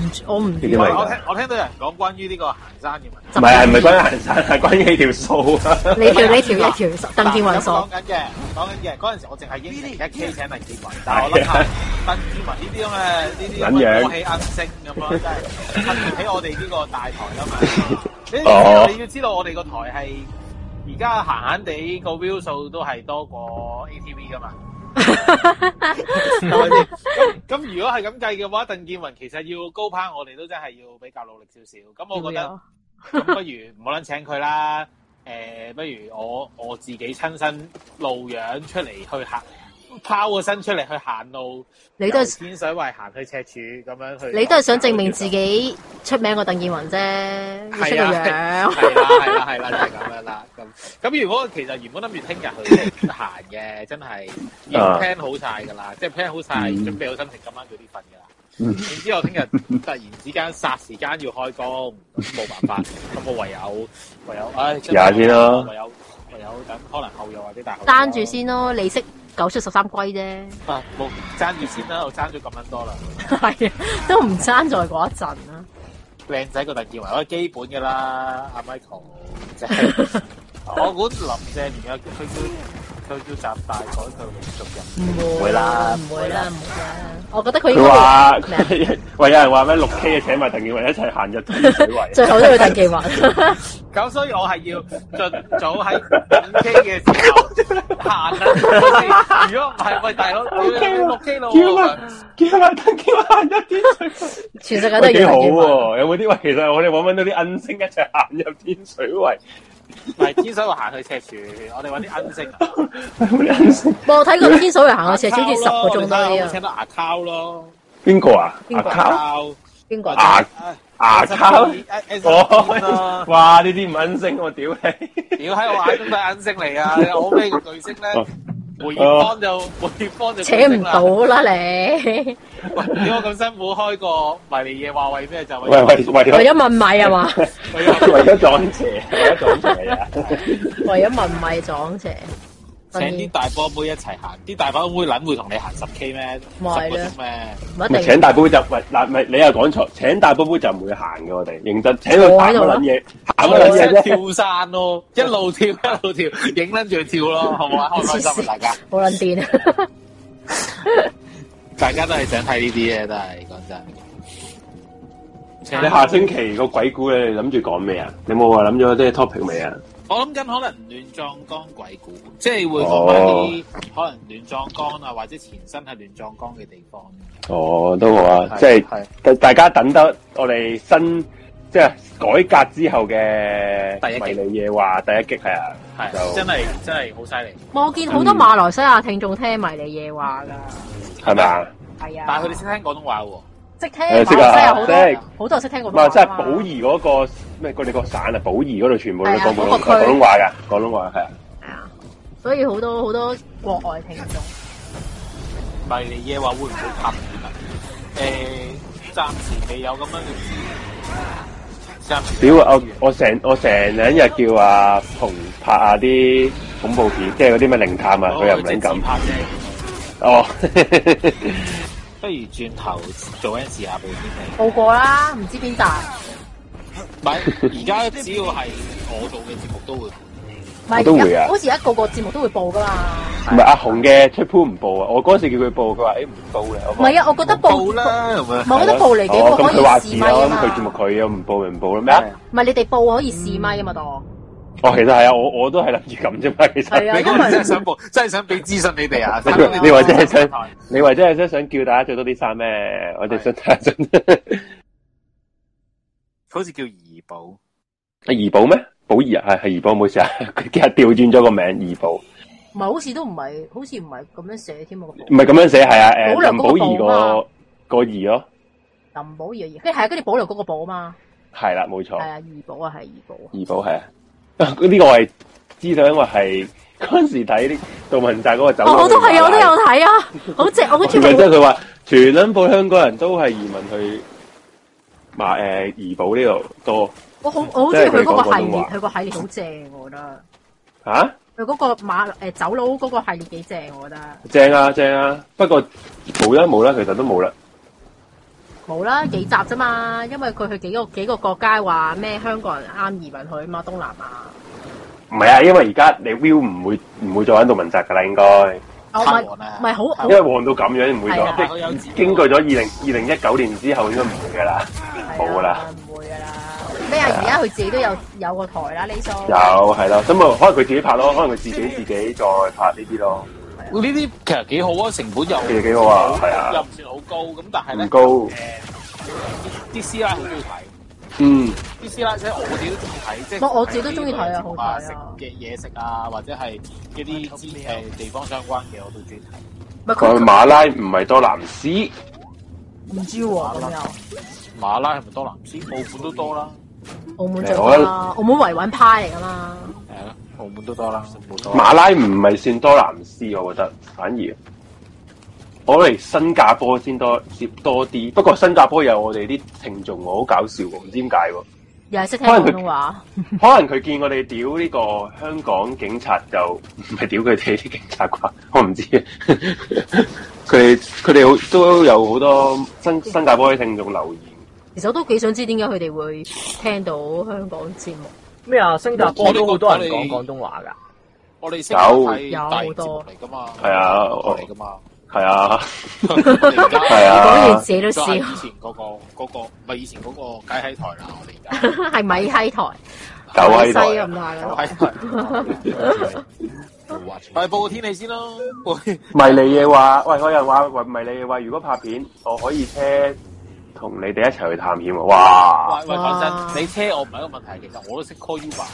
唔知我唔知
呢啲咪
喎
我聽我聽到有人講關於呢個行山嘅問題。
唔係，唔係關於行山，係關於你條數啊！
你條你條一條鄧健雲
講
傻，
緊嘅，講緊嘅嗰陣時，我淨係應承一 K 請鄧健雲，但係我諗下鄧健雲呢啲咁嘅呢啲咁嘅過氣恩星咁咯，真係襯唔起我哋呢個大台啊嘛。你
哦
你要知道我哋個台係而家閒閒地個 view 數都係多過 ATV 噶嘛。係咪先咁咁如果係咁計嘅話，鄧健雲其實要高攀我哋都真係要比較努力少少。咁我覺得。咁不如唔好撚請佢啦。誒、不如我我自己親身路樣出嚟去行，拋個身出嚟去行路。
你都
由
係
天水圍行去赤柱咁樣去。
你都係想證明自己出名過鄧健雲啫，要出
係
個
啊，
樣。
係啦，係啦，係啦，就係咁樣啦。咁咁，如果其實原本諗住聽日去即係行嘅，真係已經
啊
plan 好晒㗎啦，即係 plan 好晒，
嗯
準備好心情今晚早啲瞓㗎啦。然之後聽日 <laughs> 突然之間霎時間要開工，咁冇辦法， <laughs> 咁我唯有唯有，唉，真係
遲下先啦
唯有唯有等可能後日或者大後日咯
單住先咯，你識九出十三歸啫，
啊，冇爭住先啦，我爭咗咁撚多啦，
係啊，都唔爭在嗰一陣啦。
靚仔個鄧健維，我基本㗎啦，阿
<laughs>
Michael 即係我估林鄭連有佢叫佢叫習大改佢續
<laughs>
任。
唔
會啦
唔會啦，唔會啦。我覺得佢應
佢
該會
話
咩啊
<laughs> 喂，有人話咩六 K 啊，請埋鄧健雲一齊行入天水圍，
最後都要鄧健雲。
咁所以我係要盡早喺五 K 嘅時候行啦。如果唔係，喂大佬，六 K 咯，
叫埋叫埋鄧健雲行入天水圍，
<laughs> 全世界都
喂
係
幾
要
好
鄧健雲。
喎！有冇啲喂？其實我哋揾揾到啲恩星一齊行入天水 <laughs> 圍，
唔係天水圍行去赤柱，我哋揾啲恩星啊，
有冇啲恩星？
我睇過天水圍行過斜，好似十個鐘多
我
啲
哋
啊。
請到牙靠咯，
邊個啊？
邊
阿
個
卡
邊個？
牙牙卡。哦
哦，，
哇！呢啲唔恩星，我屌你！
屌喺我眼中都係恩星嚟啊！我咩巨星咧？梅艷芳就梅艷芳就
扯唔到啦你，
喂，屌我咁辛苦開個迷你嘢話為咩就
喂喂喂！
<laughs> 為咗問米啊
<laughs>
嘛， <laughs>
為咗撞邪，為咗撞邪啊！
為咗問米撞邪。
請啲大波妹一齊行，啲大波妹撚會同你行十 K 咩？十
咪係
個
咯
鐘咩？
唔一
咪
定。
請大杯就喂嗱，咪你又講錯，請大杯杯就唔會行嘅，我哋認真請佢行乜撚嘢，行乜撚嘢
我
啫？
哋跳山咯，一路跳一路跳，影撚住跳咯，好唔
<laughs>
好啊？開唔開心啊？大家
好撚癲啊！
大家都係想睇呢啲嘢，都係講真。
你下星期個鬼故你諗住講咩啊？你冇話諗咗啲 topic 未啊？
我諗緊可能亂葬崗鬼故，即係
哦
會講翻啲可能亂葬崗啊，或者前身係亂葬崗嘅地方。
哦，都好啊，
係
即係
係
大大家等得我哋新即係改革之後嘅
第一擊
迷你夜話第一擊係啊，
係
就
真係真係好犀利，
我見好多馬來西亞聽眾聽迷你夜話㗎，
係咪啊？
係啊。
嗯但係佢哋識聽廣東話喎。
識聽
誒
馬來
識
西
啊
亞好
識
多，好多人識聽
唔
廣東話啊
係，
嘛。
即係寶儀嗰個咩？佢哋個省啊，寶儀嗰度全部都
係啊
講廣東
嗰個區
廣東話㗎，廣東話係啊。
係啊，所以好多好多國外聽眾。
迷你夜話會唔會拍片啊？誒、暫時未有咁樣嘅事。暫時
屌啊！我我成我成兩日叫阿紅拍下啲恐怖片，即係嗰啲咩靈探啊，佢又唔撚
整
敢。
哦拍啫。
哦，
不如轉頭做 N 試下俾啲你。
報過啦，唔知邊集。
唔係，而家只要係我做嘅節目都會。
唔係
我都會啊
而家
哦
好似而家個個節目都會報㗎嘛。
唔係阿紅嘅出 pool 唔報啊！我嗰時叫佢報，佢話誒唔報咧。
唔係啊，我覺得報，
啦，咁
唔係我覺得報嚟幾
哦
個
咁
可
佢話
以
事
試
啦，
咪啊
咁
嘛
佢節目。佢又唔報咪唔報啦咩啊？
唔係你哋報可以試咪
嗯
啊嘛，當
哦，其實係啊，我我都係諗住咁啫嘛，其
係啊
實。
你嗰日真係想報，真係想俾資訊你哋啊！
<laughs> 你話真係想，你話真係真想叫大家着多啲衫咩？我哋想睇下真。 <laughs>
好似叫怡寶，
阿怡寶咩？寶儀啊，係係怡寶，唔好意思啊，佢今日調轉咗個名，怡寶唔
唔係好似都唔係，好似唔係咁樣寫添啊個報。
係咁樣寫，係啊，誒
保留嗰
林
個
寶儀
寶
個個儀咯，
林寶怡，跟住係啊跟住保留嗰個寶啊嘛，
係啦，冇錯
係。啊，怡寶啊，係怡寶啊。
怡寶係啊， <laughs> 呢、個我係知道，因為係 <laughs> 嗰陣時睇啲杜汶澤嗰個走
哦，
佬
我都係啊，
去馬
我
拉
都有睇啊，好正！我
即
嗰
係
專
佢話全撚部香港人都係移民去馬誒怡寶呢度多
我好我好中意佢嗰個系列，佢個系列好正，我覺得。
嚇、
佢嗰個馬誒走佬嗰個系列幾正，我覺得。
正啊正啊，不過冇啦冇啦，其實都冇啦。
冇啦，幾集啫嘛，因為佢去幾個幾個國家話咩香港人啱移民去啊嘛，東南亞。
唔係啊，因為而家你 Will 唔會唔會再玩杜汶澤㗎啦，應該，
哦，唔
太
係
忙啦
唔係好好
因為旺到咁樣唔會
係啊
再，即係經過咗二零二零一九年之後應該唔會㗎啦，
啊
冇㗎啦。，
唔會㗎啦。咩啊？而家佢自己都有有個台啦，呢數
有係咯，咁啊可能佢自己拍咯，可能佢自己自己再拍呢啲咯，
呢啲其實幾好啊，成本
其實
又
幾好啊，係
又
啊，
唔算好高，咁但係咧
唔高，
啲師奶好中意睇。
嗯，
啲師奶即係我自己都中意睇，即
我我自己都鍾意睇啊好睇啊
食嘅嘢食啊，或者係一啲知誒地方相關嘅我都中意睇。
唔係
佢
佢
去馬拉唔係多藍斯，
唔知喎，咁又
馬拉係咪多南斯？澳門都多啦，
澳門做㗎啦，澳門維穩派嚟㗎嘛。
係咯，澳門都多啦，好多啦。
馬拉唔係算多藍斯，我覺得反而我嚟新加坡先多接多啲，不過新加坡有我哋啲聽眾喎，好搞笑喎，唔知點解喎，
又係識聽廣東話，
可能佢見我哋屌呢個香港警察就唔係屌佢哋啲警察啩， <laughs> 我唔知。佢哋佢哋好都有好多新新加坡啲聽眾留言。
其實我都幾想知點解佢哋會聽到香港節目。 <laughs>
咩啊？新加坡都好多人
我
講
哋
廣東話㗎。
我哋識係
有
大節目嚟噶嘛？
係啊我
我嚟噶嘛？
係啊， <laughs> 係
係
啊
講完自己都笑，
以前嗰個嗰個，唔係以前嗰個雞喺台啦，我哋而家
係米閪台，
狗喺
西咁
度。
大㗎
狗
啦。
喺台。
You're watching.
我哋報個天氣先咯，報
迷你嘢話，喂，有人話，喂，迷你嘢話，如果拍片，我可以車同你哋一齊去探險喎。哇！
喂喂，講真，你車我唔係一個問題，其實我都識 call Uber。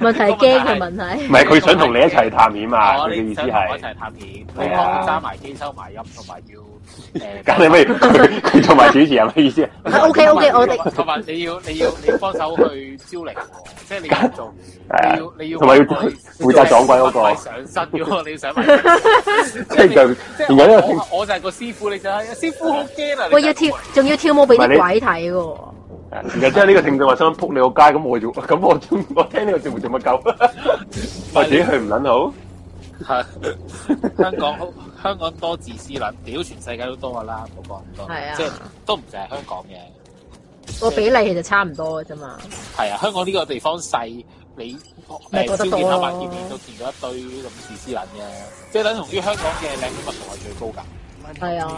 問題係驚嘅問題
唔。係佢想同你一齊探險啊！佢
哦
嘅
你
意思
想同我一
係，
齊探險，你
係啊
幫揸埋機、收埋音，同埋
<laughs>
要誒。
咁你不如佢佢做埋主持係咩意思啊？
O K O K，我哋
同埋你要你要你幫手去招靈喎，即
<laughs>
係你要做，
係啊
你要你要
同埋要
幫佢
負責撞鬼嗰個
唔係上身嘅喎，
<laughs>
你要上埋身。
即係就
即
原來呢個
係我我就係個師傅，你就係師傅好驚啊！
喂要跳，仲要跳舞俾啲鬼睇㗎喎。
然後之後呢個聽眾話想撲你個街，咁我做， <laughs> 咁我做我聽呢個節目做乜
<laughs>
鳩？我自己去唔撚好，
係 <laughs> 香港好，香港多自私撚，屌全世界都多噶啦，冇講咁多，
係啊
即係都唔淨係香港嘅，
個比例其實差唔多嘅啫嘛。
係啊，香港呢個地方細，你
咪覺
誒朝
得多咯
見下晚見面都見到一堆咁自私撚嘅，即係等同於香港嘅靚女密度係最高㗎。
係啊，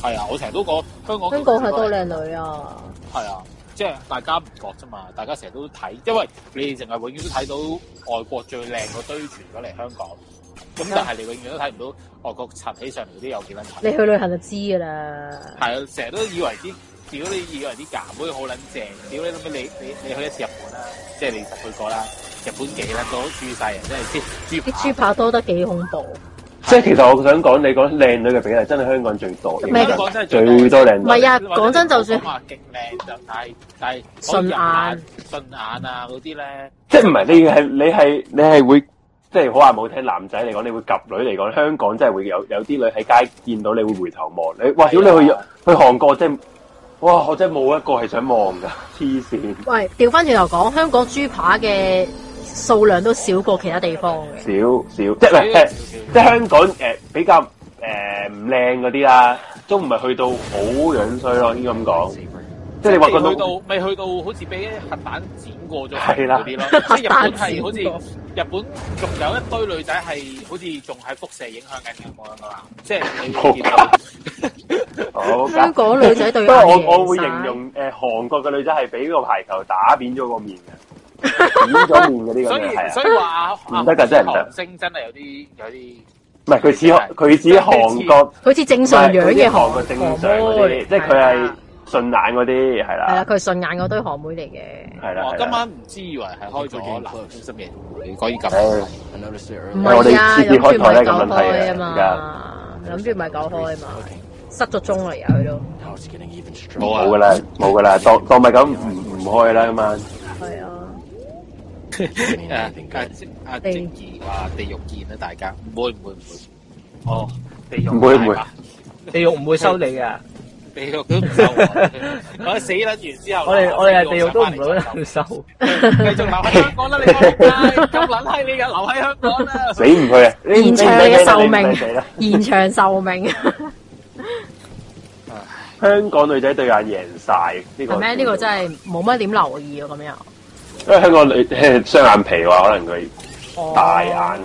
係啊，我成日都講香港
香港係多靚女啊，
係啊，即係大家唔覺啫嘛，大家成日都睇，因為你哋淨係永遠都睇到外國最靚嗰堆傳咗嚟香港，咁但係你永遠都睇唔到外國插起上嚟嗰啲有幾撚
你
柒。
去旅行就知㗎啦。
係啊，成日都以為啲屌你以為啲假妹好撚正，屌你諗咩你你你去一次日本啦，即係你實去過啦，日本幾撚多豬細人，真係啲
啲
豬
豬扒多得幾恐怖，
即係其實我想講，你講靚女嘅比例真係香港最多，
係
香港真係
最
最多
多靚
唔係
女。
啊！講真，就算
話勁靚就但係但係
順眼
順眼啊嗰啲咧，
即係唔係你係你係你係會，即係好話唔好聽，男仔嚟講，你會及女嚟講，香港真係會有有啲女喺街見到你會回頭望你。哇！屌你去
啊
去韓國真係，哇！我真係冇一個係想望㗎，黐線。
喂調翻轉頭講，香港豬扒嘅數量都少過其他地方嘅。
少少，即係唔係即係即係香港誒、呃比較誒唔靚嗰啲啦，都唔係去到好樣衰咯，應該咁講。即係你話
未
覺
去
到
到，未去到好似俾核彈剪過咗
係啦
嗰
<laughs>
啲咯，即係日本係好似
核彈
日本仲有一堆女仔係好似仲係輻射影響緊香港噶嘛，即係你會見到
好㗎
香港女仔對眼
不過我
贏
我會
晒
形容誒、呃、韓國嘅女仔係俾個排球打扁咗個面嘅，扁咗面嗰啲
所
咁
以
樣係
所
啊，
以話啊
唔得㗎真係唔得
韓星真係有啲有啲
唔係佢似韓佢似韓國
好似正常樣嘅
唔係佢似韓國正常嗰啲，即係佢
啊
係順眼嗰啲係
係啦，啊
啦，
佢係順眼嗰堆韓妹嚟嘅，
係啦，
我
係
今
啦。
晚唔知以為係開咗男中心嘅，你可以
唉
咁。
I noticed it
唔係啊，
earlier.
嗯我哋
諗
次次
住
開台
咪
咧
九
咁樣
開啊
睇嘅
嘛，諗住咪九開啊嘛，失咗蹤啊啦而家佢都，
Now it's getting even
冇
stronger.
啊
冇噶，啦，冇噶啦，當當咪咁唔唔開啦今晚。
係啊，
誒阿阿阿靜怡話地獄見啦，大家唔會唔會唔會，哦地獄
唔會唔會
大把
地獄唔會收你嘅，
地獄都唔收
<laughs>
我，我死撚完之後，
我哋我哋係地獄都唔會唔收。 <laughs>
繼續留喺香港啦，你個仆街咁撚閪你嘅，留喺香
<laughs>
港啦。
死唔去啊！
延長你嘅壽
你唔使死啦
命，延長壽命
香港女仔對眼贏晒呢個
係咩？呢個真係冇乜點留意喎啊咁樣。
因為香港女雙眼皮嘅話，可能佢
哦
大眼啊。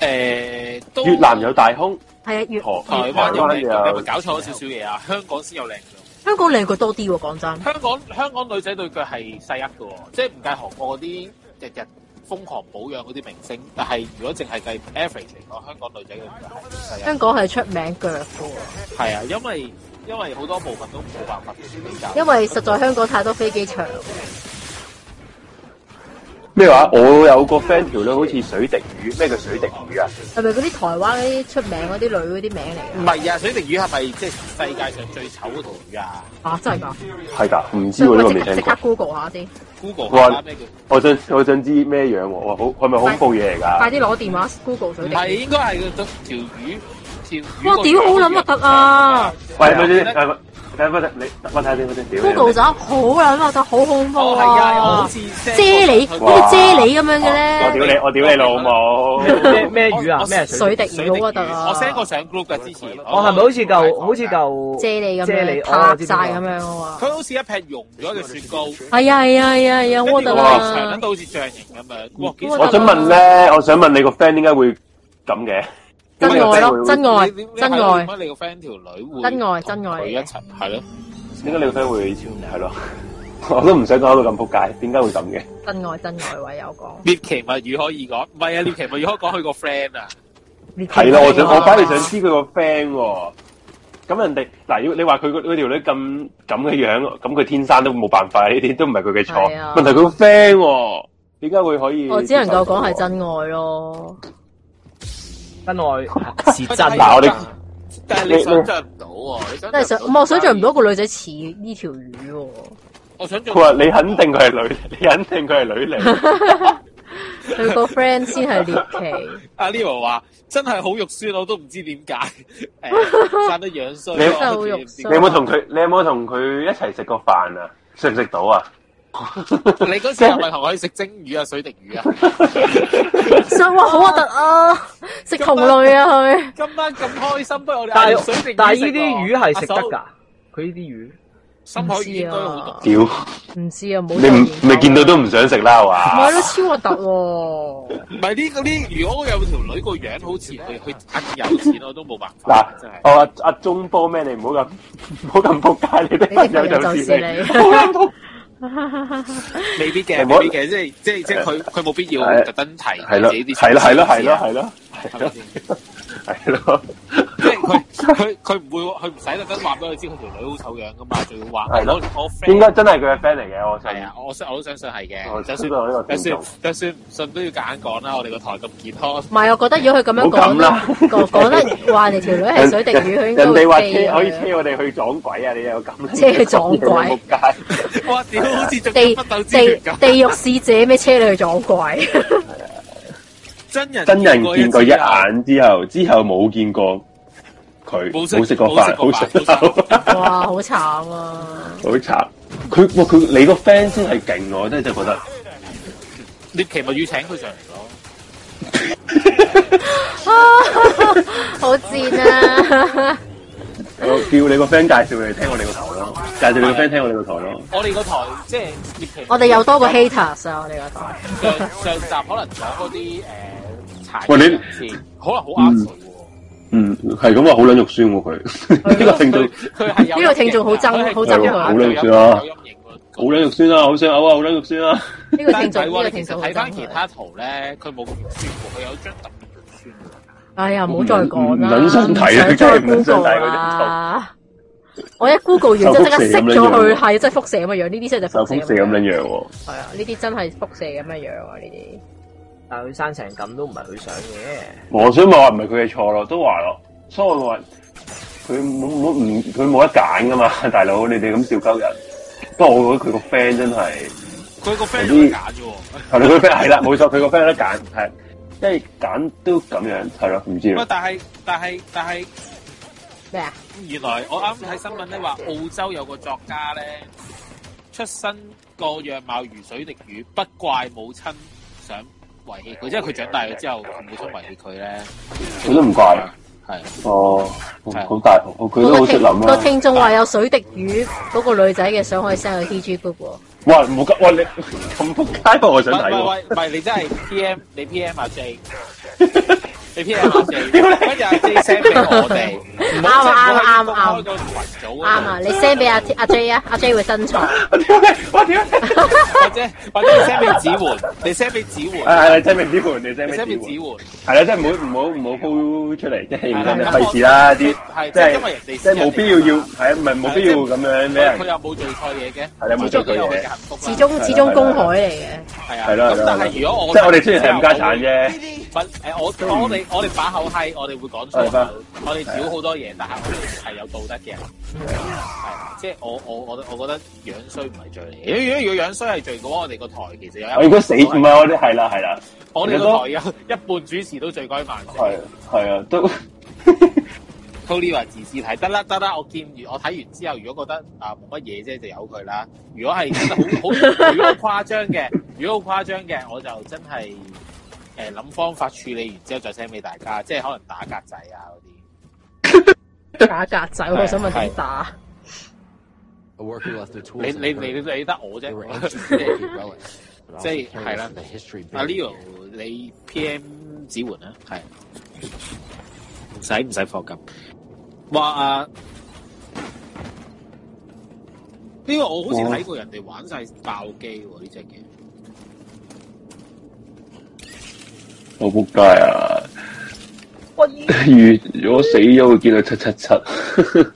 誒，
哦
都
越南有大胸，
係啊，越
韓
台
台
灣有靚
灣
女，你係咪
有
搞錯咗少少嘢啊？香港先有靚女。
香港靚佢多啲喎，講真。
香港香港女仔對腳係細一嘅喎，即係唔計韓國嗰啲日日瘋狂保養嗰啲明星，但係如果淨係計 average 嚟講，香港女仔嘅腳係細一。
香港係出名腳嘅喎，
係啊，因為因為好多部分都冇辦法比較。
因為實在香港太多飛機場。
咩話？我有個 friend 條女好似水滴魚，咩叫水滴魚啊？
係咪嗰啲台灣嗰啲出名嗰啲女嗰啲名嚟
唔係啊，水滴魚係咪即係世界上最醜嗰條魚啊
㗎？啊，真係㗎！
係㗎，唔知
所以
喎呢
我即
個未
刻即
聽
刻 Google
過。啊
下先，
？Google
哇
下啦咩叫？
我想我想知咩樣喎？哇，好係咪恐怖嘢嚟
快
㗎？
啲攞電話 Google
唔
水
係
滴。
應該係佢條魚條魚。
哇！屌好撚核突！啊
喂，咪先，係咪睇唔睇你我睇下先，睇先。屌你老
！Google
味
咗好撚核突，好恐怖
哦係啊，我
啊
好！似
啫喱，好
哇
似啫喱咁樣嘅
我屌
咧，
你，我屌你老母！
咩
<laughs>
咩魚啊？咩水？
水滴魚好核突啊！
我 send 過上 group 嘅之前。
我係咪好似嚿好似嚿
啫喱咁
啫喱哦
樣
我
拍
知
晒
道
咁樣啊嘛！
佢好似一劈溶咗嘅雪糕，
係啊係啊係啊係啊！
跟
我
住
得
個
啦
長，到好似象形咁樣。哇！幾
我想問咧，我想問你個 friend 點解會咁嘅？
真愛咯，真愛
你你，
真
你
愛
點，解你個 friend 條女會
真愛真愛
同佢一齊係咯？
點解你個 friend 會係咯？ <laughs> 我都唔想講到咁撲街，點解會咁嘅？
真愛真愛，唯有講。
獵奇物語可以講，唔係啊！獵奇物語可以講佢個 friend 啊，
係啦，我想我反而想
知。
知佢個 friend 喎。咁人哋嗱，如果你話佢個佢條女咁咁嘅樣，咁佢天生都冇辦法，呢啲都唔係佢嘅錯
係。啊
問題佢個 friend 喎，點解會可以？
我只能夠講係。真愛咯，
真愛是真
嗱，
啊！
我哋
但係你想象唔到喎，你想
真係想，
唔
唔
到
係我想象唔到個女仔似呢條魚喎，
我想象
佢話你肯定佢係女， <laughs> 你肯定佢係女
<laughs>
嚟。
佢個 friend 先係獵
<laughs>
奇，
阿 Leo 話真係好肉酸，我都唔知點解， <laughs>
<laughs>
誒生得樣衰，
你
我都唔
真係好
知點解
肉酸
你有冇同佢？你有冇同佢一齊食過飯啊？识唔识到啊？
你嗰時係咪同佢食蒸魚啊、水滴
<laughs>
魚啊？
想哇好核突啊！食同類啊佢，
今晚咁開心，不如我哋
但
嗌水
系
滴
但系
食
呢啲
喎
鱼係食得，
阿嫂
㗎，佢呢啲魚
深海魚應該好毒。
屌，
唔知啊，冇
你唔你见到都唔想食啦，
唔係
哇！
咯，超核突喎！
<laughs>
唔係呢個啲，如果有條女個樣好似佢，佢呃有錢我都冇辦
嗱
法，真，係。
我阿阿中波咩？你唔好咁，唔好咁仆街，你啲朋友就
你
是你
啲朋友就是你，
好撚仆
未必
你
嘅，
唔好
未必嘅，即係即係即係佢佢冇必要
係
特登提
係咯，
自己啲
係咯，係咯，係咯，係咯，係
咯，係咪先？
咯，
即係佢佢佢唔會，佢唔使特登話俾佢知佢條女好醜樣噶嘛，仲要話
係咯
我我
<laughs>
friend
應該真係佢嘅 friend 嚟嘅，我相
係
信
啊，。我相我都相信係
我
嘅，
知
就算
道呢個
就
觀眾
算。就算唔信都要夾硬講啦，我哋個台咁健
<laughs>
康。<laughs>
唔係，我覺得如果佢咁樣
唔好咁啦
講，
<laughs>
講講得話人哋條女係水滴魚，佢應該
人哋話
會飛
車
啊
可以車我哋去撞鬼啊！你又咁
車去撞鬼
仆街！
哇！屌，好似仲
地
有不鬥之
地
權咁。
地獄使者咩車你去撞
<laughs>
鬼？
真人
真人見過一
次啊，
眼之後，之後冇見過佢，
冇
冇
食
食過飯，好
冇食過飯
慘， <laughs>
哇，好慘啊！ <laughs>
好慘。佢哇佢你個 friend 先係勁，我真係真係覺得。
獵奇物語請佢上嚟咯。
好賤啊！ <laughs>
我叫你個 friend 介紹你聽我哋個台咯，介紹你個 friend 聽我哋個台咯。
我哋個台即係獵奇。
我哋又多個 haters 啊！我哋個台
上上集可能講嗰啲誒柴
喂你
人士，可能好啱佢喎。
嗯，係咁話好撚肉酸喎佢，呢個聽眾
佢係有
呢個聽眾好憎
陰影㗎
好
憎佢
係
好撚
有
笑啊
有陰影㗎
好撚肉酸啊，好想嘔啊，好撚肉酸啊！
呢個
但
聽
係
眾呢
喎，
個
你
聽
其實
眾好
睇
憎
翻其
佢。啊
他圖咧，佢冇咁肉酸喎，佢有張特別肉酸喎。
哎呀，唔好再講啦，
嗯唔撚想睇啦
唔再
真係唔想睇
Google 啦。我一 Google 完就即刻熄咗佢，係真係輻射咁嘅樣。呢啲真係
受
輻
輻
射
射
咁
咁
樣
撚。樣喎，
係啊，呢啲真係輻射咁嘅樣啊！呢啲
但係佢生成咁都唔係佢想嘅。
我想咪話唔係佢嘅錯咯，都話咯，所以我話佢冇冇唔佢冇得揀噶嘛， <laughs> 大佬你哋咁笑鳩人。不過我覺得佢個 friend 真係
佢個 friend
有
有
啲
得揀啫喎。
係啦，佢 friend 係啦，冇錯，佢個 friend 有得揀，係即係揀都咁樣係咯，唔知
喂
啊，
但係但係但係，
咩啊？
原來我啱睇新聞咧話，澳洲有個作家咧，出身個樣貌如水滴魚，不怪母親想遺棄佢，即係佢長大咗之後，父母想遺棄佢咧，
佢都唔怪啊。
係
哦，好大學，佢
嗰
都好
個
識
聽
諗
個
啊！
聽眾話有水滴魚嗰個女仔嘅相可以 send 去 TG group 喎。
哇，唔好急，哇你咁仆街，不過我
唔係唔係
想睇喎。
唔係，你真係 P M 你 P M 阿
<laughs>
J，你 P M 阿 J，跟住阿 J send 俾我哋，
啱啊啱啊
開
啱
個群組
啱啊！你 send 俾阿阿 J 啊，阿 J 會珍藏。
我 <laughs> 屌你！我屌你！
或者或者你 send 俾子桓，你 send 俾子桓，
係係哎真係啲盤，你真
你
係
send 俾
啲
子
盤。
桓，
係啦，真係唔好唔好唔好 po 出嚟，即係唔
係啦
真係
咁
費事啦，啲
係
即
即係因為人
係
哋
即
先
係冇必要要係啊，唔係冇必要咁樣俾人
佢又冇做錯嘢嘅，
係啦，冇
做
做
佢
佢
有佢嘅
嘢
幸。福啦
始終始終公海嚟嘅，
係啊，
係啦係
咁
啦係
但
啦
係如果我
即係我哋雖然係冚家產啫，
唔係誒我我哋我哋把口閪，我哋會講粗
係啊吧
口，我哋屌好多嘢，但係我哋係有道德嘅人，係啊即係我我我我覺得樣衰唔係罪嚟嘅。如果如果樣衰係罪嘅話，我哋個台其實有一
我如果死唔係我哋係啦係啦，
我哋個台有一半主持都罪該萬死。
係係啊， <laughs> 都
Tony 話自私睇得啦得啦，我見完我睇完之後，如果覺得啊冇乜嘢啫，就由佢啦。如果係真係好好，如果好誇張嘅，如果好誇張嘅，我就真係誒諗方法處理完之後再 send 俾大家，即係可能打格仔啊嗰啲。
打格仔，我想問點打？
A worker left their tools.
你
in
你
the
你
room.
你得我啫
They
<laughs>
were anxious to locate relics, but also
Say,
curious
hi,
in the history.
阿
buried
Leo，
here.
啊你 PM 指援啊，係唔使唔使放咁。哇啊！呢個我好似睇過人哋玩晒爆機喎，呢只嘅。
我仆街啊！
喂，
如果死咗會見到七七七， <laughs> 係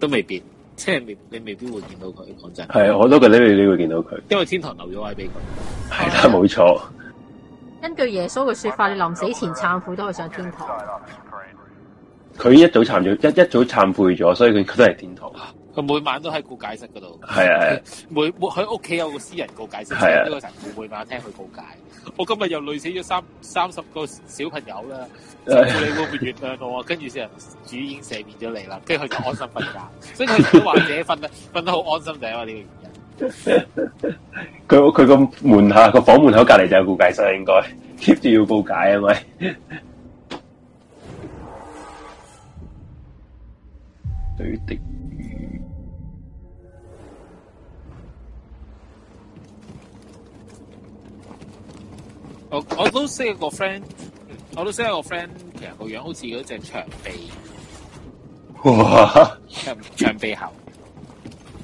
都未必，即係未你未必會見到佢。講真，
啊我都覺得你你會見到佢，
因為天堂留咗位俾佢。
係啊啦冇錯。
根據耶穌嘅說法，你臨死前懺悔都可以上天堂。
佢一早懺咗，一一早懺悔咗，所以佢覺得係天堂。
佢每晚都喺告解室嗰度，
係啊，係啊
每每佢屋企有個私人告解室，
係啊
呢個神父每晚聽佢告解。我今日又累死咗三三十個小朋友啦，神父你會唔會原諒我啊？跟住先主已經 <laughs> 赦免咗你啦，跟住佢就安心瞓覺。所以佢成日都話自己瞓得瞓得好安心就係因為呢個原因。
佢佢個門下個房門口隔離就有告解室啊，應該 <laughs> keep 住要告解啊，咪 <laughs> 對的
我我都識一個 friend，我都識一個 friend，其實個樣好似嗰只長臂
哇！
長長臂猴，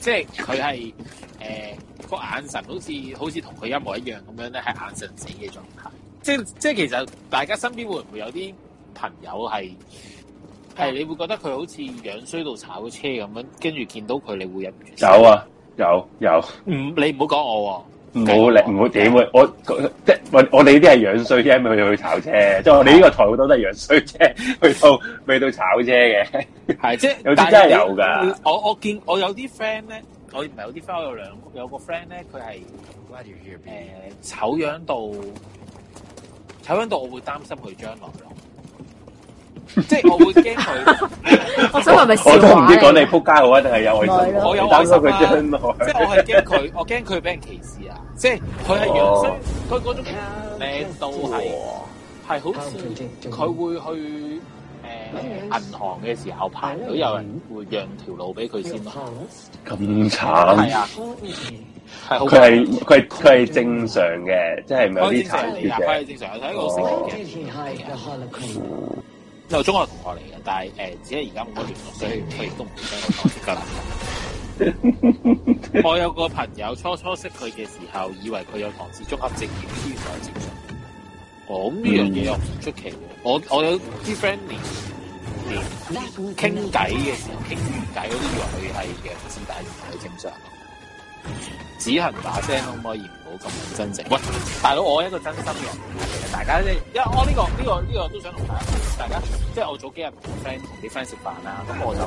即係佢係誒個眼神好似好似同佢一模一樣咁樣咧，係眼神死嘅狀態。即即係其實大家身邊會唔會有啲朋友係係你會覺得佢好似樣衰到炒車咁樣，跟住見到佢你會忍唔住笑？
有啊，有有，
唔你唔好講我
唔好理，唔好點會，我即係我我哋呢啲係樣衰啫，咪去炒車，即係我哋呢個台好多都係樣衰啫，去到未到炒車嘅，
喎，係即係
有啲
但係
真係有㗎
我我見我有啲 friend 咧，我唔係有啲 friend，我有兩個有個 friend 咧，佢係。
Glad you're here, B.
誒、醜樣到醜樣到，我會擔心佢將來咯，即係我會驚佢，
我想係咪笑
<laughs> <laughs> 我都唔
話
知講
嚟
你撲街好啊，定係有愛心
係
好，
咯
我有
你
愛
擔
心
心
啊
佢將來
即係我係驚佢，我驚佢俾人歧視啊！即係佢係樣衰，佢嗰種靚到係係好似佢會去誒、銀行嘅時候排隊，有人會讓條路俾佢先咯，
咁
係
慘。
啊，係好
佢係佢係佢係正常嘅，即係唔係有
佢
啲
正常
殘
嚟
缺
㗎，佢
嘅
係。正常，佢係一個成年嘅。就中學同學嚟嘅，但係誒、呃只係而家冇乜聯絡，所以佢亦都唔會聽我講㗎啦。我有個朋友初初識佢嘅時候，以為佢有唐氏綜合症，點知原來係正常。哦，咁呢樣嘢又唔出奇喎。我我有啲 friend 連連傾偈嘅時候傾完偈，我都以為佢係弱智，但係原來係正常。只行把聲可唔可以唔好咁真誠？喂，大佬，我一個真心嘅人嚟嘅，大家即係，因為我呢、個呢、個呢、個都想同大家大家，即係我早幾日同 friend 同啲 friend 食飯啦，咁我就誒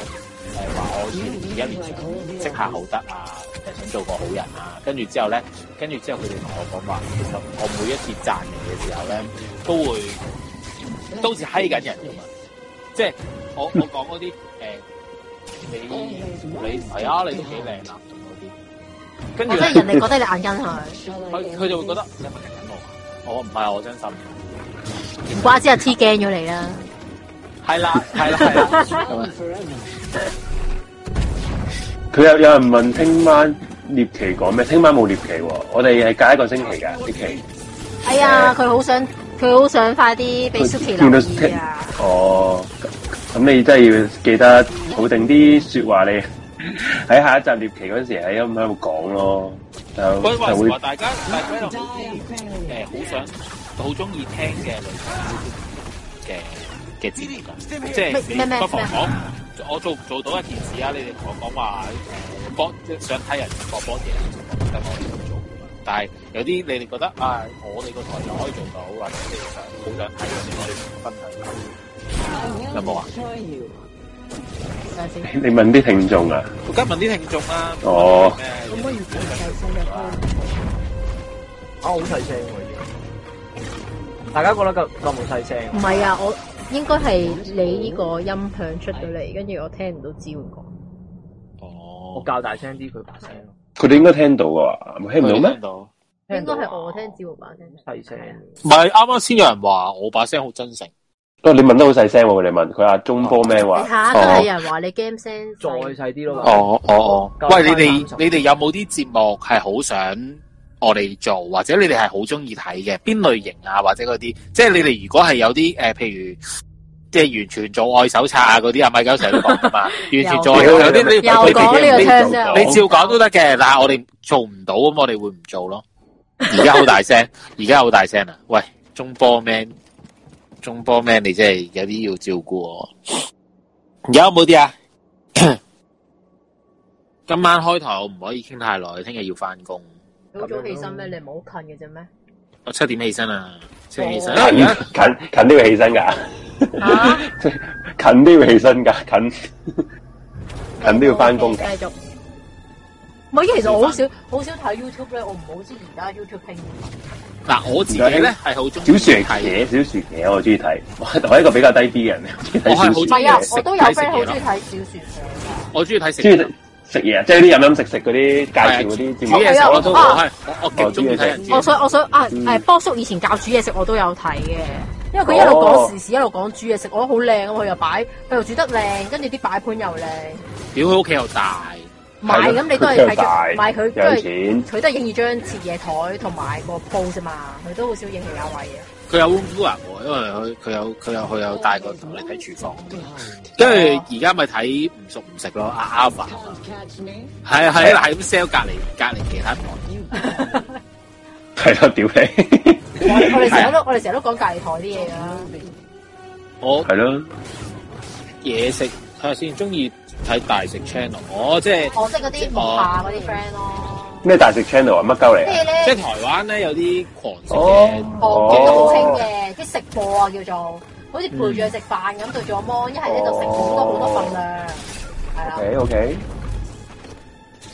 話、我二零二一年想識下好德啊，誒想做個好人啊，跟住之後咧，跟住之後佢哋同我講話，其實我每一次讚人嘅時候咧，都會都好似閪緊人咁啊！即係 <laughs> 我我講嗰啲誒，你你唔係啊，你都幾靚啊咁嗰啲，跟
我即
住
哦係人哋覺得你眼根佢，
佢佢就會覺得你係咪緊我啊？我話唔係我真心。
唔怪之係 T 驚咗你啦。
係啦，係啦，係啦。咁樣
佢有有人問聽晚獵奇講咩？聽晚冇獵奇喎，我哋係隔一個星期㗎獵奇。
哎呀，佢好想佢好想快啲俾 Suki 留意啊！
哦，咁咁你真係要記得抱定啲説話，你喺下一集獵奇嗰時喺咁喺度講咯，就
喂，話
就
時話
會
大家大家有冇啲誒好想好中意聽嘅類型嘅嘅節目㗎？即係
咩咩咩
你不妨講，我做唔做到一件事啊？你哋同我講話誒幫即係想睇人播波嘢，得我哋咁做㗎嘛。但係有啲你哋覺得啊，我哋個台就可以做到，或者你哋想好想睇，你哋可以分享下，有冇啊？
等陣先
你問啲聽眾啊，
我今日問啲聽眾啦。
哦
咩
啊，好細聲喎已經。大家覺得夠夠冇細聲喎？
唔係啊，我應該係你呢個音響出咗嚟，跟住我聽唔到支援講。
哦 Ờ.
我，較大聲啲，佢把聲
佢哋應該聽到㗎喎，聽唔到咩？
到咩？
應該
到啊
係我聽支援把聲。
細聲。
唔係啱啱先有人話我把聲好真誠，
哦，你問得好細聲喎，佢哋問佢話中波咩話？
你睇下都係有人話你 game 聲
再
細，
細啲咯。
哦哦哦
夠
喂，你
夠
哋你哋有冇啲節目係好想我哋做，或者你哋係好中意睇嘅邊類型啊，或者嗰啲，即係你哋如果係有啲誒、呃譬如即係完全做愛手冊啊嗰啲，阿米狗成日都講
<laughs>
噶嘛，完全做愛手冊有啲你
又講呢個
你
term 啫
你照講都得嘅，但係我哋做唔到，咁我哋會唔做咯。而家好
<laughs>
大聲，而家好大聲啊！喂，中波 man，中波 man，你真係有啲要照顧我。而家有冇
<laughs>
啲啊？今晚開台我唔可以傾太耐，聽日要翻工。
你好早起身咩？你唔係好近嘅啫咩？
我七點起身啊，七點起 <laughs> 身。
哦
因
<laughs> 近
為而家
近近都要起 <laughs> 身㗎。
啊
近都要起身噶，近近都要翻工噶。
繼續。唔係，其實我好少好少睇 YouTube 咧，我唔好知而家 YouTube 興。
嗱，我自己咧係好中
小
意
薯
睇，
茄，小薯茄我中意睇，我係一個比較低 B 嘅人，我中
唔
意睇小薯
係啊，
茄，
我都有 friend 好中意睇小説嘅。
我中意睇
中意
食
睇食嘢啊，即係啲飲飲食食嗰啲介紹嗰啲節
煮
目。哦
嘢食我都我
啊
係我我極中意睇人煮
我
嘢食。
想我想啊
嗯
誒，波叔以前教煮嘢食我都有睇嘅，因為佢一路
哦
講時事一路講煮嘢食，我覺得好靚咁，佢又擺佢又煮得靚，跟住啲擺盤又靚，
屌佢屋企又大，
買
係咯
咁你都係
佢
睇
大
住買佢都
有
係
錢，
佢都係影住張設嘢台同埋個 pose 啫嘛，佢都好少影其他位嘅。啊
<laughs>
佢有 v o 喎，因為佢佢有佢有佢有帶個頭嚟睇廚
哦
房，跟住而家咪睇唔熟唔食咯，阿阿爸係啊係啊係咁 sell 隔離隔離其他台，
係咯，屌你， <laughs>
我哋我哋成日都我哋成日都講隔離台啲嘢㗎啊啦。
我
係咯，
嘢食睇下先，中意睇大食 channel，我即
哦
係
我識嗰啲木下嗰啲 friend 咯，
咩大食 channel 啊，乜鳩
即
嚟啊？
係
即係
咧，
台灣咧有啲狂食嘅
哦，
我記得好興
哦，
嘅啲食播啊叫做，好似陪住佢食飯咁對住個 mon，一係呢度食好多好多份
哦
量，係啦。
OK OK，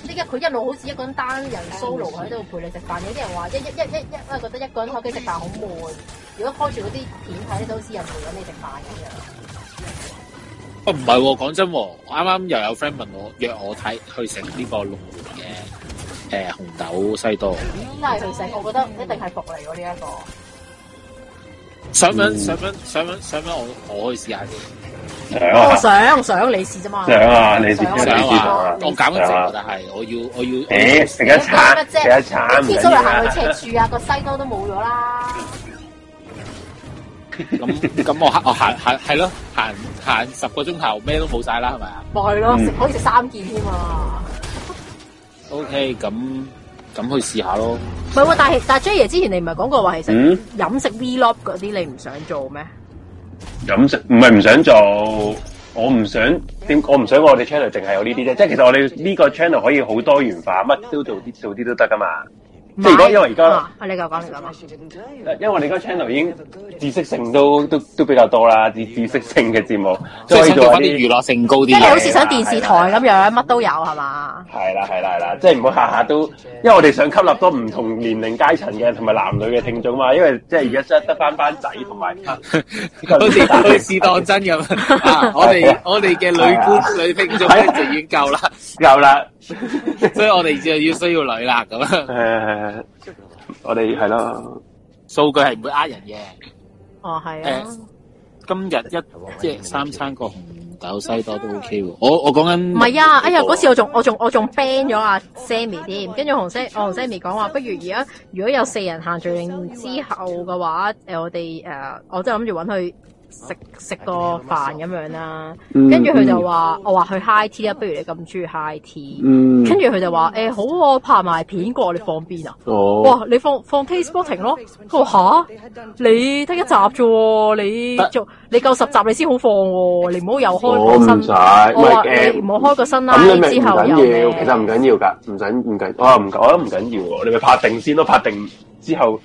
呢家佢一路好似一個人單人 solo 喺度陪你食飯，有啲人話一一一一一啊覺得一個人喺屋企食飯好悶，如果開住嗰啲片睇咧，都好似人陪緊你食飯咁樣。
哦，唔係喎，講真喎，我啱啱又有 friend 問我約我睇去食呢個龍門嘅誒紅豆西多，
但係其實我覺得一定係服嚟喎呢一個，
想唔
嗯
想想唔想唔想唔想我我去試下先，
想啊，
想想你試啫嘛
想啊，你知
想啊
你
想
知道
啊
啊，，
我減緊
想啊
肥，但係我要我要，
誒，食一餐，食一餐，唔
天
緊
水
要
圍行
啊
去赤柱啊，個西多都冇咗啦。
咁咁我行我行行係咯，行行十個鐘頭咩都冇晒啦，係咪啊
咪係咯，
嗯
食可以食三件添啊！
？OK，咁咁去試下咯。
唔係喎，但係但係 J 爺之前你唔係講過話其實
嗯，
飲食 vlog 嗰啲你唔想做咩？
飲食唔係唔想做，我唔想點，我唔想我哋 channel 淨係有呢啲啫，即係其實我哋呢個 channel 可以好多元化，乜都做啲做啲都得噶嘛。即係如果因為而家
啊，你繼續講，你繼續講。
因為我哋個 channel 已經知識性都都都比較多啦，知知識性嘅節目，
即
所以做
係做
下
翻啲娛
啲
樂性高啲
即係你好
嘅。
似
<laughs>
想電視台咁樣，乜都有係嘛？
係啦係啦係啦，即係唔好下下都，因為我哋想吸納多唔同年齡階層嘅同埋男女嘅聽眾嘛，因為即係而家真係得翻班仔同埋，
好似好似當真咁啊！我哋我哋嘅女觀女聽眾咧就已經夠啦，
夠
<laughs>
啦，
所以我哋就要需要女啦咁樣。
誒，我哋係咯，
數據係唔會呃人嘅。
哦，係啊，
今日一即係三餐個紅豆西多都 OK 喎。我我講緊
唔係啊！哎呀，嗰次我仲我仲我仲 ban 咗阿 Sammy 添，跟住我同 Sam 我同 Sammy 講話，不如而家如果有四人限聚令之後嘅話，誒我哋誒我真係諗住揾佢食食個飯咁樣啦。
嗯
跟住佢就話，我話去 high tea 啦，不如你咁中意 high tea。
嗯
跟住佢就話：誒、好喎，拍埋片過，你放邊啊？
哦，
哇，你放放 Taste Spotting 咯。佢話吓，你得一集啫喎，你做你夠十集你先好放喎，你唔好又
我
開
唔
個
使，唔
新。我話你
係
唔好開個新啦，
咁你咪
之
唔
後又
緊要，
咩
其實唔緊要㗎，唔緊唔緊，我唔我覺得唔緊要喎，你咪拍定先咯，拍定之後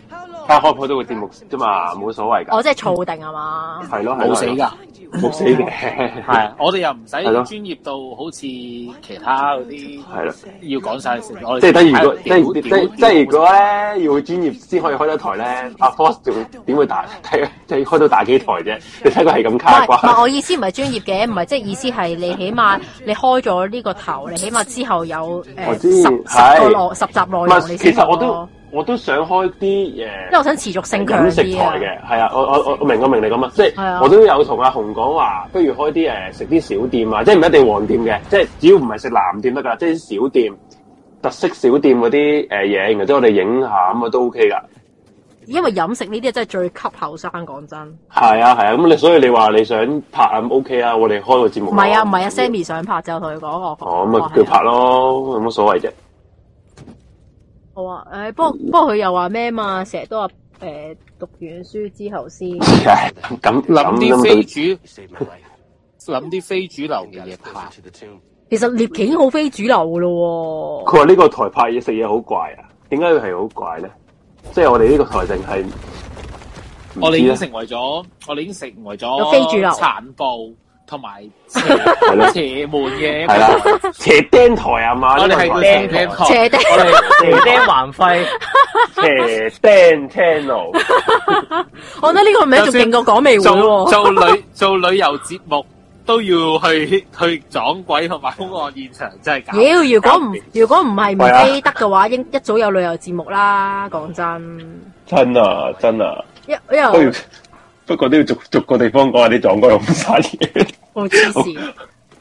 翻開普通嘅節目啫嘛，冇所謂㗎。
我即係燥定啊嘛。
係咯，係咯
冇死，㗎，
冇死嘅，
係啊我哋又唔使
係咯
專業到好似其他嗰啲
係咯，
要講晒成。我哋
<laughs> 即係等於如果
睇
即
下
係
屌
即
屌
係即係如果咧要專業先可以開得台咧，阿 Force 仲點會打睇即係開到打機台啫？你睇佢係咁
唔係
卡
唔係，
啩？
我意思唔係專業嘅，唔係即係意思係你起碼你開咗呢個頭，你起碼之後有
我
誒
知
十十個
係
內十集內
唔
容
係，
你
其
先
實我
有
都
咯。
我都想開啲
因為
誒
我想持續性強
飲食
啲啊
台。嘅，係啊，我我我我明我明你咁啊，即
係啊
係我都有同阿紅講話，不如開啲誒食啲小店啊，即係唔一定黃店嘅，即係只要唔係食藍店得㗎啦，即係啲小店特色小店嗰啲誒嘢，然之後我哋影下咁啊都 OK 㗎。
因為飲食呢啲真係最吸後生，講真。
係啊係啊，咁你所以你話你想拍咁 OK 啊，我哋開個節目。
唔係啊，唔係啊，Sammy 想拍就同佢講我。
哦，咁啊
我係
叫拍咯，有乜所謂啫？
我話誒，不過不過佢又話咩嘛，成日都話誒讀完書之後先。
咁咁
諗
咁
啲非
對，
主
Saved my life.
諗啲非主流嘅
Got
嘢
us closer
拍。
to the tomb.
其實獵景好非主流噶咯喎。
佢話呢個台拍嘢食嘢好怪啊，點解係好怪咧？即係我哋呢個台淨係唔
我哋已
知
經
咧，
成為咗，我哋已經成為
有非主流
咗殘暴同埋邪
咯
邪門嘅一個
係啦，斜釘台啊嘛，
我哦哋係
呢個台
靚靚
台
台，
斜的，
我哋蛇釘還費，
斜釘 channel，
我覺得呢個名仲勁過港味會
做
喎。
做旅做旅遊節目，都要去 <laughs> 去撞鬼同埋凶案現場，真係搞。
妖，如果唔
搞掂
如果唔係唔
係啊
飛得嘅話，應一早有旅遊節目啦。講真，
真啊真啊，
因因為
不過要
我
不過都要逐逐個地方講下啲撞鬼兇殺嘢，
我黐線，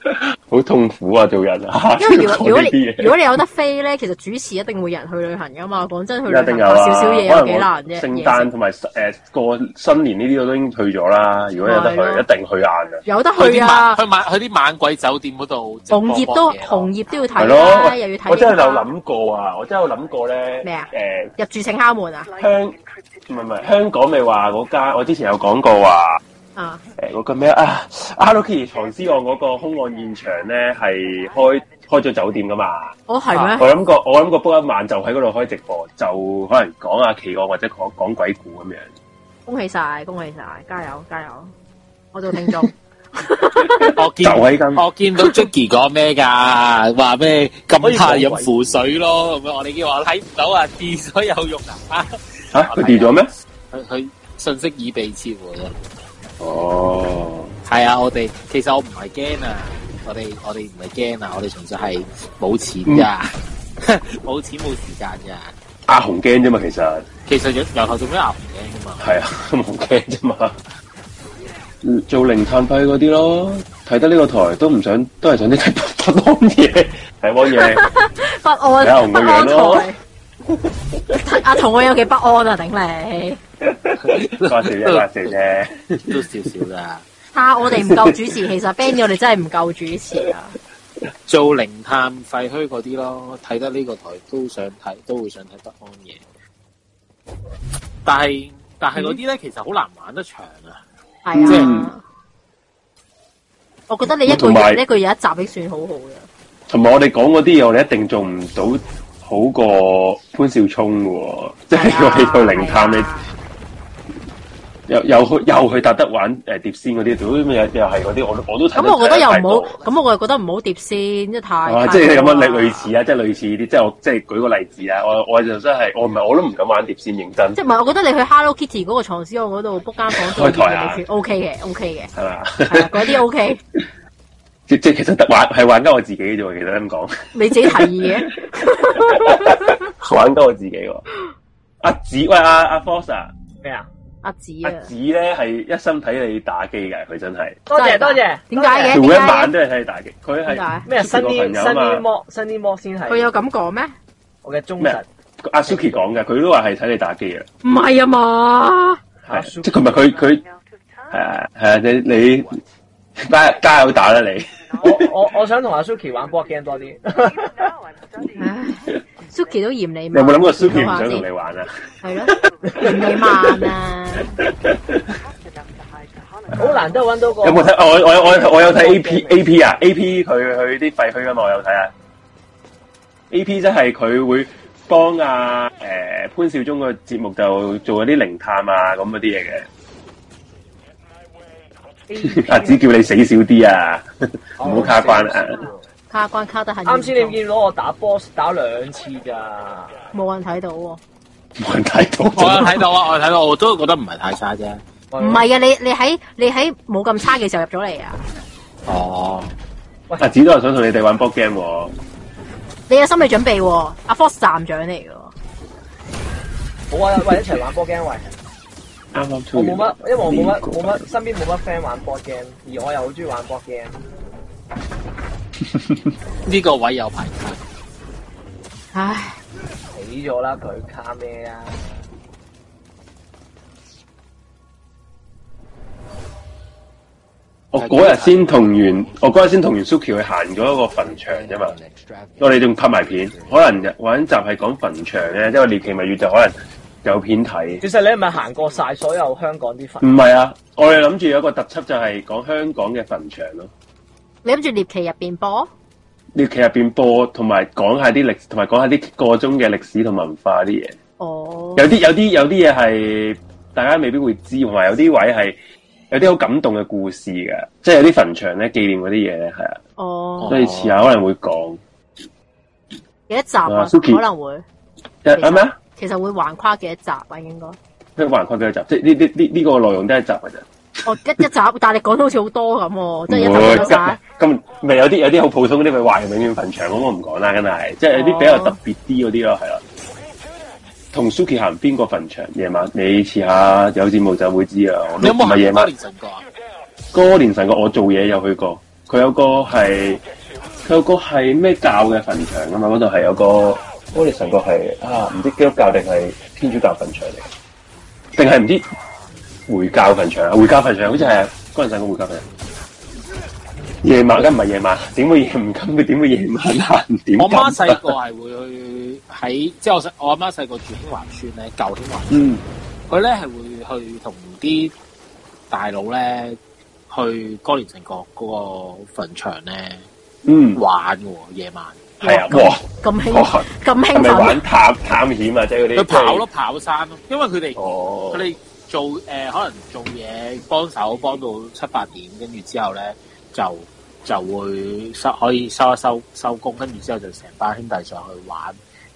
<laughs> 好痛苦啊做人啊，
因為如
都
果
<laughs>
如
要講
果
呢
你如
啲嘢
果你有得飛咧，其實主持一定會有人去旅行噶嘛。講真，去旅
一定
行
有
拍
啊，
少少嘢有幾難啫。
可能我聖
嘢食
誕同埋誒過新年呢啲我都已經去咗啦，如果有得去
係咯
一定去晏嘅。
有得
去
去
啲
啊
晚，去晚去啲晚鬼酒店嗰度直播
紅葉都
播嘢咯
紅葉都要
係
睇
咯
啦，又要睇，
我真係
櫻花
有諗過啊！我真係有諗過咧，
咩啊
誒
入住請敲門啊
香唔係唔係香港咪話嗰間，我之前有講過話
啊！
誒嗰個咩啊？Hello Kitty 藏屍案嗰個兇案現場咧係開開咗酒店噶嘛？
哦係咩？
我諗過我諗過 book 一晚就喺嗰度開直播，就可能講下奇案或者講講鬼故咁樣。
恭喜晒，恭喜晒，加油加油！我做聽
<laughs>
眾，
我見
就喺間
我見到 Jackie 講咩 <laughs> 㗎，話咩咁怕飲符水咯，咁樣我哋叫我睇唔到啊，跌咗有用啊，
吓佢跌咗咩？
<laughs> 佢佢信息已被撤回啊。
哦，
係啊，我哋其實我唔係驚啊，我哋我哋唔係驚啊，我哋純粹係冇錢㗎， <laughs> 冇、錢冇時間㗎。
阿啊紅驚啫嘛，其實。
其實由由頭做咩牛唔驚㗎嘛？
系啊， <laughs> 冇驚啫嘛。做零碳費嗰啲咯，睇得呢個台都唔想，都係想啲睇不安嘢，睇乜嘢？
不
睇下我
安
唔
不
會養
安
咯
台， <laughs> 阿同我有幾不安啊！頂你
關事啫，關事啫。
都少少㗎。
啊！我哋唔夠主持，其實 b a n d 我哋真係唔夠主持啊！
做零探廢墟嗰啲咯，睇得呢個台都想睇，都會想睇北安嘢。但係但係嗰啲咧，其實好難玩得長啊！
係
嗯
啊，我覺得你一個
同埋
月一個月一集已經算好好嘅。
同埋我哋講嗰啲嘢，我哋一定做唔到好過潘少聰嘅喎，即係我哋做零探
係
你
啊
又又去又去達德玩誒碟仙嗰啲，屌又又係嗰啲，我都我都睇得
咁我覺得又
睇得太
唔
多
好，咁我又覺得唔好碟先，即係太太
啊！即係咁
多
樣
啦
類類似啊，即係類似呢啲，即係我即係舉個例子啊！我我就真係我唔係我都唔敢玩碟仙，認真
即係唔係？我覺得你去 Hello Kitty 嗰個藏屍案嗰度 book 間房做
開台啊
嘢，O K 嘅，O K
係嘛？
嘅，係啊嗰啲 O K，
<laughs> 即即其實得玩係玩鳩我自己啫喎，其實咁
<laughs>
講，
你自己提議嘅。
玩鳩我自己喎。阿子喂阿阿 Force 啊，
咩啊？
阿紫
阿
啊，
子咧係一心睇你打機嘅，佢真係
多謝
真係㗎
多謝。
點解嘅
做一晚都係睇你打機，佢
點解
係
咩新
個朋
啲新
友啊
啲
嘛。
魔新啲魔先係
佢有咁講咩？
我嘅忠
咩
實。
阿 Suki 講嘅，佢都話係睇你打機嘅，
唔係啊嘛，
阿
係
Suki
即係佢咪佢佢係啊係啊，你你加加油打啦你，
我我我想同阿 Suki 玩 board game 多啲。 <laughs>
唉，Suki 都嫌你
嗯
你有
慢，
冇諗過 Suki
講下
唔想同
先
你玩啊？
係咯，嫌你慢啊！
好難得揾到個
有冇睇？我我我我有睇 A P A P 啊，A P 佢佢啲廢墟噶嘛，我有睇啊。A P 即係佢會幫啊誒、潘少忠個節目就做嗰啲靈探啊咁嗰啲嘢
<laughs>
嘅。阿子叫你死少啲啊，
哦
唔好卡關啊！
卡關卡得很嚴重，
啱先你見到我打 boss 打兩次咋？
冇人睇到喎？
冇人睇到
我有睇到 <laughs> 啊，我有睇到，我都覺得唔係太差啫。
唔係啊，你你喺你喺冇咁差嘅時候入咗嚟啊！
哦，
阿子都係想同你哋玩 board game 喎、
你有心理準備喎，阿 Force 站長嚟嘅喎，
好啊！喂，一齊玩 board game 喂！
啱啱出
我冇
完
乜，因為我冇乜
呢個
冇乜身邊冇乜 friend 玩 board game，而我又好中意玩 board game。
呢個位有排卡，
唉，
死咗啦！佢卡咩啊？
我嗰日先同完，我嗰日先同完 Suki 去行咗一個墳場啫嘛。我哋仲拍埋片，可能玩集係講墳場咧，因為獵奇物語就可能有片睇。
其實你係咪行過晒所有香港啲
唔
墳？
係啊，我哋諗住有一個特輯就係講香港嘅墳場咯，
你諗住獵奇入邊播？
獵奇入邊播，同埋講下啲歷，同埋講下啲個中嘅歷史同文化啲嘢。
哦
有，啲有啲有啲嘢係大家未必會知，同埋有啲位係有啲好感動嘅故事嘅，即係有啲墳場咧紀念嗰啲嘢咧，係啊，
哦，
所以遲下可能會講。
幾多集啊
啊？，Suki
可能會，
係咩啊？
其實會橫跨幾多集啊？應該
即係橫跨幾多集？即係呢呢呢呢個內容都係一集嘅啫。
哦，一一集， <laughs> 但係你講到好似好多咁喎，即係一集
會
講晒。
今今咪有啲有啲好普通嗰啲咪華人永遠墳場咁，我唔講啦，梗係即係有啲比較特別啲嗰啲咯，係啦。同 Suki 行邊個墳場？夜晚你遲下有節目就會知啊。我
你有冇
唔係夜
行過
晚
連城過啊？
哥連神個我做嘢有去過，佢有個係佢有個係咩教嘅墳場啊嘛，嗰度係有個哥連神個係啊，唔知基督教定係天主教墳場嚟，定係唔知回教墳場啊？回教墳場好似係哥連神個回教墳場。夜晚梗唔係夜晚，點會夜唔咁？佢點會夜晚行？點
我媽
咁
細個係會去喺，即係我細我阿媽細個住興華村咧，舊興華村
嗯，
佢咧係會去同啲大佬咧去歌連成角嗰個墳場咧
嗯，
玩嘅喎，夜晚
係啊，
咁
哇！
咁興
哇
咁
係
興
咪
奮，
玩探探險啊？即係嗰啲
佢跑咯，跑山咯，因為佢哋
哦
佢，哋做誒、呃可能做嘢幫手幫到七八點，跟住之後咧就就會收可以收一收收工，跟住之後就成班兄弟上去玩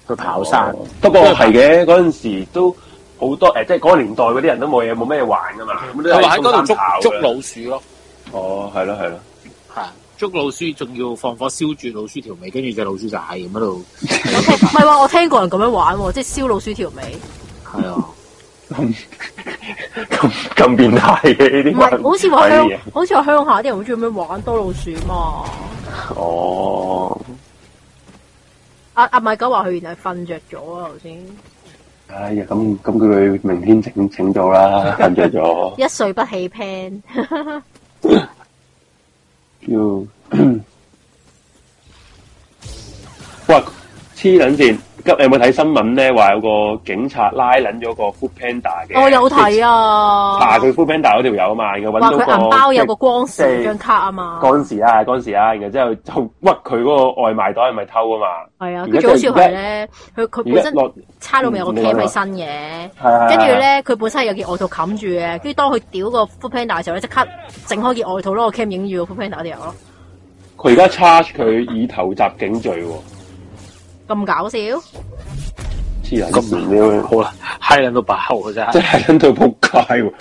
去跑山。
哦不過係嘅，嗰陣時都好多誒，即係嗰個年代嗰啲人都冇嘢冇咩玩噶嘛。咁都
佢
係
話喺嗰度
中
捉
山跑㗎
捉老鼠咯，
哦，係咯係 <laughs> 咯，
係捉老鼠，仲要放火燒住老鼠條尾，跟住只老鼠就係咁喺度，
我聽唔係話 <laughs> 我聽過人咁樣玩喎，即係燒老鼠條尾。
係啊。
咁咁變態嘅呢
唔
啲
係，
玩
好似話
玩啲
鄉
嘢。，
好似話鄉下啲人好中意咁樣玩多老鼠嘛。
哦，
阿阿米狗話佢原來瞓着咗啊，頭先
哎呀，咁咁佢明天請請到啦，瞓着咗，
一睡不起 pan。
叫 <coughs> 哇黐撚線！今有冇睇新聞咧？話有個警察拉撚咗個 Food Panda 嘅，
我哦有睇啊，
查佢 Food Panda 嗰條友啊嘛，然後揾
話
到個
佢銀包有
即
個
係
光
即係
線張卡啊嘛，
嗰陣時啊，嗰陣時啊，然後之後就屈佢嗰個外賣袋係咪偷啊嘛？
係啊，
而
跟
家
住好似
就
佢咧，佢佢
而
本
家
身
落
差佬咪有個
嗯你話
cam
你
喺
話
身嘅。
係啊
跟住，咧，佢本身係有件外套冚住嘅，跟住當佢屌個 food panda 嘅時候咧，即刻整開件外套攞個 cam 影住個 food panda 啲人咯，
佢而家 charge 佢以頭襲警罪喎，
咁搞笑！
黐撚線你
好啦，嗨撚到爆嘅真
真
係。
係喺度撲街喎，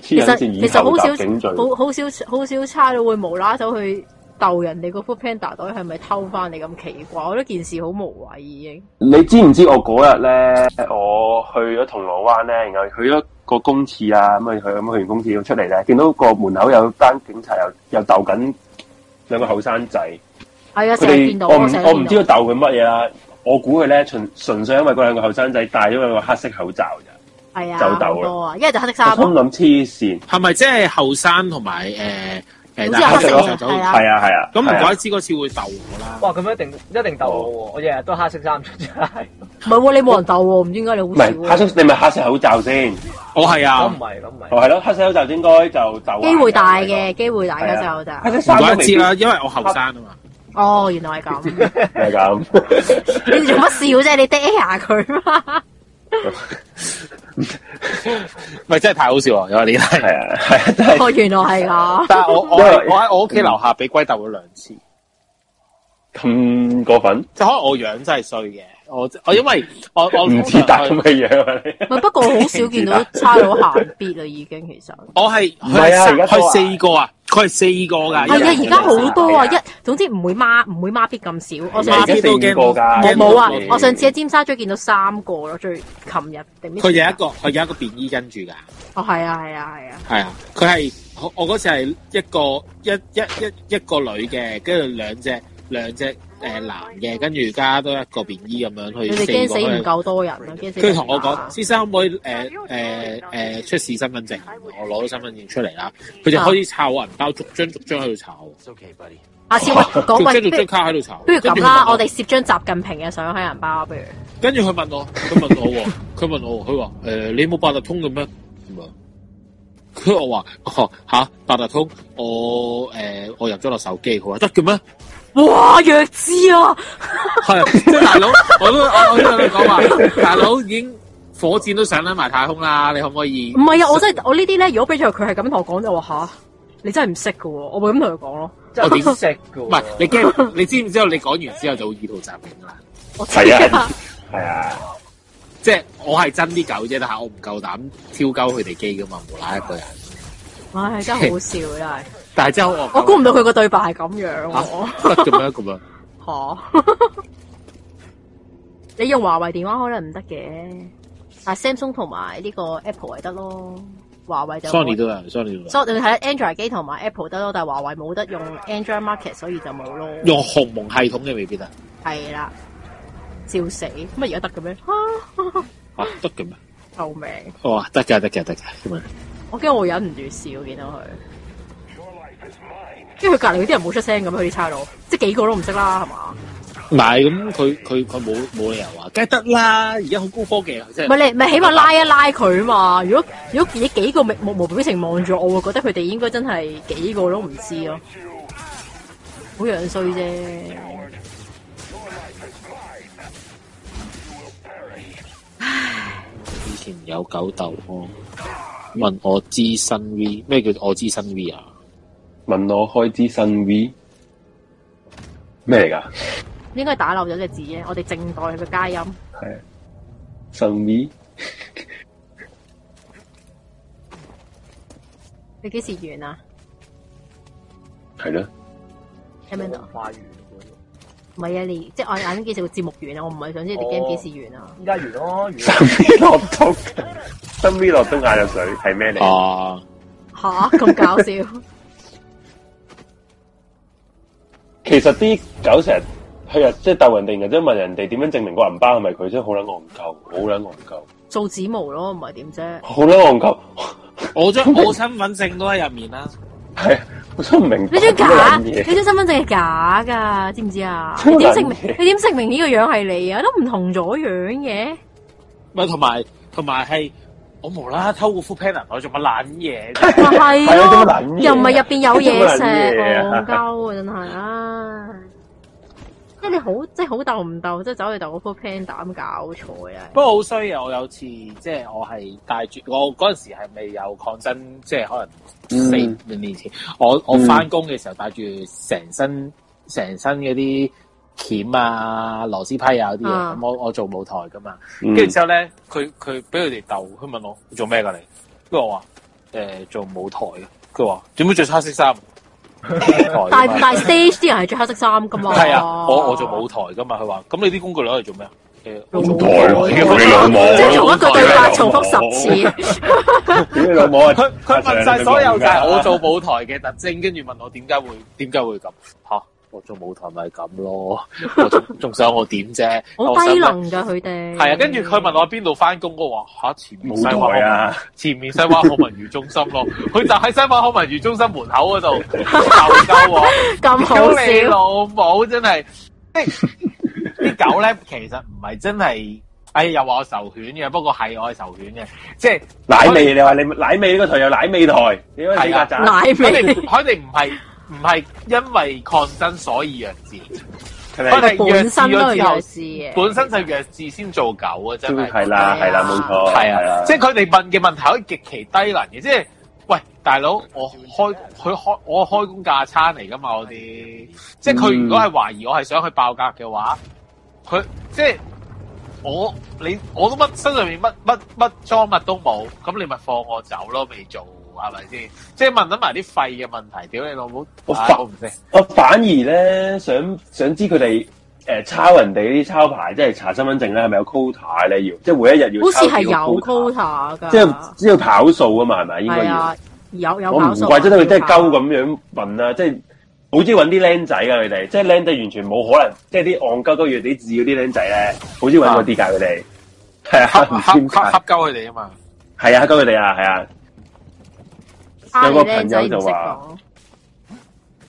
其
黐撚
實
線
其
以
實
頭
好
襲警罪
少，好好少好少差佬會無啦走去鬥人哋個 food panda 袋係咪偷翻嚟咁奇怪？我覺得件事好無謂已經。
你知唔知我嗰日咧，我去咗銅鑼灣咧，然後去咗個公廁啊，咁啊去咁去完公廁出嚟咧，見到個門口有班警察又又鬥緊兩個後生仔。
係啊，
佢
成日見
哋
到
我唔
我成日
我唔知
見到。
道鬥佢乜嘢啦，我估佢咧純純粹因為嗰兩個後生仔戴咗兩個黑色口罩咋，
係啊，
就
好
鬥啦
多啊，一係就黑色衫
我心
咯，
諗黐線，
係咪即係後生同埋誒誒
總之
大
係
學
黑色
色咯
嘅
嘅，
就
係
係
啊，
啊係啊，
咁唔
係啊
怪之嗰次會鬥我啦。
哇，咁一定一定鬥
哦
我喎！我日日都黑色衫出街，
啊
唔係喎，你冇人鬥喎，唔知點解你好
唔
少
係
喎
黑色，你咪黑色口罩先，
我係
咁
啊
唔，係咁唔係。
哦係咯，黑色口罩應該就鬥
機會大
係
嘅，機會大嘅就
啊，
就
黑色
唔
衫都
怪之
未必
啦，因為我後生啊嘛。
哦，原來係咁。
係咁，
你做乜笑啫？你 d 下佢 <laughs> 嘛？
咪真係太好笑啊！有你係
係啊係啊，真係
哦，原來係咁。
<laughs> 但係我我
因為
係我喺我屋企樓下俾龜鬥咗兩次，
咁過分，
即係可能我樣真係衰嘅。我我因為我我
唔似大咁嘅樣啊你
唔係，不過好少見 <laughs> 到差佬行必啦，已經 <laughs> 其實。
我係
唔係啊
佢
而
係
家都話
佢係四個啊，佢係四個㗎。
係啊，
一
而
人
家好多啊，
係
一總之唔會孖唔會孖必咁少。我
而
上
家
次
孖必
四
都
五個㗎，
我
驚
冇啊
驚到，
我上次喺尖沙咀見到三個咯，最琴日定咩？
佢有一個佢有一個便衣跟住㗎。
哦，係啊，係啊，係啊，
係啊，佢係我我嗰次係一個一一一一個女嘅，跟住兩隻兩隻誒男嘅，跟住加多一個便衣咁樣
你
去
哋
四
驚死唔
個去。
夠多人啊！驚死唔夠
佢同我
人
講：先生可唔可以誒誒誒出示身份證？我攞咗身份證出嚟啦，佢
啊
就開始抄我銀包，逐張逐張喺度抄，
It's okay, buddy.
阿超 <laughs> 講
逐張
喂，
逐
不如
張卡喺度抄。
不如
跟
咁
住佢
啦，
問
我哋攝張習近平嘅相喺銀包啊，不如。
跟住佢問我，佢問我喎，佢問我喎，佢話誒你冇八達通嘅咩？咁啊，佢我話哦嚇八達通，我誒、呃我入咗落手機，佢話得嘅咩？
哇，弱智啊！
係啊，即係大佬，我都我我都同佢講話，大佬已經火箭都上得埋太空啦，你可唔可以
唔？係啊，我真係我呢啲咧，如果俾咗佢係咁同我講就話吓，你真係唔識㗎喎，我會咁同佢講咯。
真係點食㗎喎？
唔係你驚？ <laughs> 你知唔知道？你講完之後就會意圖襲警啦。
我知
係啊，係啊，
即係我係真啲狗啫，但係我唔夠膽挑鳩佢哋機噶嘛，無賴一個人。
<laughs> 唉，真係好笑真係。
但係真係好惡搞
我估唔到佢個對白係咁樣
啊
喎。
嚇得咁樣咁樣，
吓？ <laughs> 你用華為電話可能唔得嘅，但係 Samsung 同埋呢個 Apple 係得咯。華為就
Sony 都有，Sony 都有。
所以你睇啊 Android 機同埋 Apple 得咯，但係華為冇得用 Android Market，所以就冇咯。
用鴻蒙系統嘅未必啊，
係啦，照死乜而家得嘅咩？ <laughs> 啊
嚇啊得嘅咩？
救命！
我話得㗎，得㗎，得㗎咁樣。
我驚我忍唔住笑，見到佢。因為佢隔離嗰啲人冇出聲咁，佢啲差佬即係幾個都唔識啦，係嘛？
唔係咁，佢佢佢冇冇理由話，梗係得啦！而家好高科技啊，即
嗯
唔
係
係你，咪起碼拉一拉佢嘛。如果如果你幾個目無無表情望住我，我會覺得佢哋應該真係幾個都唔知咯。好樣衰啫。
以前有狗竇咯。問我知新 V 咩叫我知新 V 啊？
問我開支新 V 咩嚟㗎？
應該打漏咗隻字啫，我哋靜待佢嘅佳音。
係新 V
你幾時完啊
係
<laughs>
咯，
聽唔聽到？
快完，
唔係啊，你即係我眼睛幾時個節目完啊？我唔係想知你 game 幾時完啊？
依家完咯，完啦。
新 V 落東，新 V 落東嗌入水係咩
哦
嚟？
啊，
吓咁搞笑！ <laughs>
其實啲狗成日佢日即係鬥人哋，然後即係問人哋點樣證明個銀包係咪佢，真係好撚戇鳩，好撚戇鳩，
做指模咯，唔係點啫？
好撚戇鳩。
我
<laughs>
張我身份證都喺入面啦。
係，啊我真唔明白
你張
啲
假，
<laughs>
撚
你
嘢。
張身份證係假噶，知唔知啊？
超
你點
撚
證明？
嘢
你點證明呢個樣係你啊？都唔同咗樣
<laughs>
嘅。
咪同埋同埋係我無啦啦偷個 full panel，我做乜撚嘢啫？
咪係
係啊做乜
咯
撚，嘢啊
又唔係入邊有嘢食，
做乜撚嘢啊
戇鳩啊真係啊！即係你好，即係好鬥唔鬥，即係走去鬥嗰個 plan 膽搞錯啊！
不過好衰啊！我有次即係我係帶住我嗰陣時係未有抗爭，即係可能四
嗯
五年前，我我翻工嘅時候帶住成身成身嗰啲鉗啊、螺絲批啊嗰啲嘢，咁、
啊
我我做舞台噶嘛，
嗯
跟住之後咧，佢佢俾佢哋鬥，佢問我做咩㗎你？跟住我話誒、呃做舞台嘅，佢話點解着黑色衫？舞
<laughs> 大
<laughs> 台㗎嘛
大 stage 啲人係着黑色衫噶嘛？
係啊，我我做舞台噶嘛，佢話咁你啲工具攞嚟做咩啊？誒、
做舞
台咯屌你老母
即係同一句對白重複
屌你
十
老
次。
屌你老母啊！
佢佢問晒所有
阿 Sir，你明唔
就係
明㗎
我做舞台嘅特徵，跟住問我點解會點解會咁吓、我做舞台咪咁咯，我仲 <laughs> 仲想我點啫？
好
我想
低
問。
能噶佢哋。
係啊，跟住佢問我喺邊度翻工，我話吓前面
冇
西灣
台
康
啊！
前面西灣康文娛中心咯，佢就喺西灣康文娛中心門口
<laughs>
嗰度就鳩我。
咁好
屌你
笑，
老母真係，即係啲狗咧，其實唔係真係，哎又話我仇犬嘅，不過係我係仇犬嘅，即係
奶味你話你奶味呢個台有奶味台，你嗰四格
啊
仔
奶
佢哋
味
佢哋唔係唔係因為抗爭所以弱智，
係
佢
咪？
哋弱
本
智
身都
咗
係
之
弱
後，
智嘅。
本身就弱智啊先做狗啊，真係
係啦係啦，冇錯，
係
哦係
啊，即係佢哋問嘅問題可以極其低能嘅，即係喂大佬，我開佢開我開工架餐嚟噶嘛，我哋即係
嗯
佢如果係懷疑我係想去爆格嘅話，佢即係我你我都乜身上面乜乜乜裝物都冇，咁你咪放我走咯，未做係咪先？即係問緊埋啲廢嘅問題，屌你老母，
我
唉
發
我唔識。
我反而咧想想知佢哋誒抄人哋啲抄牌，即係查身份證咧，係咪有 quota 咧？要即係每一日要
好似
抄
係啊
幾個
有 quota 噶，
即係只要跑數啊啊嘛，係咪應該
係
要？
啊，有有
我
跑
唔
數啊。
怪得佢真係鳩
要跑
咁樣問啊啦，即係好中意揾啲僆仔啊！佢哋即係僆仔完全冇可能，即係啲戇鳩鳩要啲字嗰啲僆仔咧，好中意揾嗰啲㗎佢哋。係
恰
啊，唔
恰
知點解
恰恰鳩佢哋啊嘛！
係啊，鳩佢哋啊，係啊。
啊
有個
你靚仔
朋友就
唔識
話 <laughs>
講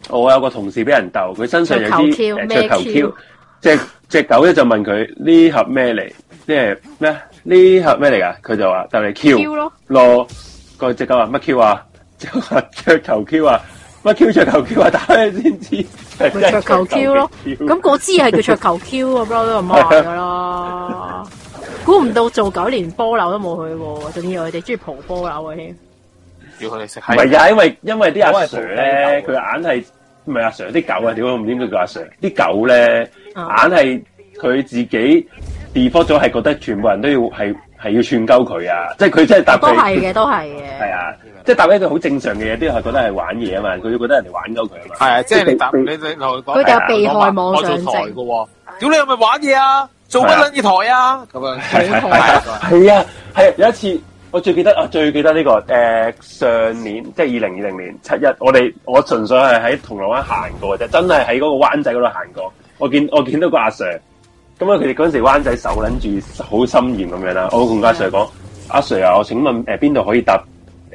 哦我有個同事俾人鬥，佢身上有呃支
着頭 Q，
誒
咩
着頭
Q？
Q，只只狗咧就問佢呢盒咩嚟？呢係咩？呢盒咩嚟噶？佢就話鬥你
Q
Q
咯
咯。個只狗話乜 Q 啊？ <laughs> 就話着頭 Q 啊！乜 Q 着頭 Q 啊？打開先知係真
咪
係
桌球 Q
<laughs>
咯，咁嗰支係叫桌球 Q 咁咯，都係賣噶
<laughs>
啦。估唔到做九年波樓都冇去過，仲要佢哋中意蒲波樓嘅添。
啊
要佢哋食
唔
閪。
係啊，因為因為啲阿
我係
Sir
仆
咧，
街
佢
狗啊
硬係唔係阿 Sir 啲狗啊？屌我唔知點解叫阿 Sir 啲
啊
狗咧，硬係佢自己 default 咗係覺得全部人都要係係要串鳩佢啊！即係佢真係答
都
佢
係嘅，都係嘅。
係啊，即係答一句好正常嘅嘢，啲人係覺得係玩嘢啊嘛，佢覺得人哋玩鳩佢啊嘛。
係啊，即係你答
即
你
係
你同佢講，
佢哋有被害妄
我做
想
台
症
嘅，喎，屌你係咪玩嘢啊？做乜撚嘢台啊？咁樣
係係
好
係
台
啊係啊，係啊有一次我最記得啊，最記得呢、個呃上年即係二零二零年七一，我哋我純粹係喺銅鑼灣行過嘅啫，真係喺嗰個灣仔嗰度行過。我見我見到個阿 Sir，咁啊佢哋嗰陣時灣仔手撚住好心嚴咁樣啦。我同阿 Sir 講：阿 Sir 啊，我請問誒邊度可以搭誒、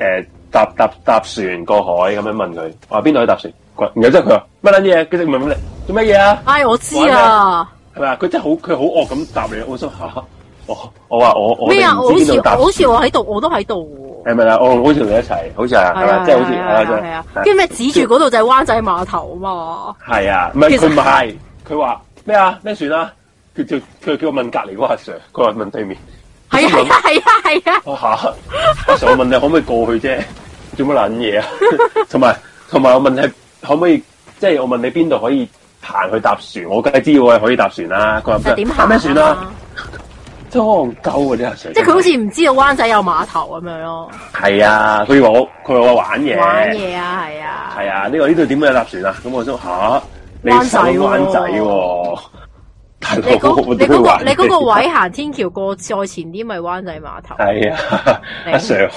呃搭搭搭船過海咁樣問佢，我話邊度可以搭船？佢話然後之後佢話乜撚嘢？佢就問問你做乜嘢啊？
唉，我知啊。
係咪啊？佢真係好，佢好惡咁答你，啊
<laughs>
我心嚇，我我話我我
咩啊？
哋
我
唔
好
知邊
似
度答
好似我喺度，我都喺度喎。
係咪啊？我好似同你一齊，好似係係
係
咪？
啊，
即係好似
係
係啊
啊，
真
係
係
啊。跟住咩指住嗰度就係灣仔碼頭啊嘛。
係啊，唔係
其實
佢唔係，佢話咩啊？咩船啊？佢就佢叫我問隔離嗰個阿 Sir，佢話問對面，
係啊，係啊，係啊，
我嚇阿 Sir，我問你 <laughs> 可唔可以過去啫？做乜撚嘢啊？ <laughs> 同埋同埋我問你可唔可以，即係我問你邊度可以行去搭船？我梗係知我係可以搭船啦。佢
係啊。
話
點行
咩船啊？
啊？
真係戇鳩啊！啲阿 Sir，
即係佢好似唔知道灣仔有碼頭咁樣咯。
係啊，佢話我佢話我玩嘢，
玩嘢啊，係啊。
係啊，呢、個呢度點解有搭船啊？咁我想吓，你
灣仔
上
喎
灣仔喎、大
你
佬，
嗰
我
你嗰
點會
個
玩
你嗰個
嘢
位行天橋過再前啲咪灣仔碼頭。
係啊，
你
阿 Sir，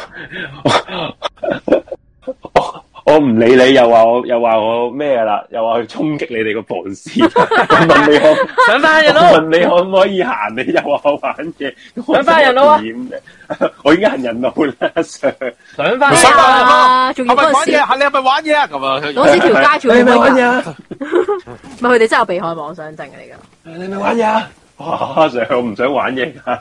我我唔理你，又話我又話我咩啦，又話去衝擊你哋個防線，
<laughs>
我問你可
上翻人
我
咯，
問你可唔可以行，你又話我玩嘢，
想翻人路啊
點我已經行人路啦阿，Sir，
上
我
翻
想
係
問
人
下
啊，仲
係咪
要嗰
玩
陣時
嘢，啊？你係咪玩嘢啊？咁啊，
嗰時條街仲
你
要
咪玩
開
嘢
人，
啊！
唔係佢哋真係有被害妄想症嚟㗎。
你咪玩嘢啊！哇，Sir，我唔想玩嘢噶。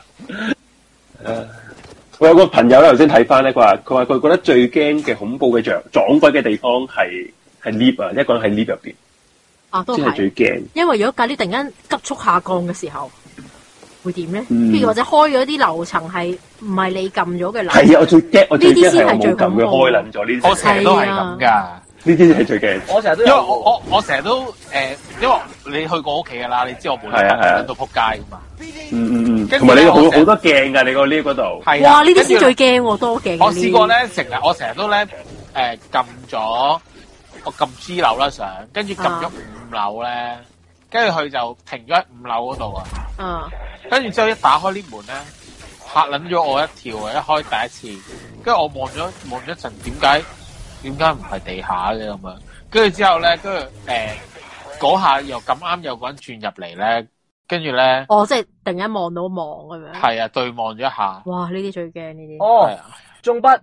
我有個朋友咧，頭先睇翻咧，佢話佢話佢覺得最驚嘅恐怖嘅撞撞鬼嘅地方係係 lift 啊，一個人喺 lift 入邊
啊，都
先係
係
最。驚。
因為如果隔啲突然間急速下降嘅時候，會點咧？
嗯
跟住或者開咗啲樓層係唔係你撳咗嘅樓？
係啊，我最驚，我最
呢啲
驚
先係
係我冇撳佢
最恐怖
開撚咗呢啲
我成
先係，
日都係咁㗎。
呢啲先係最驚。
我成日都
因
有
為
喎，
我我我成日都誒，因為你去過屋企㗎啦，你知我無
係啊係啊
論到撲街㗎嘛。
嗯嗯嗯，
跟
同
住
埋你
咧
好
我成
好多鏡㗎，你個 lift 嗰度。
係啊
哇！呢啲
跟
先
住
最驚喎，多鏡。
我試過，咧，成日我成日都咧誒撳咗，我撳 G 樓啦上，跟住撳咗
啊
五樓咧，跟住佢就停咗喺五樓嗰度啊，
啊，
跟住之後一打開 lift 門咧，嚇撚咗我一跳啊！一開第一次，跟住我望咗望咗一陣，點解點解唔係地下嘅咁樣？跟住之後咧，跟住誒嗰下又咁啱有個人轉入嚟咧，跟住咧
哦，即係突然間望到望咁樣。
係啊對望咗一下，
哇！呢啲最驚呢啲。
係
哦，
啊，
中筆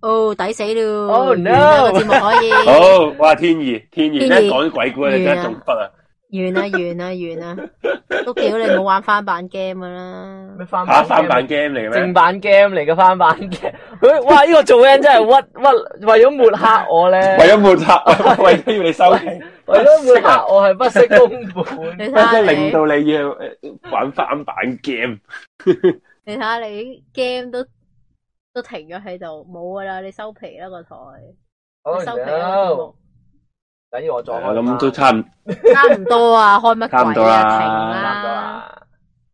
哦，抵死了。
Oh,
完啦
no.
個節目可以。
<laughs> 好，哇！天意天意，一
嗯天意
講鬼故你真係中筆啊！
完啦，完啦，完啦！都屌你冇玩翻版 game 噶
<laughs>
啦。
咩翻
嚇
版
翻版 game 嚟嘅
正
咩？
版 game 嚟嘅 <laughs> 翻版 game，佢哇呢個做 N 真係屈屈，為咗抹黑我咧，
為咗抹黑， <laughs> 為為咗要你收皮。
<laughs> 為咗抹黑我係不惜工 <laughs> 本。
你 <laughs> 睇
即
下
係
你
令，到你要呃玩翻版 game，
你睇下你 game 都都停咗喺度，冇噶啦，你收皮啦個台，
Oh，
你收皮啦個節目。
緊要我撞
啊
開
咁都差唔
差唔多
<laughs>
啊，開乜
差唔
鬼
多
啊？
啦
停
差唔多
啦。
啦，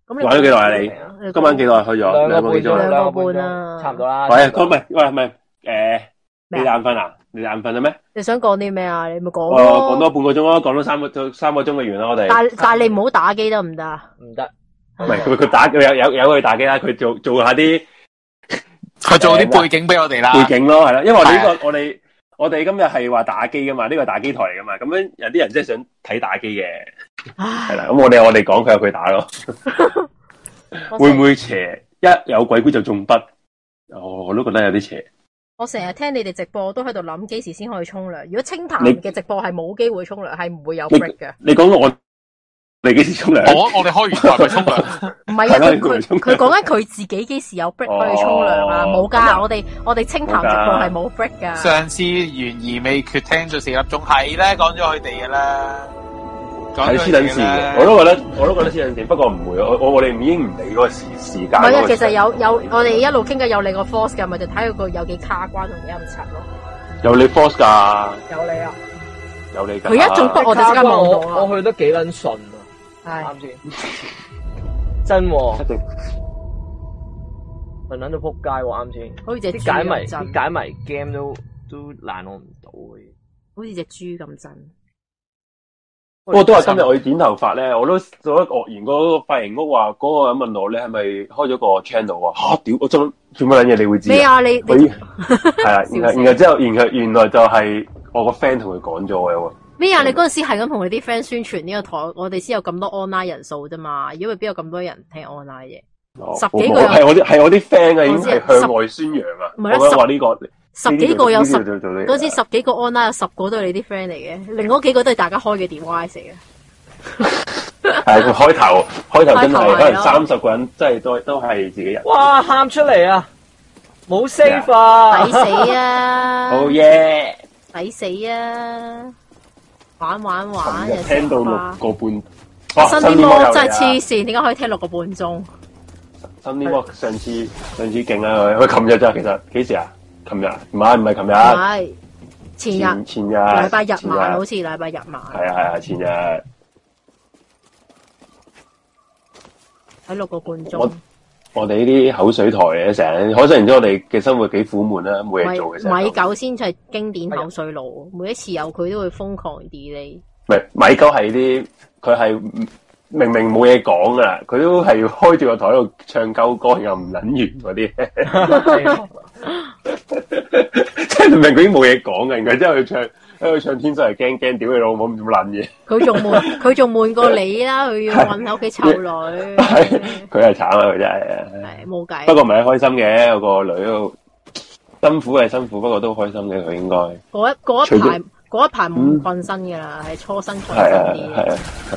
咁
玩咗幾耐啊？你
你
今晚幾耐去咗？
兩
兩
個
個
半
幾
鐘，
鐘？
兩
兩
個
個
半
半
鐘，
啦
差唔多啦。
喂，咁咪喂係咪誒？你
咩啊
眼瞓啊？你眼瞓啦咩？
你想講啲咩啊？你咪講
我
咯。
講多半個鐘咯，講多三個三個鐘咪完啦，我哋。
但但係你唔好打機得唔得啊？
唔得，
唔係佢佢打佢有有有佢打機啦，佢做做下啲
佢做啲背景俾我哋
啊
啦，
背景咯，係啦，因為我哋呢個我哋我哋今日係話打機噶嘛，呢個係打機台嚟噶嘛，咁樣有啲人真係想睇打機嘅，係
唉，
啦，咁我哋我哋講佢有佢打咯。
我
會
成
唔會邪？一有鬼故就中筆，哦我我都覺得有啲邪。
我成日聽你哋直播，都喺度諗幾時先可以沖涼。如果清談
你
嘅直播係冇機會沖涼，係唔會有
你
break 嘅。
你講我你幾時沖涼？
我我哋開完台咪沖涼。
唔
<laughs>
係
係
啊，
咯
佢
你會
佢
沖涼
佢講緊佢自己幾時有 break 可以沖涼啊？
哦
冇
咁啊
㗎，我哋我哋清談直播係冇 break 㗎。
上次懸而未決聽咗四粒鐘，係咧講咗佢哋嘅啦，講
係
咗
黐
佢
撚
哋
線
嘅啦
嘅，我都覺得我都覺得黐撚線。不過唔會，我我我哋已經唔理嗰個時時間
唔係
嗰
啊，
個時間。
其實有有我哋一路傾偈有你個 force 㗎，咪就睇佢個有幾卡關同幾暗柒咯。
有你 force 㗎，
有你啊！
有你㗎。
佢一中
筆
筆我就即刻望到
我
啦。
我去得幾撚順啊，
係。
啱先，真喎，
混撚到撲街喎，啱先。
好似隻
啲
豬
解謎
咁震，
啲解謎 game 都都難我唔到嘅。
好似隻豬咁震。
不過都話今日我要剪頭髮咧，我都我都愕然嗰個髮型屋話嗰個人問我咧係咪開咗個 channel 啊？吓屌！我真做乜撚嘢你會知
咩
啊？
啊？你
佢
你
係啊，然後然後之後，然後原來就係我個 friend 同佢講咗我有個
咩啊？你嗰陣時係咁同你啲 friend 宣傳呢個台，我哋先有咁多 online 人數啫嘛。如果咪邊有咁多人聽 online 嘢？十幾個人
哦係我啲係我啲 friend 啊，已經
我知啊
係向外宣揚啊！
唔係啦
我覺得
十
話呢個
十幾個有十
呢啲就做呢啲
嗰陣時十幾個 online 有十個都係你啲 friend 嚟嘅，另外嗰幾個都係大家開嘅
<laughs>
device 嚟嘅。
係佢開頭開頭真
開頭係
係可能
咯
三十個人，真係都都係自己人。
哇，喊出嚟啊！冇 save 啊！
抵死啊！
好耶！
抵死啊！玩玩玩，
琴
又
日聽到
食
六
花
個半，哇！
啊新
新
啲
啲
魔
魔
真係黐
黐，
線，點解可以聽六個半鐘？
新啲魔上次上次勁啊佢，佢琴日咋其實幾時啊？琴日唔係唔係琴
唔
日，
係前日
啊前前日
禮拜日
前
晚，好
日
似禮拜日晚
係啊係啊前日。
睇六個半
我
鐘，
我哋呢啲口水台嘅成日，可想而知我哋嘅生活幾苦悶啦，冇嘢做嘅成
米
日
米
都。啊
九先係經典口水佬，每一次有佢都會瘋狂 delay。
唔係米九係啲，佢係明明冇嘢講噶啦，佢都係開住個台喺度唱鳩歌，又唔撚完嗰啲，即係明明佢已經冇嘢講嘅，然之後佢唱喺度唱《天生係驚驚》，屌你老母咁撚嘢，
佢仲
<laughs>
悶，佢仲悶過你啦！佢要搵喺屋企湊女，
係佢係慘啊！佢真係啊，
係冇計。
不過唔係開心嘅，有個女喺度辛苦係辛苦，不過都開心嘅，佢應該
嗰一嗰
除
一排
咗
嗰一排唔困身㗎啦，係初生困
係
身
啊，
啲
係啊，係啊。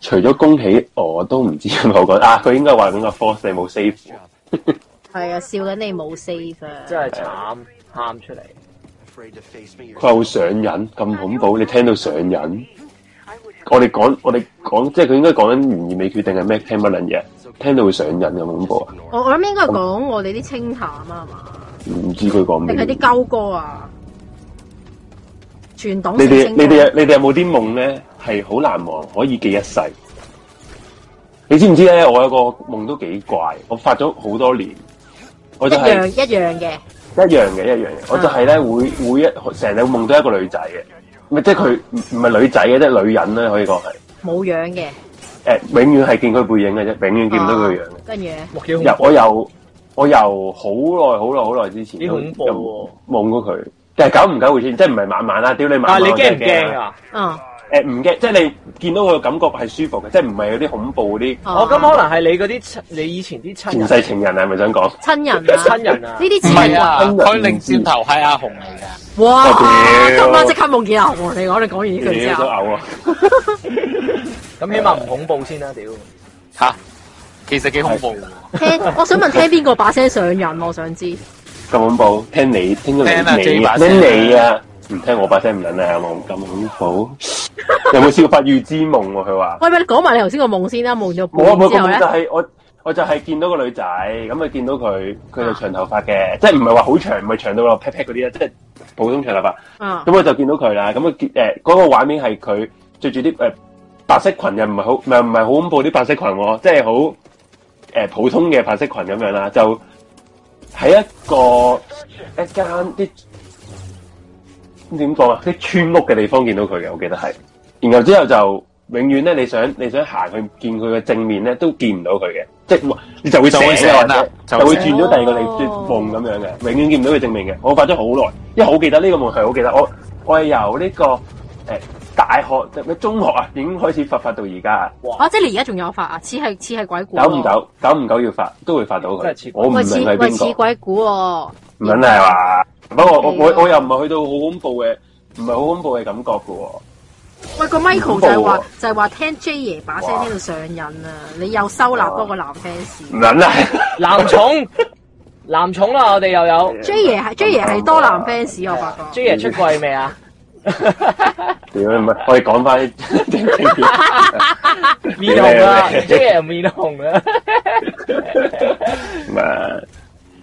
除咗恭喜我，都唔知有冇講啊！佢應該話緊個 force 你冇 save，
係啊，笑緊你冇 save 啊！
真係慘，喊出嚟。
Afraid to face me.
佢話會上癮，咁恐怖，你聽到上癮。我哋講，我哋講，即係佢應該講緊懸而未決定係咩？聽乜撚嘢？聽到會上癮咁恐怖啊！
我我諗應該係講我哋啲清談啊係嘛，
唔知佢講咩？
定係
你
啲鳩歌啊，傳統性
哋
清
你
歌
哋你哋有冇啲夢咧係好難忘，可以記一世？你知唔知咧？我有個夢都幾怪，我發咗好多年，我就
一
係、
樣啊一樣嘅，
一樣嘅，一樣嘅。我就係咧，會會一成日夢到一個女仔嘅，咪即係佢唔唔係女仔嘅，即係女人啦，可以講係。
冇樣嘅，
誒、呃永遠係見佢背影嘅啫，永遠見唔到佢樣
啊跟住咧
哇，幾恐
嗯
嘅。又我又我又好耐好耐好耐之前
幾
都
恐怖喎
有夢過佢，但係久唔久會見，即係唔係晚晚啦，屌你晚
但
晚
係
我
你驚
真
唔
係
驚
啊？
啊？
啊，
誒唔驚，即係你見到佢嘅感覺係舒服嘅，即係唔係有啲恐怖嗰啲
哦，
哦
咁可能係你嗰啲親你以前啲親
前
人
世情人係咪想講？
親人啊，
親人啊
<laughs> 呢啲
唔
前
係啊，
今日唔知
佢擰轉頭係阿紅嚟㗎。
哇
我屌
得啦，即刻夢見阿黃你講，你講完呢句
你
之
想
後，
嘔啊！
咁起碼唔恐怖先啦，屌！
吓，其實幾恐怖㗎。
聽我想問聽邊個把聲上癮，我想知
咁恐怖，聽你聽咗
聽啊
你
J
你
把
啊，聽
聲
你啊，唔聽我把聲唔撚啊，有冇咁恐怖？ <laughs> 有冇試過發預知夢喎？佢話
喂喂，你講埋你頭先個夢先啦，夢咗
冇啊
半
冇個
之後
夢
咧
就，係我我就係見到個女仔，咁啊見到佢，佢
啊
就長頭髮嘅，即係唔係話好長，唔係長到落 pat pat 嗰啲啦，啊即係普通長頭髮。
啊
咁我就見到佢啦，咁啊誒嗰個畫面係佢着住啲誒白色裙，又唔係好唔係唔係好恐怖啲白色裙喎，即係好誒普通嘅白色裙咁樣啦，就喺一個一間啲點講啊，啲村屋嘅地方見到佢嘅，我記得係。然後之後就永遠咧，你想你想行去見佢嘅正面咧，都見唔到佢嘅，即係你就會
就
醒
會
啊，或
醒啦
者
就
就
會
會
醒
轉咗第二個地
哦
夢咁樣嘅，永遠見唔到佢正面嘅。我發咗好耐，因為我好記得呢個夢係好記得，我我係由呢、個誒、呃大學咩中學啊已經開始發發到而家啊，
啊，即係你而家仲有發啊，似係似係鬼故喎，
久唔久久唔久要發都會發到
真
佢
係似，鬼
我唔明
喂似
係
喂似
邊個，
鬼故喎。
唔撚係話。不過我我
係啊
我又唔係去到好恐怖嘅，唔係好恐怖嘅感覺嘅喎。
喂，個 Michael 就係話
哇
就係話聽 J 爺把聲聽到上癮啊！你又收納多個男 fans。
唔撚係。
男
<laughs>
寵，男寵啦，我哋又有
J 爺
嗯
係 J 爺係多男 fans，我發覺。
J 爺出櫃未
<laughs>
啊？
屌唔係，我哋講翻 <laughs> 正嘢。
面紅啦，J 爺面紅啊啦。
唔係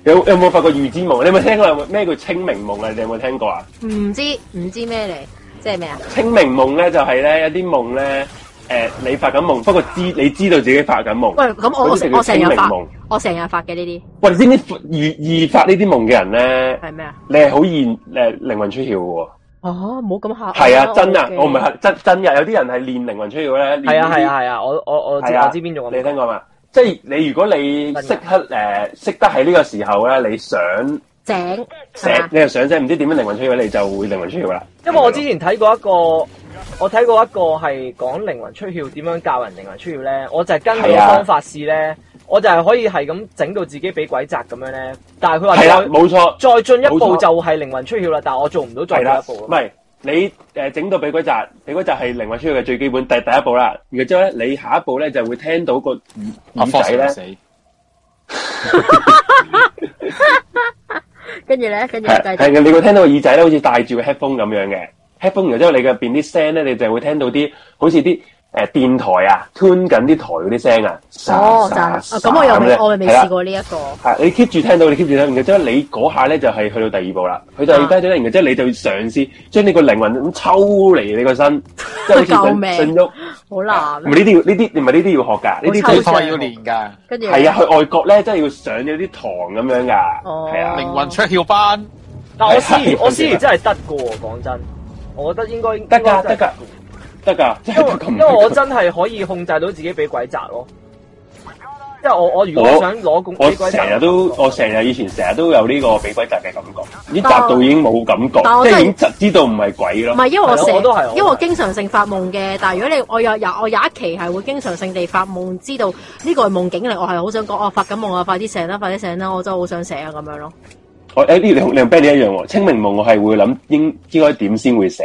有有冇發過預知夢？你有冇聽過有冇咩叫清明夢啊？你有冇聽過啊？
唔知唔知咩嚟，即係咩啊？
清明夢咧就係咧一啲夢咧诶你發緊夢，不過知你知道自己發緊夢。
喂，咁我
嗰啲就
我
叫
我成
清
日
明
發
夢，
我成日發嘅呢啲
喂，你知唔知易易發呢啲夢嘅人咧，
係咩啊？
你係好易诶靈魂出竅嘅
哦，冇咁嚇。
喎。係啊，真啊，
嘅
我唔係真真嘅，有啲人係練靈魂出竅咧。
係啊係
係
啊係啊，我我我知
係啊
我知邊種
你
咁
聽過嘛？即係你如果你識得诶识得喺呢個時候咧，你想
井
醒
係嘛，啊
你又想醒，唔知點樣靈魂出竅，你就會靈魂出竅啦。
因為我之前睇過一個，我睇過一個係講靈魂出竅點樣教人靈魂出竅咧，我就係跟佢
係
個
啊
方法試咧，我就係可以係咁整到自己俾鬼砸咁樣咧，但係佢話
係啦，
再
冇錯。
再進一步
冇錯
就係靈魂出竅啦，但係我做唔到再
係
進
啦，
一
唔
步啊。
係你誒整到俾嗰扎，俾嗰扎係靈魂出去嘅最基本第第一步啦。然後之後咧，你下一步咧就會聽到個
阿
耳
科
仔
死唔
咧，
死？
跟住咧，跟住繼續
係係你會聽到個耳仔咧，好似戴住個 headphone 咁樣嘅 headphone。然後之後你入邊啲聲咧，你就會聽到啲好似啲誒電台啊，tune 緊啲台嗰啲聲啊。
哦，就
喳
係
喳
啊咁我又
咧
未我又未
係啦
試過呢一個。
係啊你 keep 住聽到，你 keep 住聽到，然後之後你嗰下咧就係去到第二步啦。去到
啊
第二階段咧，然後之後你就嘗試將你個靈魂咁抽離你
<laughs>
個身，即係好似
救
想
命
想喐。
好難
唔。係呢啲要呢啲唔係呢啲要學㗎，呢啲
好抽
呢
都
象
科要練㗎，
跟住
係啊，，去外國咧真係要上咗啲堂咁樣㗎，
哦
係啊，
靈魂出竅班，
但我思
係
如
係
我思如真係得嘅喎，講真，我覺得應該
得
應該
啊
㗎
真係
得㗎得㗎，真
因
係
為
<laughs> 得咁
因為我真係可以控制到自己俾鬼砸咯。即係我我如果
我
想攞共
我
俾鬼砸
成日都我成日以前成日都有呢個俾鬼砸嘅感覺，呢集
但我
到已經冇感覺，
但我
即係
真係
已經知知道唔係鬼咯
唔。係因為我成
係啊我都係我都係
因為我經常性發夢嘅。但係如果你我有有我有一期係會經常性地發夢，知道呢個係夢境嚟，我係好想講我發緊夢啊，快啲醒啦，快啲醒啦，我真係好想醒啊咁樣咯。
我誒呢你同你同 Benny 一樣喎，清明夢我係會諗應應該點先會醒，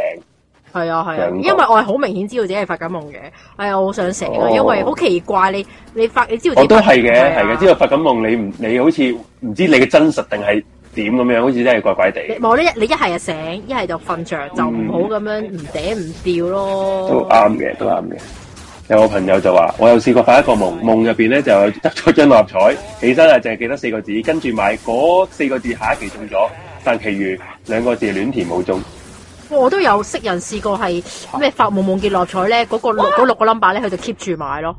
係啊係啊，
明白
因為我係好明顯知道自己係發緊夢嘅，係啊，我好想醒啊，
哦
因為好奇怪你你發你知道自
我
己
哦都
發
係嘅係
啊
嘅，知道發緊夢你唔你好似唔知你嘅真實定係點咁樣，好似真係怪怪地。
你冇呢一你一係就醒，一係就瞓着，就唔好咁樣唔嗲唔掉
嗯都啊
咯。
啱嘅，都啱嘅。有個朋友就話：我有試過發一個夢，夢入邊咧就有執咗張六合彩，起身啊，淨係記得四個字，跟住買嗰四個字下一期中咗，但其餘兩個字亂填冇中。
我都有識人試過係咩發夢夢見六合彩咧，嗰個六嗰六個 number 咧，佢就 keep 住買咯。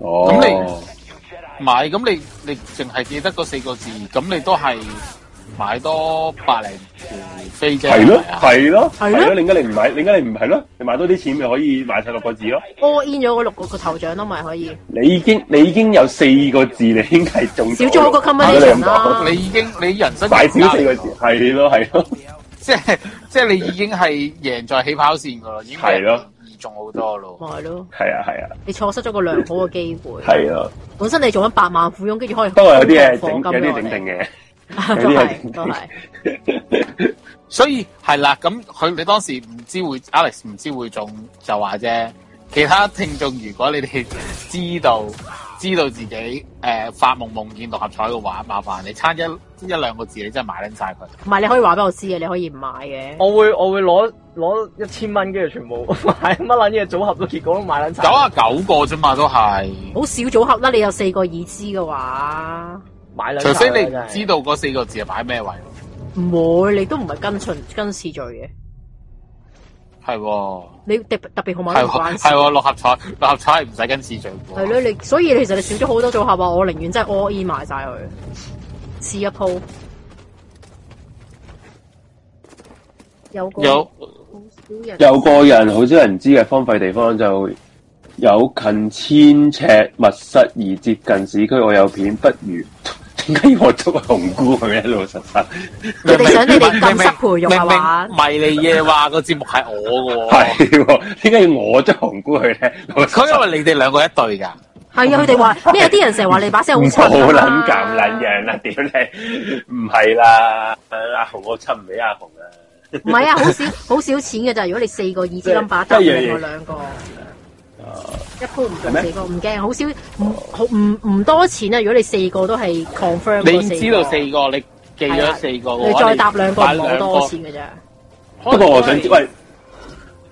哦，
咁你唔係咁你你淨係記得嗰四個字，咁你都係買多百零條飛啫，
係咯
係咪，啊
係咯，
係
係
咯
咯，點解你唔買？點解你唔係咯？你買多啲錢咪可以買晒六個字咯？
all in 咗嗰六個個頭獎咯，咪可以
你已經你已經有四個字，你已經係中
少
咗
咗個
咯如果你
combination 啊
咁講
啦。
你已經你人生
大少四個字，係咯係咯，
<laughs> 即係即係你已經係贏在起跑線噶咯，已經
係咯，
易中好多咯。
咪係咯，
係啊係啊
你錯失咗個良好嘅機會。
係啊。
本身你做緊百萬富翁，跟住可以
不過有啲嘢整，
放金
有啲
俾
整
我哋
定嘅，
都 <laughs>
有啲嘢
係
整
都係。
定。
所以係啦，咁佢你當時唔知會 Alex 唔知會中就話啫。其他聽眾，如果你哋知道 <laughs> 知道自己誒、呃、發夢夢見六合彩嘅話，麻煩你差一一兩個字，你真係買撚晒佢。
唔係你可以話俾我知嘅，你可以唔買嘅。
我會我會攞攞一千蚊，跟住全部 <laughs> 買乜撚嘢組合都結果都買撚晒。
九啊九個啫嘛，都係，
好少組合啦，你有四個已知嘅話，
買
啊
撚晒
除
啦
非你唔
真係
知道嗰四個字係擺咩位，
唔會你都唔係跟順跟次序嘅。
係喎，
你特特別號碼
係
都唔關
喎，
事。
係喎，六合彩，六合彩係唔使跟次序
係
喎。
咯，你所以你其實你少咗好多組合啊！我寧願真係 all in 埋晒佢，試一鋪。有個
有
好少人
有個人好少人知嘅荒廢地方就有近千尺密室而接近市區，我有片，不如點解要我捉個紅菇佢咧？老實實
你哋想你哋
明明
禁室培育係嘛
明明迷你夜話個節目係我嘅喎，
係喎，點解要我捉紅菇佢咧？老實
佢
實
因為你哋兩個一對㗎，
係啊，佢哋話咩？有啲人成日話你把聲好
唔好
襯
撚
啊
咁撚樣啦，屌你！唔係啦，阿紅我襯唔俾阿紅啊！
唔係啊，好少好少錢嘅咋。如果你四個已知
即係
number
即係
得
樣嘢
另外兩個，一鋪唔
係
中
咩
四個唔驚，好少唔好唔唔多錢啊！如果你四個都係 confirm，嗰
你知道
個啊
四個，你記咗四個
你
嘅話，
再搭兩個唔
你買
好
兩
多錢嘅咋。
不過我想知，喂，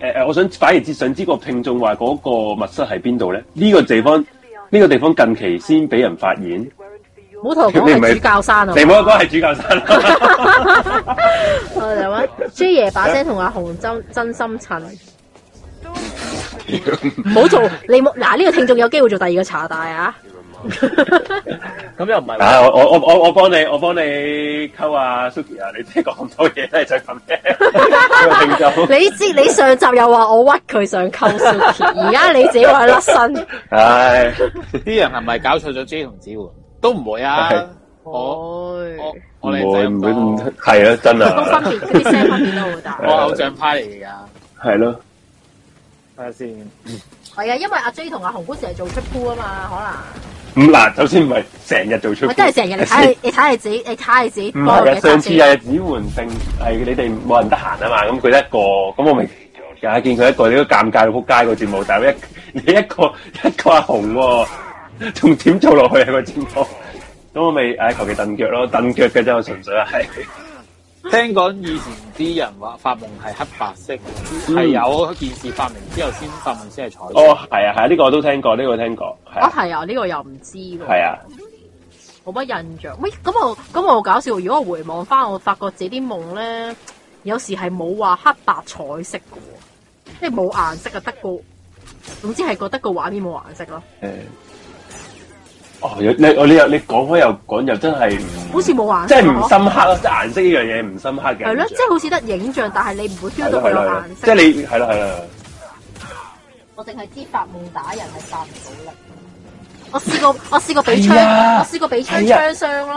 誒、誒，我想反而知想知個聽眾話嗰個密室喺邊度咧？呢、個地方呢、個地方近期先俾人發現。
唔好同我講係主教山啊！ <laughs>
你唔好講係主教山 <laughs> 啦，
我哋話 J 爺把聲同阿紅真真心襯，唔好做，你冇嗱呢個聽眾有機會做第二個茶大啊！
咁又唔係
啊唉，我我我我我帮你，我幫你溝啊 Suki 啊，你即係講咁多嘢都係想
<laughs>
咁嘅，呢個聽眾。
你知你上集又話我屈佢想溝 Suki，而
<laughs>
家你自己話甩身，
唉，
啲人係咪搞錯咗 J 同子喎？都唔會啊
係！
我
哦
我
唔
我
會
哋仔
唔
咁
會唔
多，
係啊，真
個分
啊，
別啲聲分別都好大。
我偶像派嚟㗎，
係咯，
睇下先。
係啊，因為阿 J 同阿紅姑成日做出 pool 啊嘛，
咁嗯嗱，首先唔係成日做
可
出
能
邊，
我真係成
<laughs>
日你睇下你睇下你自己，你睇下你自己
唔
幫
係啊，
嘅
上次係子桓定係你哋冇人得閒啊嘛，咁佢一個，咁我咪又係見佢一個，你都尷尬到撲街個節目，但係一 <laughs> 你一個一個阿紅喎、仲點做落去啊個節目？咁我咪唉求其蹬腳咯，蹬腳嘅啫，我純粹係
聽講以前啲人話發夢係黑白色，係有件事發明之後先發夢先係彩色。
嗯
<laughs>
哦係啊係啊，呢、個我都聽過，呢、個我聽過，係
啊
啊
係啊，呢個又唔知喎。
係啊，
冇乜印象。喂，咁我咁我好搞笑。如果我回望翻，我發覺自己啲夢咧，有時係冇話黑白彩色嘅喎，即係冇顏色啊，得個總之係覺得個畫面冇顏色咯，
誒、哦有你我你又你講開又講又真係唔
好似冇顏
即
色啊
係
咯。
唔深刻啊咯，即係顏色呢樣嘢唔深刻嘅印象，
係咯，即係好似得影像，但係你唔會 feel
係
到
啊咯
佢
係
有
咯係咯
顏，色。
即係你係咯係咯。
我淨係知發夢打人係發唔到力。我試過，我試過
<laughs>
俾槍，
係啊
我試過俾槍
係啊
槍傷咯，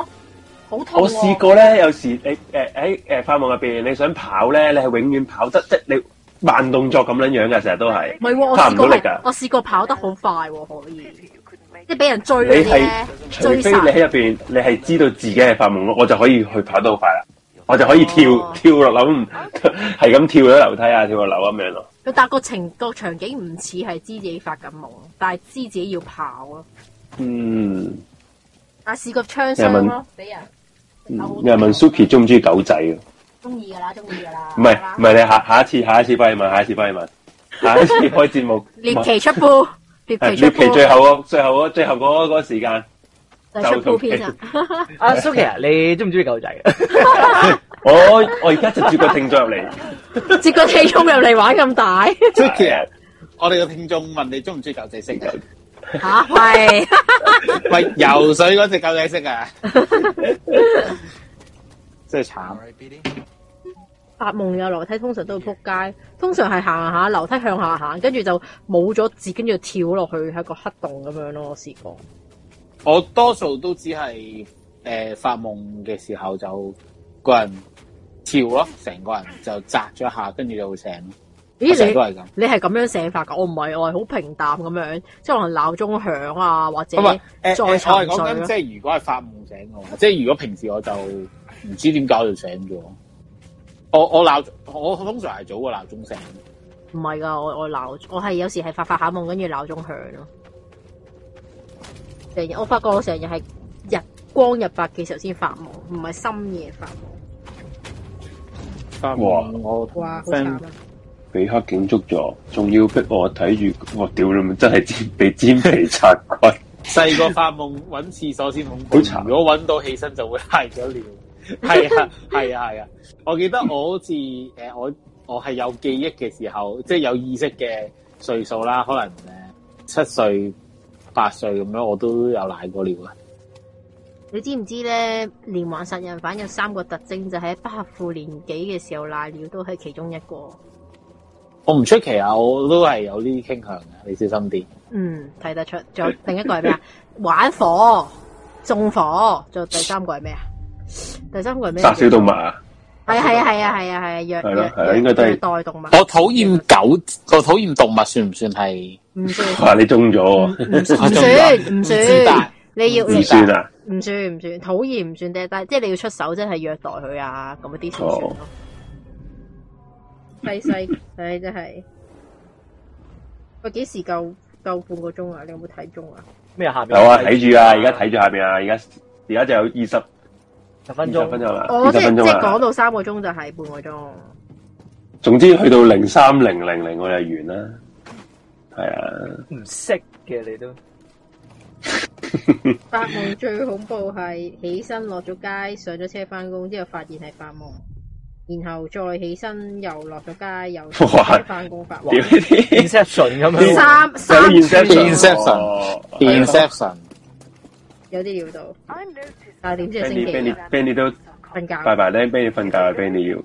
好痛、喎。
我試過咧，有時你誒喺誒發夢入邊，你想跑咧，你係永遠跑得即係你慢動作咁樣樣嘅，成日都係
唔係喎，我
拍
試
唔到
過
力啊
係
㗎。
我試過跑得好快喎，可以，即係俾人追
你
嗰啲
係
咧，
除非
追
你
殺。
喺入邊，你係知道自己係發夢咯，我就可以去跑得好快啦，我就可以跳、
哦
跳落樓，唔 <laughs> 係咁跳咗樓梯啊，跳落樓咁樣咯。
佢但個情個場景唔似係知自己發緊夢，但係知自己要跑咯。
嗯，
但係試過槍
有
傷
人
咯
問，
俾人
有人嗯問 Suki 中唔中意狗仔啊？
中意㗎啦，中意㗎啦。
唔係
好啦。
唔係，你下下一次下一次翻去問，下一次翻去問，下一次開節目
獵奇出鋪，獵
<laughs> 係
奇出
獵奇最
鋪
後嗰最後嗰最後嗰嗰個時間。
就係出鋪片啊！
阿 Suki 啊，你中唔中意狗仔？ <laughs>
我我而家就接個聽眾入嚟，
接個氣衝入嚟玩咁
<laughs>
大
Suki，我哋嘅聽眾問你中唔中意狗仔色嘅？
吓，係
<laughs> 喂，游水嗰只狗仔色
<laughs>
啊！真係慘啊
All，right, BD.
發夢有樓梯，通常都會撲街。通常係行下樓梯向下行，跟住就冇咗字，跟住跳落去喺個黑洞咁樣咯。我試過。
我多數都只係誒發夢嘅時候就個人跳咯，成個人就擲咗一下，跟住就會醒咯。我
咦
成日
你
都係咁。
你係咁樣醒法㗎？我唔係，我係好平淡咁樣，即係可能鬧鐘響啊，或者
唔係
再
誒誒，我
沉
係講緊即
睡啊
係如果係發夢醒嘅話，即係如果平時我就唔知點解我就醒咗。我我鬧我通常係早個鬧鐘醒，
唔係㗎，我我鬧，我係有時係發發下夢，跟住鬧鐘響咯。成日我發覺我成日係日光日白嘅時候先發夢，唔係深夜發夢。
發
哇
夢我同
哇，好慘
friend
啊！
俾黑警捉咗，仲要逼我睇住，我屌你咪真係煎被煎皮拆骨，
細個發夢揾廁所先恐怖，
好慘
如果揾到起身就會瀨咗尿。係啊，係啊，係啊！我記得我好似誒、呃我我係有記憶嘅時候，即係有意識嘅歲數啦，可能誒七歲、八歲咁樣，我都有瀨過尿啊！
你知唔知咧？連環殺人犯有三個特徵，就係、不合乎年紀嘅時候賴尿都係其中一個。
我唔出奇啊，我都係有呢啲傾向嘅，你小心啲。
嗯，睇得出。仲有另一個係咩啊？玩火、縱火，仲有第三個係咩啊？第三個係咩？
殺小動物啊！
係啊係啊係啊係啊係啊，虐
係咯
虐
係咯應該都係
虐待動物，
我討厭狗，我討厭動物算唔算係？
唔算
哇，你中咗
唔
喎，
唔唔算唔
自大
算，你要
唔
你
算啊！
唔算唔算，討厭唔算啫，但係即係你要出手，真係虐待佢啊，咁嗰啲
哦
先算咯。細 <laughs> 細，唉真係，喂幾時夠夠半個鐘啊？你有冇睇鐘啊？
咩下
有
面
啊，睇住啊，而家睇住下邊啊，而家而家就有二十
十
二
分
十分
鐘，
鐘啦，
我
啊二
即係
十分
即
鐘
係講
啦。
到三個鐘就係半個鐘。
總之去到零三零零零我就完啦，係啊，
唔識嘅你都
發夢最恐怖係起身落咗街，上咗車翻工之後發現係發夢。然後再起身又落咗街，又
<laughs> 哇
翻工發
屌呢啲
Inception 咁樣，
<laughs> 三
有
三
啲
柱
Inception
哦
Inception
有啲料到，但係點知係星
Benny
期日啊
Benny Benny 都
瞓
拜
覺，
拜咧，Benny 瞓覺啦，Benny 要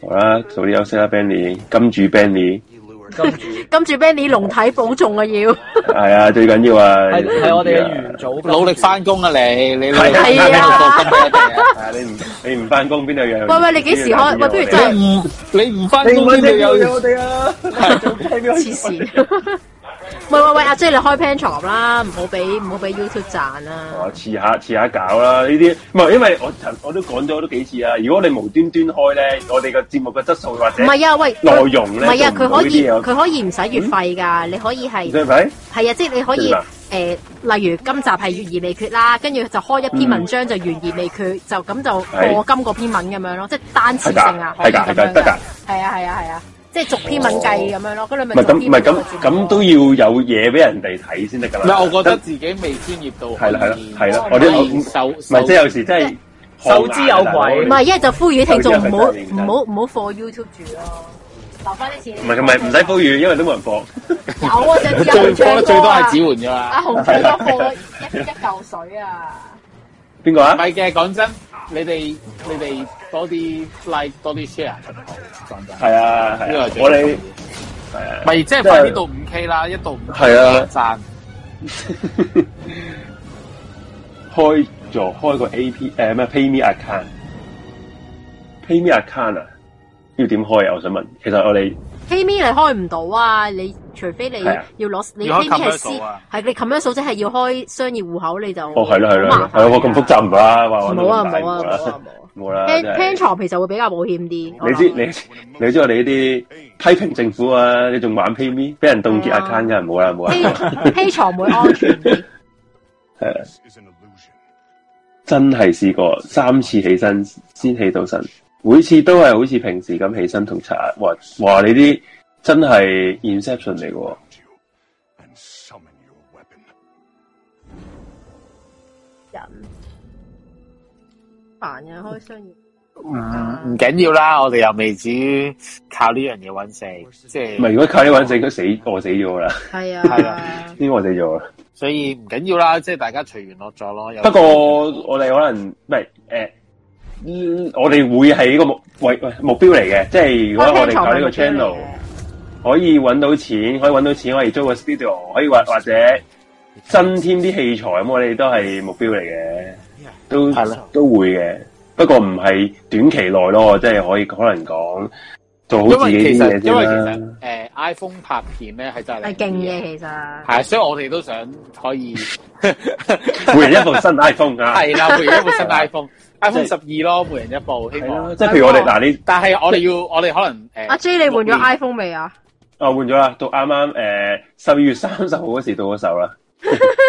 好啦，早啲休息啦，Benny 金主 Benny
跟住 Benny 龍體保重啊
<laughs>
要，
係啊，最緊要啊，
係係我哋嘅元祖。
努力翻工啊你，你努力
係啊
翻工俾
係啊，你唔你唔翻工邊度有？
喂喂你幾時開喂不如真係
你哋啊，你唔翻工邊度有？
哋啊！
黐線。
<laughs>
<laughs> 喂喂喂，阿 J 你開 pan 床啦，唔好俾唔好俾 YouTube 賺啊啦
我。遲下遲下搞啦，呢啲唔係因為我曾我都講咗都幾次啦。如果你無端端開咧，我哋個節目嘅質素或者
唔係啊，喂，
內
佢
容
唔
咧，
係啊，
做
佢
唔到
可
呢
以
啲嘢嗯
佢可以唔使月費㗎，你可以係
唔。使費，
係啊，即係你可以
明白
誒、呃例如今集係懸而未決啦，跟住就開一篇文章就懸而未決，就咁就播今個篇文咁樣咯，即係單次性啊，可
嗯係㗎
以咁
係㗎係
樣
㗎得㗎，
係啊係啊係啊，即係逐篇文計咁樣咯，咁你
唔
咪
係
逐
咁
篇
唔係
文
咁
做
咁都要有嘢俾人哋睇先得㗎
唔係，
啦。
我覺得自己未專業到可以。
係啦係啦係啦，我啲我唔
手
係即係有時真係
手之有鬼
汗眼啊
唔係，一係就呼籲啲聽眾唔好
有啲人係真係認真
唔好唔好放 YouTube 住咯，留翻啲錢。
唔係咁咪唔使呼籲，因為都冇人播。
有啊，上次
最
紅
多
唱
最
歌
多
啊
係，指換啫
阿
嘛。
紅唱歌放咗一一嚿水啊！
邊個
唔
啊？
係嘅，講真，你哋你哋多啲 like 多啲 share 仲好，講真。
係啊
呢
係
個
啊
係，最
我哋
咪即係快啲到五 K 啦，一到五
係啊
讚。
開 <laughs> 咗開個 A P 誒咩 PayMe account，PayMe account 啊，要點開啊？我想問，其實我哋
PayMe 你開唔到啊！你除非你
係啊
要攞你
要
PayMe
開
係私
commercial 啊
係你 commercial 即係要開商業戶口你就
哦係啦係
好麻
啦，
煩
係我咁複雜唔啦，話
唔
玩到
好啊唔
咁大
好啊
冇
唔好
啦
啊，唔
<laughs> 冇啦
好啊！，
真
plan
係
plan 床其實會比較保險啲。我
你
諗
知你你知我哋呢啲批評政府啊，你仲玩 PayMe，俾人凍結
係啊
account 㗎，冇啦冇啦， <laughs>
Pay Pay 床會安全啲。
This is an illusion.
真係試過三次起身先起到身，每次都係好似平時咁起身同刷牙，哇哇你啲真係 inception 嚟嘅喎。
You and summon your weapon.
人煩嘅開商業，
唔唔緊要啦，我哋又未至於靠呢樣嘢揾食，即
唔係，
係
如果靠呢個人整，佢死餓死咗啦，
係
係
啊，
應該餓死咗啦。
所以唔緊要啦，即係大家隨緣落咗
嗯
咯。有
不過我哋可能唔係誒，嗯我哋會係呢個目為喂目標嚟嘅，即係如果我哋靠呢個 channel 可以揾到錢，可以揾到錢，可以租個 studio，可以或或者增添啲器材，咁我哋都係目標嚟嘅，都
係啦
都會嘅。不過唔係短期內咯，即係可以可能講做
因
好自
為
己
其
啲
實
嘢
因為其
先啦
實。誒 iPhone 拍片咧係真係
係勁嘅，其實
係，所以我哋都想可 <laughs> 以
每人一部新 iPhone 啊，
<laughs> 係啦，每人一部新 iPhone，iPhone
即
十二咯，每人一部，希
係啦
望。
即係譬如我哋嗱，你
但係我哋要，我哋可能誒，
阿 J 你換咗
六年
iPhone 未啊？
啊，換咗啦，到啱啱誒十二月三十號嗰時到嗰手啦。係，唔係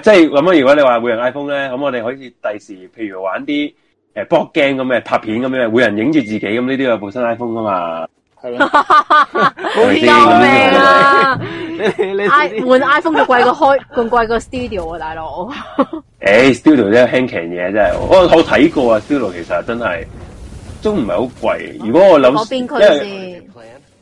即係咁啊樣。如果你話每人 iPhone 咧，咁我哋可以第時，譬如玩啲誒 board game 咁嘅拍片咁樣，每人影住自己咁，呢啲有部新 iPhone 噶嘛？
係咯，
係咪
救
先
命！
<laughs>
啊！
<laughs> 你你
i 換 iPhone 仲貴過開， <laughs> 仲貴過 Studio 啊，大佬！
誒，Studio 真係輕騎嘢，真係我我睇過啊，Studio 其實真係都唔係好貴。如果我諗，
我哦邊區
因為
先？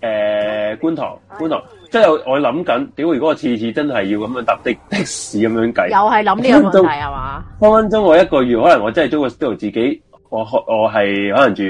誒、觀塘，觀塘，即係我我諗緊，屌！如果我次次真係要咁樣搭的的士咁樣計
又，係諗呢個問題係嘛？
分分鐘我一個月可能我真係租個 studio 自己，我可我係可能住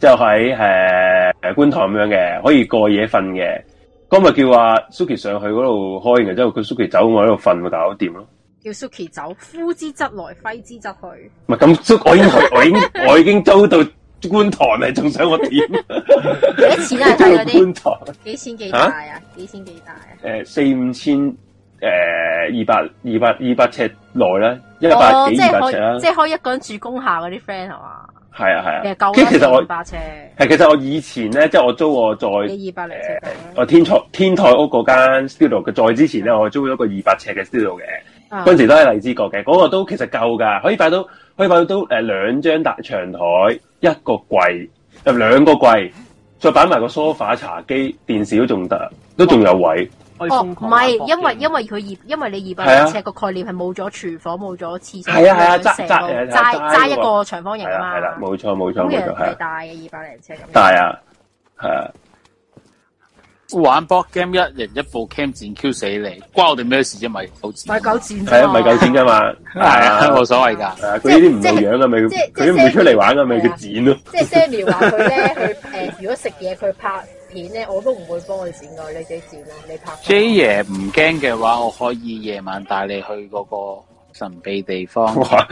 就喺誒誒觀塘咁樣嘅，可以過夜瞓嘅。咁咪叫阿 Suki 上去嗰度開，然之後佢 Suki 走，我喺度瞓，咪搞掂咯。
叫 Suki 走，呼之則來，揮之則
<laughs>
去。
唔係咁，Suki 我已經我
<laughs>
已經我已經租到觀塘啦，仲想我點？
幾錢啊？睇嗰啲
觀塘
幾錢幾大啊？幾錢幾大啊？
誒四五千誒二百二百二百尺內啦，一
哦
百，幾
即
二
係
百
可以
尺啦
即，係可以一個人住工廈嗰啲 friend 係嘛？
係啊係
你係
啊。
夠
跟住其實我
啦，二百尺，
係其實我以前咧，即係我租我再。
你二百零尺
誒
度
我哦天台天台屋嗰間 studio 嘅，再之前咧，我租咗個二百尺嘅 studio 嘅，
啦。
嗰陣時都喺荔枝角嘅，嗰、個都其實夠㗎，可以擺到可以擺到誒兩張大長台，一呃個櫃，誒兩個櫃，再擺埋個 sofa、茶幾、電視都仲得，都仲有位，
可以瘋
哦，唔
狂玩
係，因為
博
因
弈
為佢二，因為你二百零
係啊
尺個概念係冇咗廚房，冇咗廁所，
係啊係啊
咁樣成
齋齋
個
係啊
齋
齋
齋一
嗰個
個長方形
係
啊
啦
嘛。
係啦，冇錯冇錯
咁其
冇
實
錯，係
係
啊
大嘅二百零尺咁。
大啊，係啊，
玩 b o game 一人一部 cam 戰 Q 死你，關我哋咩事啫？咪九字
買九錢
係
啫
啊，唔
嘛
係夠錢㗎嘛，
係啊， <laughs> 冇所謂㗎。
係啊，佢呢啲唔
即係
露樣㗎咪，
即啊係
佢都唔會出嚟玩㗎啊咪，
即係
佢剪咯。
<laughs> 即係 Sammy 話佢咧，佢誒、
<laughs>
如果食嘢佢拍片咧，我都唔會幫佢剪噶，你自己剪啦，你拍。
J
E
爺唔驚嘅話，我可以夜晚帶你去嗰個神秘地方。
哇！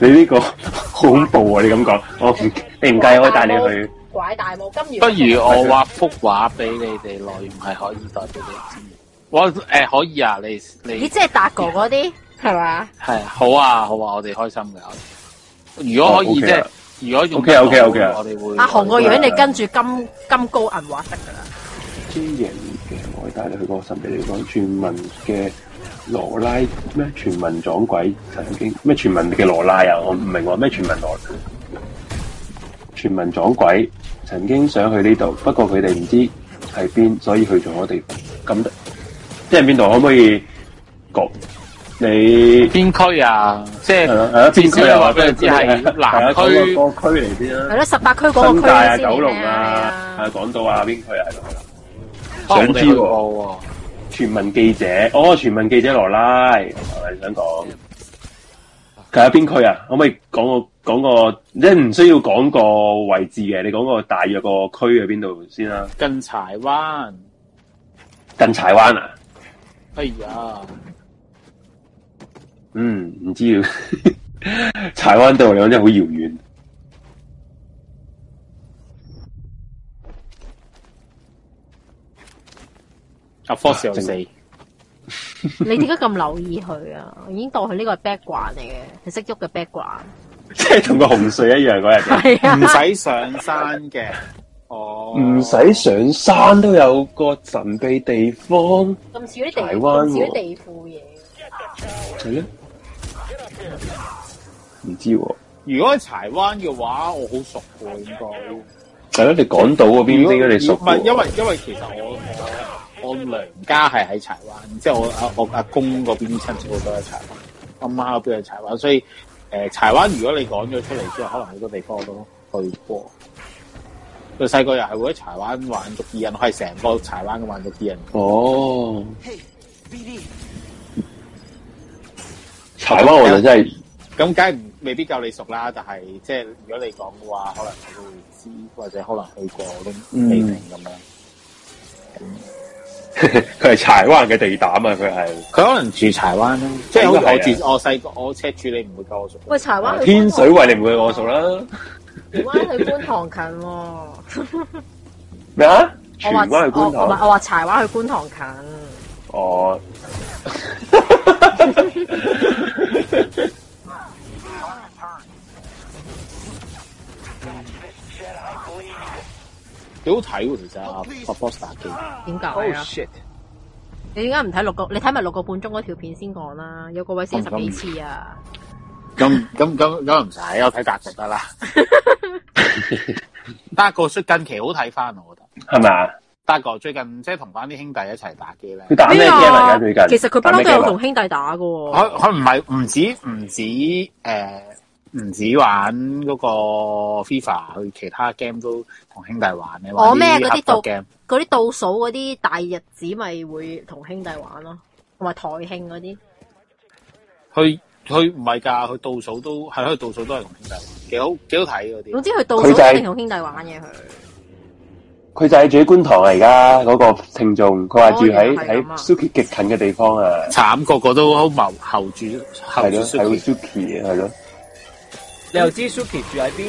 你呢個好恐怖啊！你咁講，我唔你唔介意我帶你去？
拐大帽，金魚
不如我畫幅畫俾你哋，內容係可以代表你知。我誒、可以啊，你
咦，
你
即係達哥嗰啲係嘛？
係好啊，好啊，我哋開心㗎。如果可以
哦，OK
即
啊
係，如果用
OK 啊 OK 啊 OK 啊
我哋會
阿紅個
我哋會
樣你跟住金金高銀畫得噶啦。
知人嘅，我帶你去個神秘地方，全民嘅羅拉咩？全民撞鬼神經咩？全民嘅羅拉啊！我唔明喎，咩全民羅？全民撞鬼曾經想去呢度，不過佢哋唔知係邊，所以去咗我哋咁得即係邊度？可唔可以講你？
邊區啊？即係
係啦，係啦，
至
邊
少
區
你
啊？
話俾佢知係南區。
個區嚟先
係
啦，
咯，十八區嗰
新
個
界啊、
區先
九龍
係
啊、
啊
啊港島啊，邊區啊？係咁啦
啊
想知喎
我
全民記者，哦，全民記者羅拉，我哋想講佢喺邊區啊？可唔可以講個講個，即係唔需要講個位置嘅，你講個大約個區喺邊度先啦？
哋去過喎近柴灣。
近柴灣啊？
哎呀，
嗯，唔知道 <laughs> 柴灣對我嚟講真係好遙遠。
阿 Fox 又死
正。
你點解咁留意佢啊？我已經當佢呢個係 background 嚟嘅，係識喐嘅 background。
即係同個洪水一樣嗰日，
係
唔
啊，
使上山嘅，哦，
唔使上山都有個神秘地方。
咁少啲地，
柴灣喎
咁少啲地庫嘢。
係咧？唔知喎、
如果喺柴灣嘅話，我好熟喎，應該。
係咯，你港島嗰邊應該你熟
唔係
喎。
因為因為其實我我我娘家係喺柴灣，即係我阿我阿公嗰邊親戚好多喺柴灣，阿媽嗰邊喺柴灣，所以誒、呃柴灣如果你講咗出嚟之後，可能好多地方我都去過。佢細個又係會喺柴灣玩捉伊人，我係成個柴灣嘅玩捉伊人。
哦，
Hey, BD,
柴灣我就真係
咁梗係唔未必夠你熟啦，但係即係如果你講嘅話，可能我都會知，或者可能去過都未定咁樣。
佢係柴灣嘅地膽啊！佢係
佢可能住柴灣啦，即係好
應該係啊
似我住我細個我赤柱，你唔會夠我熟。
喂，柴灣去
天水圍，你唔會我熟啦。
荃灣去觀塘近喎、
<laughs> 咩啊？
我
荃
話
灣去
我
觀
我話
塘，
我話柴灣去觀塘近，
哦。
幾好睇喎，其實阿阿 Fox 打機，
點解
Oh
啊？
shit！
你點解唔睇六個？你睇埋六個半鐘嗰條片先講啦，有個位先十幾次啊！
咁咁咁咁唔使，我睇格局得啦。
打個最近期好睇翻，我覺得。
係咪啊？
打個最近即係同翻啲兄弟一齊打機咧，
佢打咩 game 嚟噶？最近
其實佢不嬲都
打咩
有
game 啊
同兄弟打噶
佢
喎。
佢唔係唔止唔止誒。呃唔止玩嗰個 FIFA，佢其他 game 都同兄弟玩咧。
哦
玩
咩嗰啲
合
道
作 game，
嗰啲倒數嗰啲大日子咪會同兄弟玩咯，同埋台慶嗰啲。
佢佢唔係㗎，佢倒數都係佢倒數都係同兄弟玩，幾好幾好睇嗰啲
總。之佢倒數
佢就係
一定同兄弟玩嘅佢。
佢就係住喺觀塘啊！而家嗰個聽眾，佢話住喺
哦原來係
喺
咁啊
Suki 極近嘅地方啊，
慘，個個都好謀後住後
係
住
咯，喺
Suki
Suki 係咯。
你又知 Suki 住喺邊？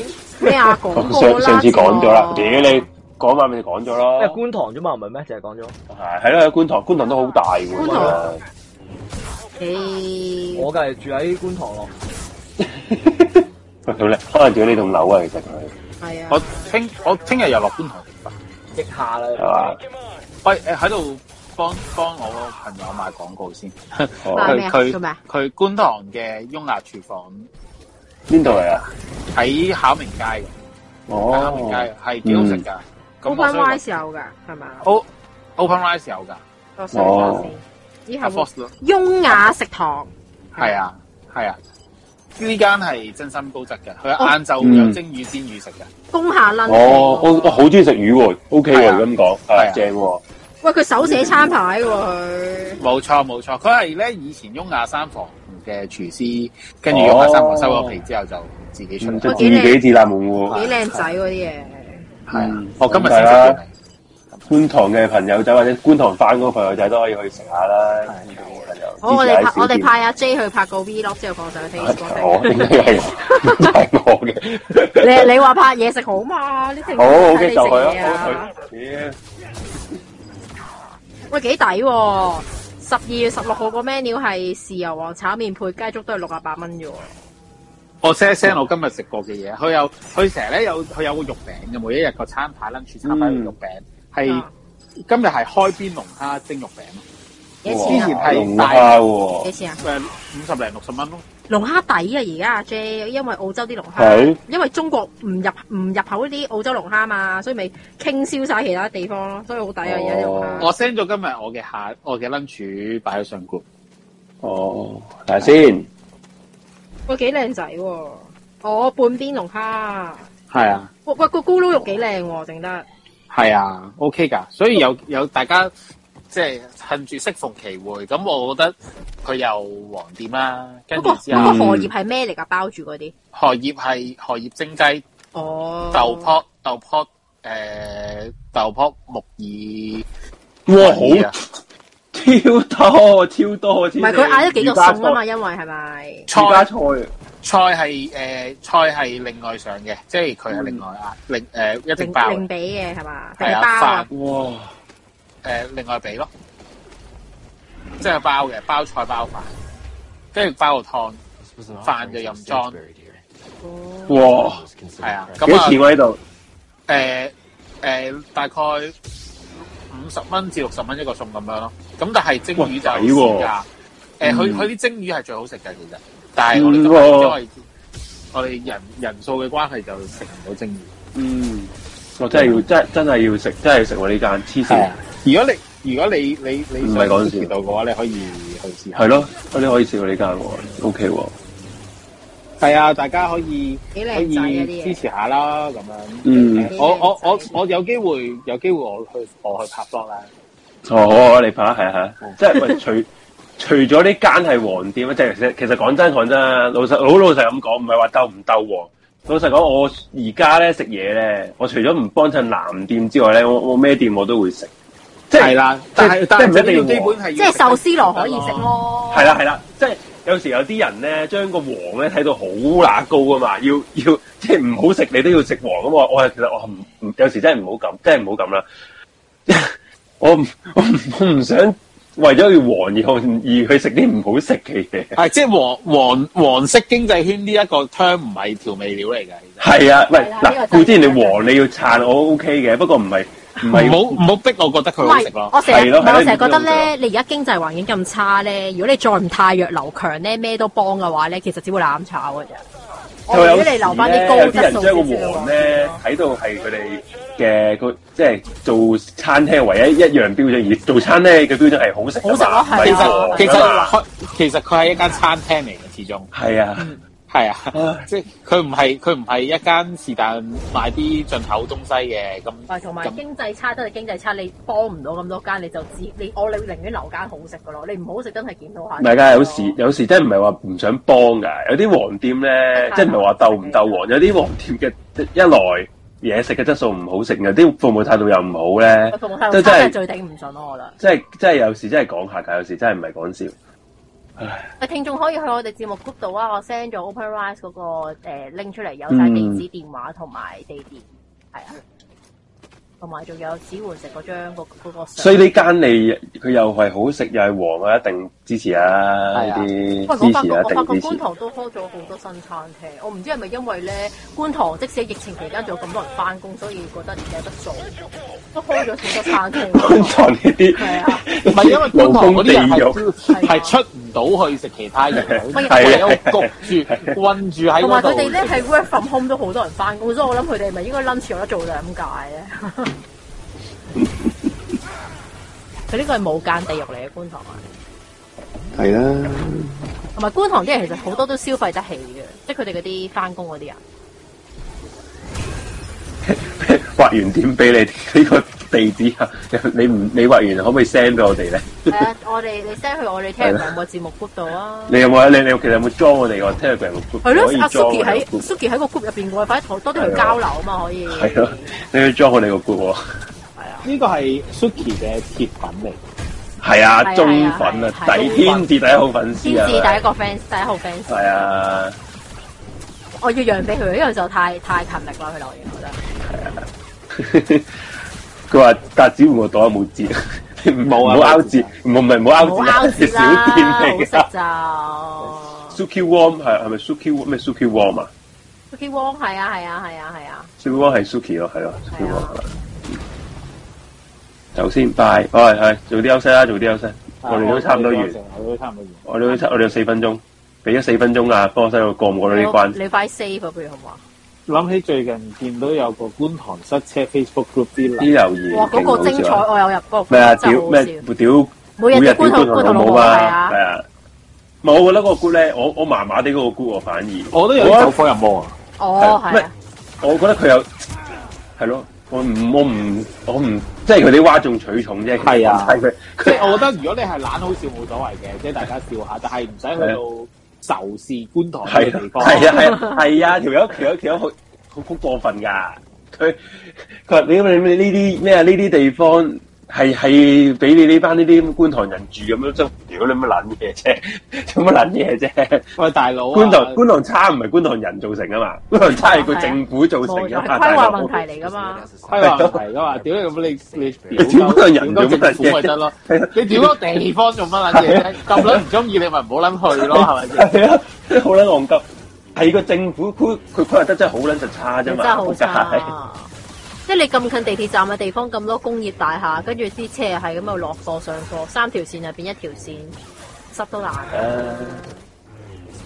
咩
<laughs>
啊？
我
講過
上
啦，
上次講咗
節
啦，屌
目
你嗰晚咪你講咗
因為
咯，
哎觀塘啫嘛，唔係咩？就係講咗。
係係咯，觀塘觀塘都好大喎，
觀塘誒，
我梗係住喺觀塘咯。
<laughs> 喂屌你，可能屌你棟樓啊，其實佢
係
我
啊，
聽我聽日又落觀塘食飯。
益下啦，
係嘛？
喂，誒喺度幫幫我個朋友賣廣告先。
哦
賣咩啊？
佢
做咩啊？
佢觀塘嘅雍雅廚房
邊度嚟啊？
喺考明街嘅，喺考明
哦，
街嘅係幾好食㗎。咁
Open
我
Y
想
哦
時候㗎係咪啊？
O
OpenRice 有㗎，
我想咗先。咦
啊
阿
係
Fox 咯，
雍雅食堂，
係啊係啊，呢間係真心高質嘅，佢
哦
晏晝會有蒸魚煎魚食嘅，
工下 lunch 嚟
哦，我
喎
我好中意食魚喎，OK
係
喎，
啊
咁講
係啊
係正喎。
喂，佢手寫餐牌喎佢。
冇錯冇錯，佢係咧以前雍雅三房嘅廚師，跟住雍雅三房收咗皮之後就自己出
嗯
嚟
即
我
係
開。
幾
自己自立門户。
幾靚仔嗰啲嘢，
係啊
嗯，
我今日
咁
先
大
食
家
完嚟。
觀塘嘅朋友仔或者觀塘翻嗰個朋友仔都可以去食下啦。觀塘嘅朋友
好我哋
支持下啲
派
小
我哋
店
派阿 J 去拍個 Vlog 之後放
啊
上去
我
Facebook。
應該係我係我嘅。
你你話拍嘢食好嘛？你成日
好
都睇
OK
你
就
食
去
嘢
啦
啊！，
好佢。
喂，幾抵喎！十二月十六號個 menu 係豉油王炒麵配雞粥，都係六啊八蚊啫喎。
我 share 聲我今日食過嘅嘢，佢有佢成日咧有佢有個肉餅嘅，每一日個餐牌 lunch 餐牌嘅肉餅係、
啊
今日係開邊龍蝦蒸肉餅咯，
幾
哇
錢啊？
係
龍
大
蝦
幾
喎，
錢啊？
誒五十零六十蚊咯，
龍蝦抵啊！而家阿 J，因為澳洲啲龍蝦
係，
因為中國唔入唔入口啲澳洲龍蝦嘛，所以咪傾銷晒其他地方咯，所以好抵啊！而家啲龍
哦
蝦。
我 send 咗今日我嘅下我嘅 lunch 擺咗上 group，
哦，睇下先，
喂，幾靚仔喎！哦，半邊龍蝦，
係啊
喂喂，個咕嚕肉幾靚喎，整得。
係啊 OK 㗎，所以有有大家即係趁住適逢其會，咁我覺得佢又黃店啦，跟
嗰
住
個
之
嗰
後
個荷葉係咩嚟㗎？包住嗰啲。
荷葉係荷葉蒸雞。
哦。
豆泡豆泡誒豆泡木耳，
哇，
木耳啊
好超多超多，唔
唔係佢嗌咗幾個餸啊嘛，因為係咪？
菜加
啊！菜
菜，
菜係誒、呃菜係另外上嘅，即係佢係另外啊，另誒、呃一定
零
包
零
嘅
比嘅係嘛？定
係
係
啊
包啊
飯？
哇！
誒另外俾咯，即係包嘅包菜包飯，跟住包個湯，
Fan 就任裝。
哦
哇，
係啊，
幾
咁
多
啊
錢喎呢度？
誒誒大概五十蚊至六十蚊一個餸咁樣咯，咁但係蒸魚
哇
就
抵喎
市價誒佢
嗯
佢啲蒸魚係最好食嘅其實，但係我哋
嗯
今日
喎
因為我哋人人數嘅關係就食唔到蒸魚。
嗯，我真係要真真係要食，真係要食喎呢間黐
係
線
啊，，如果你如果你你你
唔係講笑
想到嘅話，你可以去試下。
係咯，我哋可以試過呢間喎，OK 喎，
係啊，大家可以
幾
可
靚仔啊啲
以
嘢
支持下啦，咁啊樣。
嗯，
我我我我有機會有機會我去我去拍拖啦。
哦，好啊，你拍啦，係啊，
哦
係啊，即係喂，
<laughs>
除除咗呢間係黃店，啊即係其實其實講真講真啊，老實好老實咁講，唔係話鬥唔鬥黃。老實講，我而家咧食嘢咧，我除咗唔幫襯藍店之外咧，我我咩店我都會食，即係
係啦，
即
但
係
係
即係
但
唔
係
一定
最基本係
即係
要食
壽司羅可以食咯。
係啦係啦，即係有時有啲人咧，將個黃咧睇到好乸高啊嘛，要要即係唔好食，你都要食黃咁我我係其實我唔唔有時真係唔好咁，真係唔好咁啦。 <laughs> 我唔我唔我唔想為咗要黃而我唔而去食啲唔好食嘅嘢。
係即係黃黃黃色經濟圈呢一個 term 唔係調味料嚟㗎，其
係啊，喂
係啦呢
嗱，
個
固之然你
真係
黃你要撐我 OK 嘅，不過唔係
<laughs>
唔
實唔
啊係
好唔好逼我覺得佢
唔
好食
係，
咯。
我成日
係咯係咯
我成日覺得
呢啲好
咧，你而家經濟環境咁差咧，如果你再唔太弱留強咧，咩都幫嘅話咧，其實只會攬炒嘅啫。我寧願你留翻啲高
有啲
質
人
素少
將
少
個
嘅
黃
黃
咧睇到係佢哋嘅個即係做餐廳唯一一樣標準，而做餐廳嘅標準係好食㗎嘛，
好食
唔
其
咯係啊
係
實其
黃㗎嘛
實開其實佢係一間餐廳嚟嘅，始終。
係啊，
係啊， <laughs> 即係佢唔係佢唔係一間是但賣啲進口東西嘅咁。
喂，同埋
咁
經濟差都係經濟差，你幫唔到咁多間，你就只你我你寧願留間好食嘅咯，你唔好食真係檢討下。
唔係㗎，有
嗯
時有時真係唔係話唔想幫㗎，有啲黃店咧，即係唔係話鬥唔鬥黃，有啲黃店嘅一來嘢食嘅質素唔好食，有啲服務態度又唔好咧
佢，服務態度差
都真
真係
係
最頂唔順咯，我覺得。
真係真係有時真係講下㗎，有時真係唔係講笑。
喂，聽眾可以去我哋節目 group 度啊，我 send 咗 OpenRice 嗰、個誒拎、出嚟，有晒地址、電話同埋地點，係啊，同埋仲有指換食嗰張嗰嗰個相。
所以呢間你佢又係好食又係黃啊，一定支持啊！呢
喂，
啲
我發
支
覺
持啊，
我發
一定
覺
支持
觀。塘都開咗好多新餐廳，我唔知係咪因為咧觀塘即使喺疫情期間仲有咁多人翻工，所以覺得有得做，都開咗好多餐
<laughs>
<laughs> 觀
廳。
塘呢啲
係啊
唔係因為觀塘嗰啲人
勞
係
工
係出唔到去食其他嘢，
係
<laughs> 係啊，焗住困住喺
同埋
嗰
佢哋
度。
咧係 work from home 都好多人翻工，所以我諗佢哋咪應該 lunch 有得做就係咁解咧。 <laughs> 佢呢個係無間地獄嚟嘅觀塘啊，
系啦，
同埋觀塘啲人其實好多都消費得起嘅，即係佢哋嗰啲翻工嗰
<laughs>
啲人。
畫完點俾你呢個地址啊？你唔你畫完可唔可以 send 俾我哋咧？
係啊，我哋你 send 去我哋聽
係啦
兩個節目 group 度啊。
你有冇你你其實有冇 join 我哋個 Telegram 個 group？
係咯
可以，
阿
join
Suki
我哋
喺
個 group。
Suki 喺個 group 入邊，我哋快啲同多啲去交流啊嘛，可以。
係咯，你要 join 我哋個 group 喎。
呢個係
Suki 嘅鐵品嚟，
係
係啊
啊，中粉
係啊係
啊，
啊
第天字第一號粉
先
絲
至
啊。
第一個 fans，第一號 fans，
係啊，
我要讓俾佢，因為就太太勤力啦，佢留言我覺得。
<laughs> 佢話格子換個袋有冇折？冇
啊
唔好 out 折，唔好唔係唔好 out
冇
折啊，
拗字
係
啦，
小店
好
嚟
食
㗎。
就。
Suki Warm 係係咪 Suki Warm 咩 Suki Warm 啊
Suki Wong 係啊係啊係啊係啊，
？Suki Warm 係 Suki 咯，係咯，Suki
係啊
Warm 係。走先，拜，喂，係早啲休息啦，早啲休息，我哋都差唔多完。
我都差唔多完。
我哋都七我哋有四分鐘，俾咗四分鐘啊！幫我西佬過唔過到呢關？
你快 save 啊，不如好唔好啊？
諗起最近見到有個觀塘塞車 Facebook group 啲
啲留言
哇，嗰
勁
個
好
精彩，
笑啊！
我有入嗰個
咩啊？屌
真係好
咩
笑？
屌！
每日
日
都
屌
觀塘觀塘
老
老
母
母
嘛，
係啊
係。啊！唔係，我覺得嗰個 group 咧，我我麻麻地嗰個 group 我反而，
我都有
我
啲
覺
走
得
火入魔啊！
哦，係
咩
啊，？
我覺得佢有係咯，我唔我唔我唔，即係佢啲嘩眾取寵啫。
係啊
係佢
即
佢
係我覺得如果你係懶好笑冇所謂嘅，即係大家笑下，但係唔使去到仇視觀塘呢
係
個
啊
地方。
係啊係啊係啊！條友條友條友好好好過分㗎！佢佢話你你你呢啲咩啊？呢啲地方係係俾你呢班呢啲咁觀塘人住咁樣，真屌你乜撚嘢啫？做乜撚嘢啫？
喂，大佬啊，
觀塘觀塘差唔係觀塘人造成啊嘛，觀塘差係
係
個
啊
政府造成
冇
啊
係
嘛，
規
大佬
劃問題嚟㗎嘛。
規劃問題噶
<laughs>
嘛？屌你咁你你
你屌個人
屌鳩
做乜
政府咪
嘢
得咯？你屌個地方做乜撚嘢啫？咁撚唔中意你咪唔好撚
<laughs>
去咯，係咪先？
係啊，真係好撚戇鳩。係個政府佢佢規劃得真係好撚就差啫
真
嘛，
係好
仆街
差。即係你咁近地鐵站嘅啊地方咁多工業大廈，跟住啲車係咁又啊落貨上貨，三條線入邊一條線塞都難。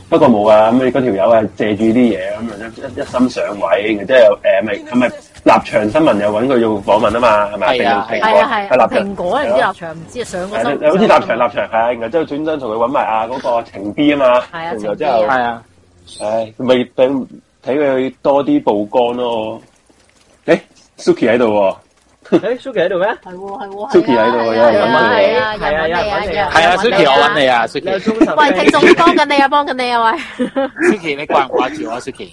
不過冇啊，咁你嗰條友係借住啲嘢咁樣一一心上位，然之後誒咪係咪立場新聞又揾佢做訪問啊嘛，係咪？
係啊
定係
係啊係啊，
係立場
蘋果定唔知立場唔知啊，上個
係
收
你你好似立場立場係啊，然之後轉身同佢揾埋啊嗰個情 B 啊嘛，
係啊
然後
情 B
之後
係啊，
唉，咪等睇佢多啲曝光咯。誒，Suki 喺度喎，
诶，Suki 喺度
<laughs>
咩？
係喎係喎
Suki 喺度有人
係啊係啊，
揾
佢
有
係
人
啊
揾
有人揾
你
你
啊，
啊
係啊
有人
，Suki 我揾你啊
你有
，Suki
忠實
喂，聽
<laughs>
fans
眾幫緊你啊，幫緊你啊，喂，
Suki 你掛唔掛住我啊？Suki <laughs>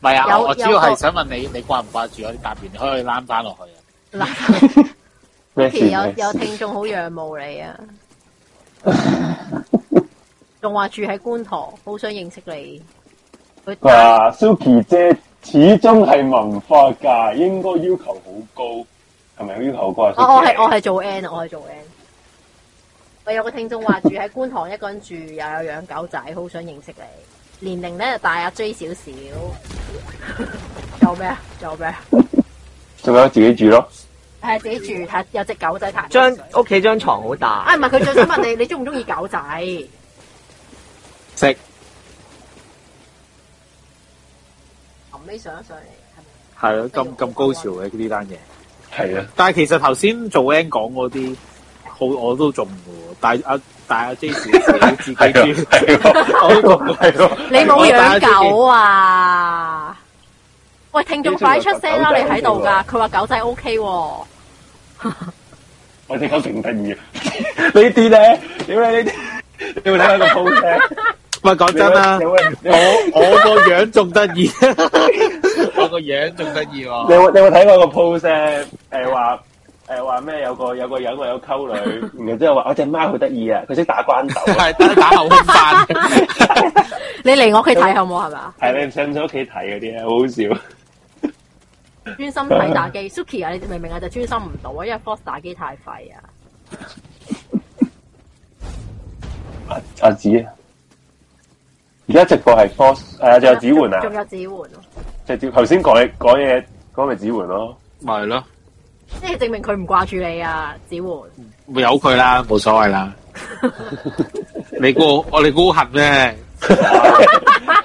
唔係啊，
有
我我主
有
要
個
係想問你，你掛唔掛住我？你答完你可以攬翻落去啊。
咩事
Suki 有
咩事
有聽眾好仰慕你啊，仲話住喺觀塘，好想認識你。佢
佢話 Suki 姐始終係文化界，應該要求好高，係咪有要求好高啊？
我哦我係
Suki？
我係做 N，啊我係做 N。我有個聽眾話住喺觀塘，一個人住又有養狗仔，好想認識你。年齡咧就大阿 J 少少。仲有咩啊？仲有咩啊？
仲有自己住咯，
係哎自己住，係有隻狗仔彈。
張屋企張床好大，
啊，唔係佢最想問你， <laughs> 你中唔中意狗仔？
食
後尾上一上嚟，
係咯，咁咁高潮嘅呢單嘢。
係啊，
但係其實頭先做 N 講嗰啲，好我都中嘅喎。但係阿但係阿 J 自己
係啊，
住， <laughs>
係啊，呢個係啊，
係咪？你冇養狗啊？喂，聽眾快出聲啦！你喺度㗎，佢話狗仔 OK 喎。
我隻狗勁得意啊！ <laughs> 呢啲咧，屌你呢啲，你會睇下個 post <laughs> 咧
喂講真啦
你，會你會
我我個樣仲得意，我個樣仲得意
你
喎。
有你有冇睇過個 post 咧？誒話誒話咩？有個有個人話有溝女，然後之後話我只貓好得意啊，佢識打關鬥啊。
係打後空翻，
你嚟我屋企睇好唔好？係咪啊？
係你上唔上屋企睇嗰啲咧？好好笑。
專心睇打 <clears throat> 機。Suki 啊，你明唔明啊？就專心唔到啊，因為 Force 打機太快啊。
阿阿子啊，而家直播係 force 誒，仲有子媛
仲
啊，
有子媛喎，
就子頭先講嘢講嘢講咪子媛咯。
咪係咯，
即係證明佢唔掛住你啊，子媛。 <laughs>
咪由佢啦，冇所
<laughs>
謂啦。你估我哋估恨咩？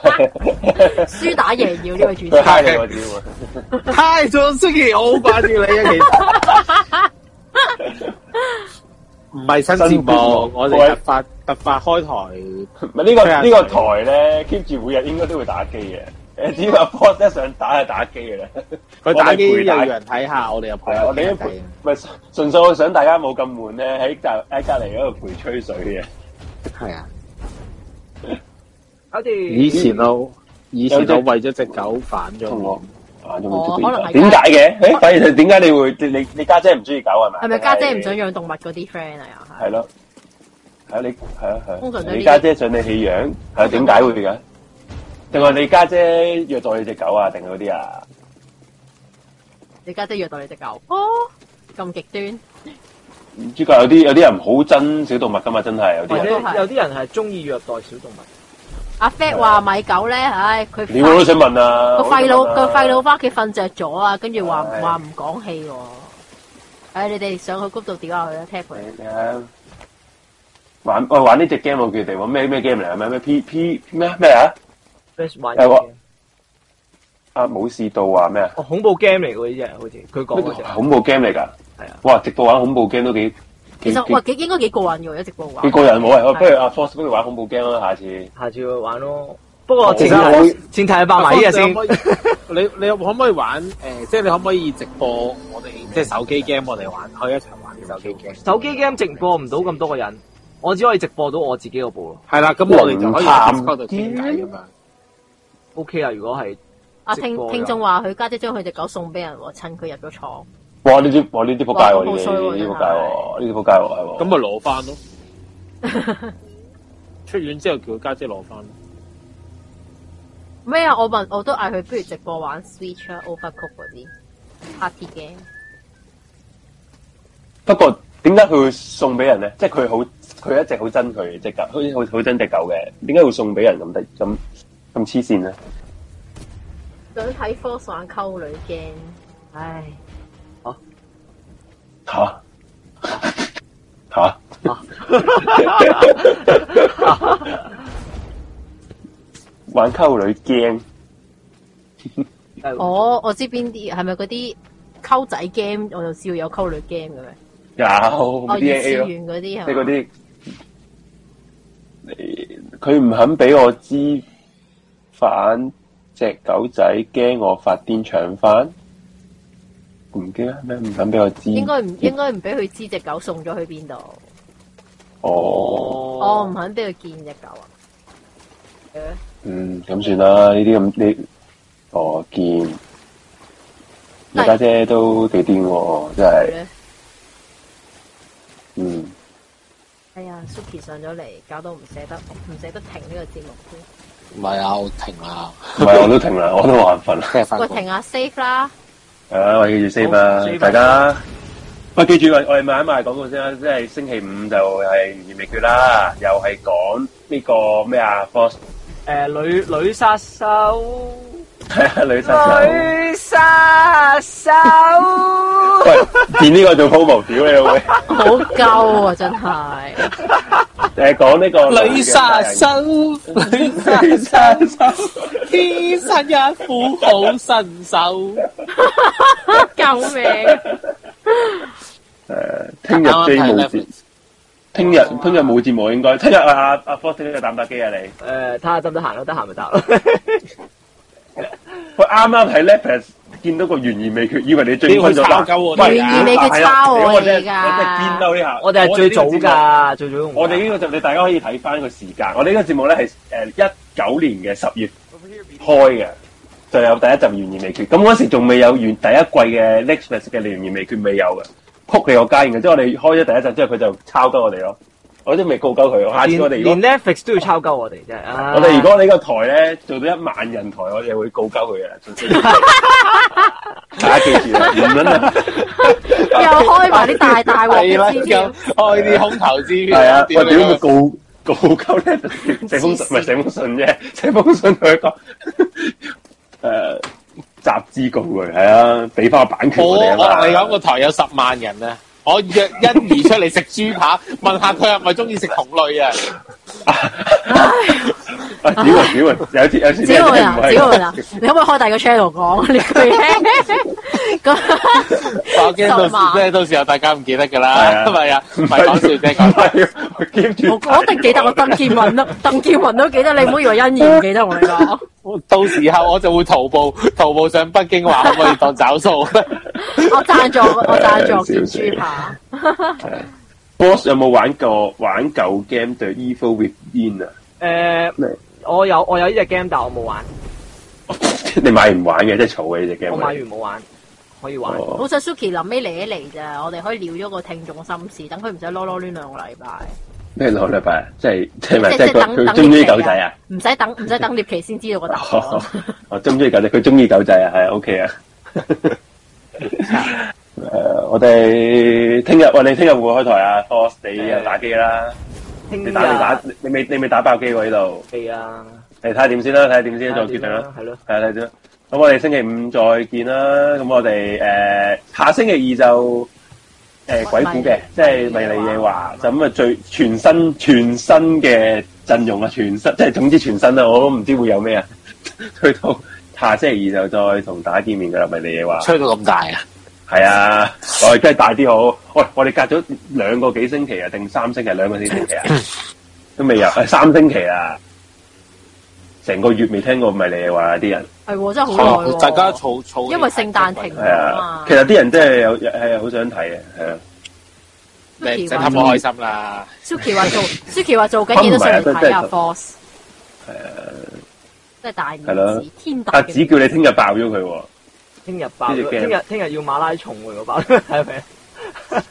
輸打贏要呢位主持
佢。嗨你個子媛，
太仲 Suki，我好掛住你啊！其實唔係新節
新節
目
目，
我哋突發突發開台，
唔係呢個
佢係
呢個台咧 keep 住每日應該都會打機嘅。誒，只要 p o s 一上打就打機嘅啦。
佢打機
我
又
哋陪打
有人睇下，我哋又陪
係啊，我哋
人
一陪
睇。，
唔係純粹我想大家冇咁悶咧，喺隔喺隔離嗰度陪吹水嘅。
係啊，
我哋
以前我以前我為咗只狗反咗
同
我
我。啊，仲
哦
仲
可能係
點解嘅？誒，反而就點解你會你你你家姐唔中意狗啊係咪？
係咪家姐唔想養動物嗰啲 friend 啊？又係
係咯，係啊，你係啊
通
係
常
啊
都，
你家姐想你棄養，係啊點解會嘅？定係你家姐虐待你只狗啊？定係嗰啲啊？
你家姐虐待你只狗，哦，咁極端，
唔知㗎，有啲有啲人唔好憎小動物㗎嘛，真係有
或
啲
者
人。
有啲人係中意虐待小動物，
阿 Fat 話米狗咧，唉，佢
啊你我都想問啊，
個廢佬
我都
個
想問啊
廢佬翻屋企瞓着咗啊，跟住話
唉
話唔講氣喎。唉，你哋上去谷度屌下佢啦，tap 佢。
你睇玩我玩呢只 game 我叫你哋玩咩咩 game 嚟啊？咩咩 P P 咩咩啊？
best 玩
有個啊武士道啊咩啊？
哦恐怖 game 嚟嘅呢只，好似佢講嗰只
恐怖 game 嚟㗎？
係啊，
哇！直播玩恐怖 game 都幾
其
幾
實
幾
喂，幾應該幾過癮嘅喎，一直播玩
幾。過癮喎！喂不如阿 Force 不如玩恐怖 game 啦，下次。
下次去玩咯。不過前
其實我
提前提係扮埋呢只先
你可，唔可以 <laughs> 你你可唔可以玩？誒、即係你可唔可以直播我哋即係手機 game 我哋玩，可以一齊玩啲手機 game。
手機 game 直播唔到咁多個人，我只可以直播到我自己嗰部咯。
係啦，咁我哋就可以喺
探
Discord 度傾偈咁樣。
OK 啊，如果係
阿
直
聽
播㗎
聽眾話佢家姐將佢只狗送俾人喎，趁佢入咗廠。
哇！呢啲哇呢啲仆街喎，
哇
呢
好衰喎
啲呢
真係
啲仆街喎，呢啲仆街喎係喎。
咁咪攞翻咯。出院之後叫佢家姐攞翻。
咩啊？我問我都嗌佢不如直播玩 Switch 啊、Overcook 嗰啲 party game。
不過點解佢會送俾人咧？即係佢好佢一直好憎佢只狗，好似好好憎只狗嘅。點解會送俾人咁得咁咁黐線咧？
想睇 Force 玩溝女 game，唉，
吓
<laughs>
吓 <laughs> 玩溝女驚
我哦我知邊啲係咪嗰啲溝仔 game，我就知道有溝女 game 嘅咩？
有
哦，二
D A A
次
咯，
元嗰啲
即
係
係嗰
咪
啲你佢唔肯俾我知反只狗仔驚我發癲搶翻，唔記得咩唔肯俾我知，
應該唔應該唔俾佢知只狗送咗去邊度？
哦。
我唔肯俾佢見只狗啊！
嗯，咁算啦，呢啲咁你我見你
係
家姐都幾癲喎，真
係
係，
咧，
嗯，
哎呀，Suki 上咗嚟，搞到唔捨得，唔捨得停呢個節目添。
唔係啊，我停啦，
唔係我都停啦，我都眼瞓啦，
聽日翻
喂，
工
停。下 save 啦，
係啊，我記住 save 啦
好，save 啊，
大家，喂，記住我我哋賣一賣廣告先啦，即係星期五就係懸而未決啦，又係講呢個咩啊，Force <laughs>
誒女女殺手，
係啊，女殺手，
女殺手，
喂，見呢個做 promo 屌你老味，
好鳩啊，真係！
誒講呢個
女殺
人
手，女殺手，天生一副好身手。
救命！
誒，聽日 J 冇節，聽日聽日冇節目應該，聽日啊阿 Force 呢個打唔打機啊你？
誒睇下得唔得閒咯，得閒咪得咯。 <laughs>
佢啱啱喺 Lepus 見到個懸而未決，以為你追翻咗
屌
啦
佢抄鳩我。
喂
懸而未決抄我哋㗎
真係我真係見到呢下。
我哋係最早
呢個節目。
㗎，最早用㗎。
我哋呢個就你大家可以睇翻個時間。我哋呢個節目咧係誒一九年嘅十月開嘅，就有第一集懸而未決。咁嗰時仲未有完第一季嘅 Netflix 嘅懸而未決未有嘅，撲你個街！然後之後我哋開咗第一集之後，佢就抄鳩我哋咯。我都未告鳩佢。下次我哋如果
連連 Netflix 都要抄鳩我哋真係。啊
我哋如果呢個台咧做到一萬人台，我哋會告鳩佢嘅啦。總之大家記住啦，唔撚啊！
又開埋啲大大鑊
係啦，
嘅資料
咁。開啲空頭支票。
係啊，
<laughs>
我
你
屌佢告告鳩咧，
<laughs>
寫封信唔係寫封信啫， <laughs> 寫封信佢講 <laughs> 誒雜誌告佢係啊，俾翻個版權
我
我
我
哋啊嘛
同你講，個台有十萬人啊！我約欣怡出嚟食豬扒，問下佢係咪中意食同類啊？
<laughs> 啊，子桓子桓有次有次
子
啲
桓
人
啊
唔， <laughs> 係
子桓啊，你可唔可以開第二個 channel 講呢句
<laughs>
嘢？ <laughs> 咁
我驚到時即係到時候大家唔記得㗎啦，係咪啊？唔係講笑啫，講笑。
<laughs> 係啊我 keep 住
我我一定記得我鄧健文 <laughs> 咯，鄧健文都記得，你唔好以為欣然唔記得我同你 <laughs> 講。
到時候我就會徒步徒步上北京話，可唔可以當找數？
我贊助我贊助
笑
件
死
豬扒，
boss 有冇玩過玩舊 game 對 Evil Within 啊？ <laughs>
诶，
咩
呃我有我有呢只 game，但我冇玩，
你買唔玩嘅，即係儲嘅呢只
我
game。
買完冇玩，可以玩。
哦
好想 Suki 臨尾嚟一嚟咋，我哋可以撩咗個聽眾心事，等佢唔使囉囉攣兩個禮拜，
咩落禮拜啊？即係即係咪
即
即係
即
佢
等
佢
等
中意
獵
狗
奇
仔啊？，
唔使等唔使等獵奇先知道個答
<laughs> 哦
案。，
我中唔中意狗仔？佢中意狗仔啊，係啊 OK 啊。誒、我哋聽日，我哋聽日會開台啊，Force 你又打機啦，
聽
你
日
打你打，你未你未打爆機喎呢度，
係啊，
你睇下點先啦，睇下點先再決定啦。
係咯。
系啦，咁我哋星期五再見啦。咁我哋诶、呃下星期二就诶、呃鬼故嘅，即係迷你嘢話就咁啊，最全新全新嘅陣容啊，全新即係總之全新啦。我都唔知會有咩啊。 <laughs> 去到下星期二就再同大家見面噶啦，迷你嘢話
吹到咁大啊！
係啊，我哋真係大啲好。喂，我哋隔咗兩個幾星期啊，定三星期，兩個幾星期啊，都未有，呃三星期啦，成個月未聽過迷你嘢話啦啲人。
係喎，真係好耐喎。
大家嘈嘈，
因為聖誕停
系啊
啊，
其實啲人真係有係好想睇嘅，係啊，
你唔
Suki
使
話
氹我開心啦。
Suki
<laughs>
話做 Suki 話做緊嘢都上嚟睇啊
唔係啊真真係
，Force。真係大
係咯
兒子，天大
阿
嘅
子叫你聽日爆咗佢喎，
聽日爆，
呢
聽
隻 game
日聽日要馬拉松喎，我爆係咪？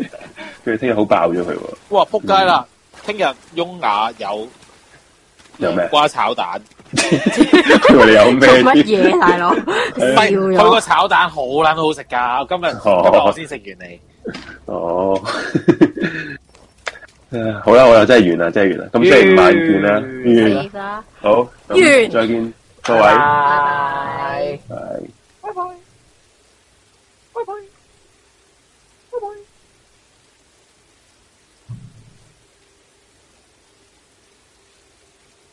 叫你聽日好爆咗佢喎，
哇！撲街啦！聽日雍雅有
有咩
南瓜炒蛋，
佢話你有
做
咩
乜嘢，大
<laughs>
佬？
唔
笑
係哎佢個
咗。
炒蛋好撚好食㗎。我今日
哦
今日我先食完你。
哦， <laughs> 唉好啦，我又真係完啦，真係完啦，咁星期五晚見啦，
死
完
啦！
好，咁
完
再見各位。
<laughs> 拜拜
拜拜。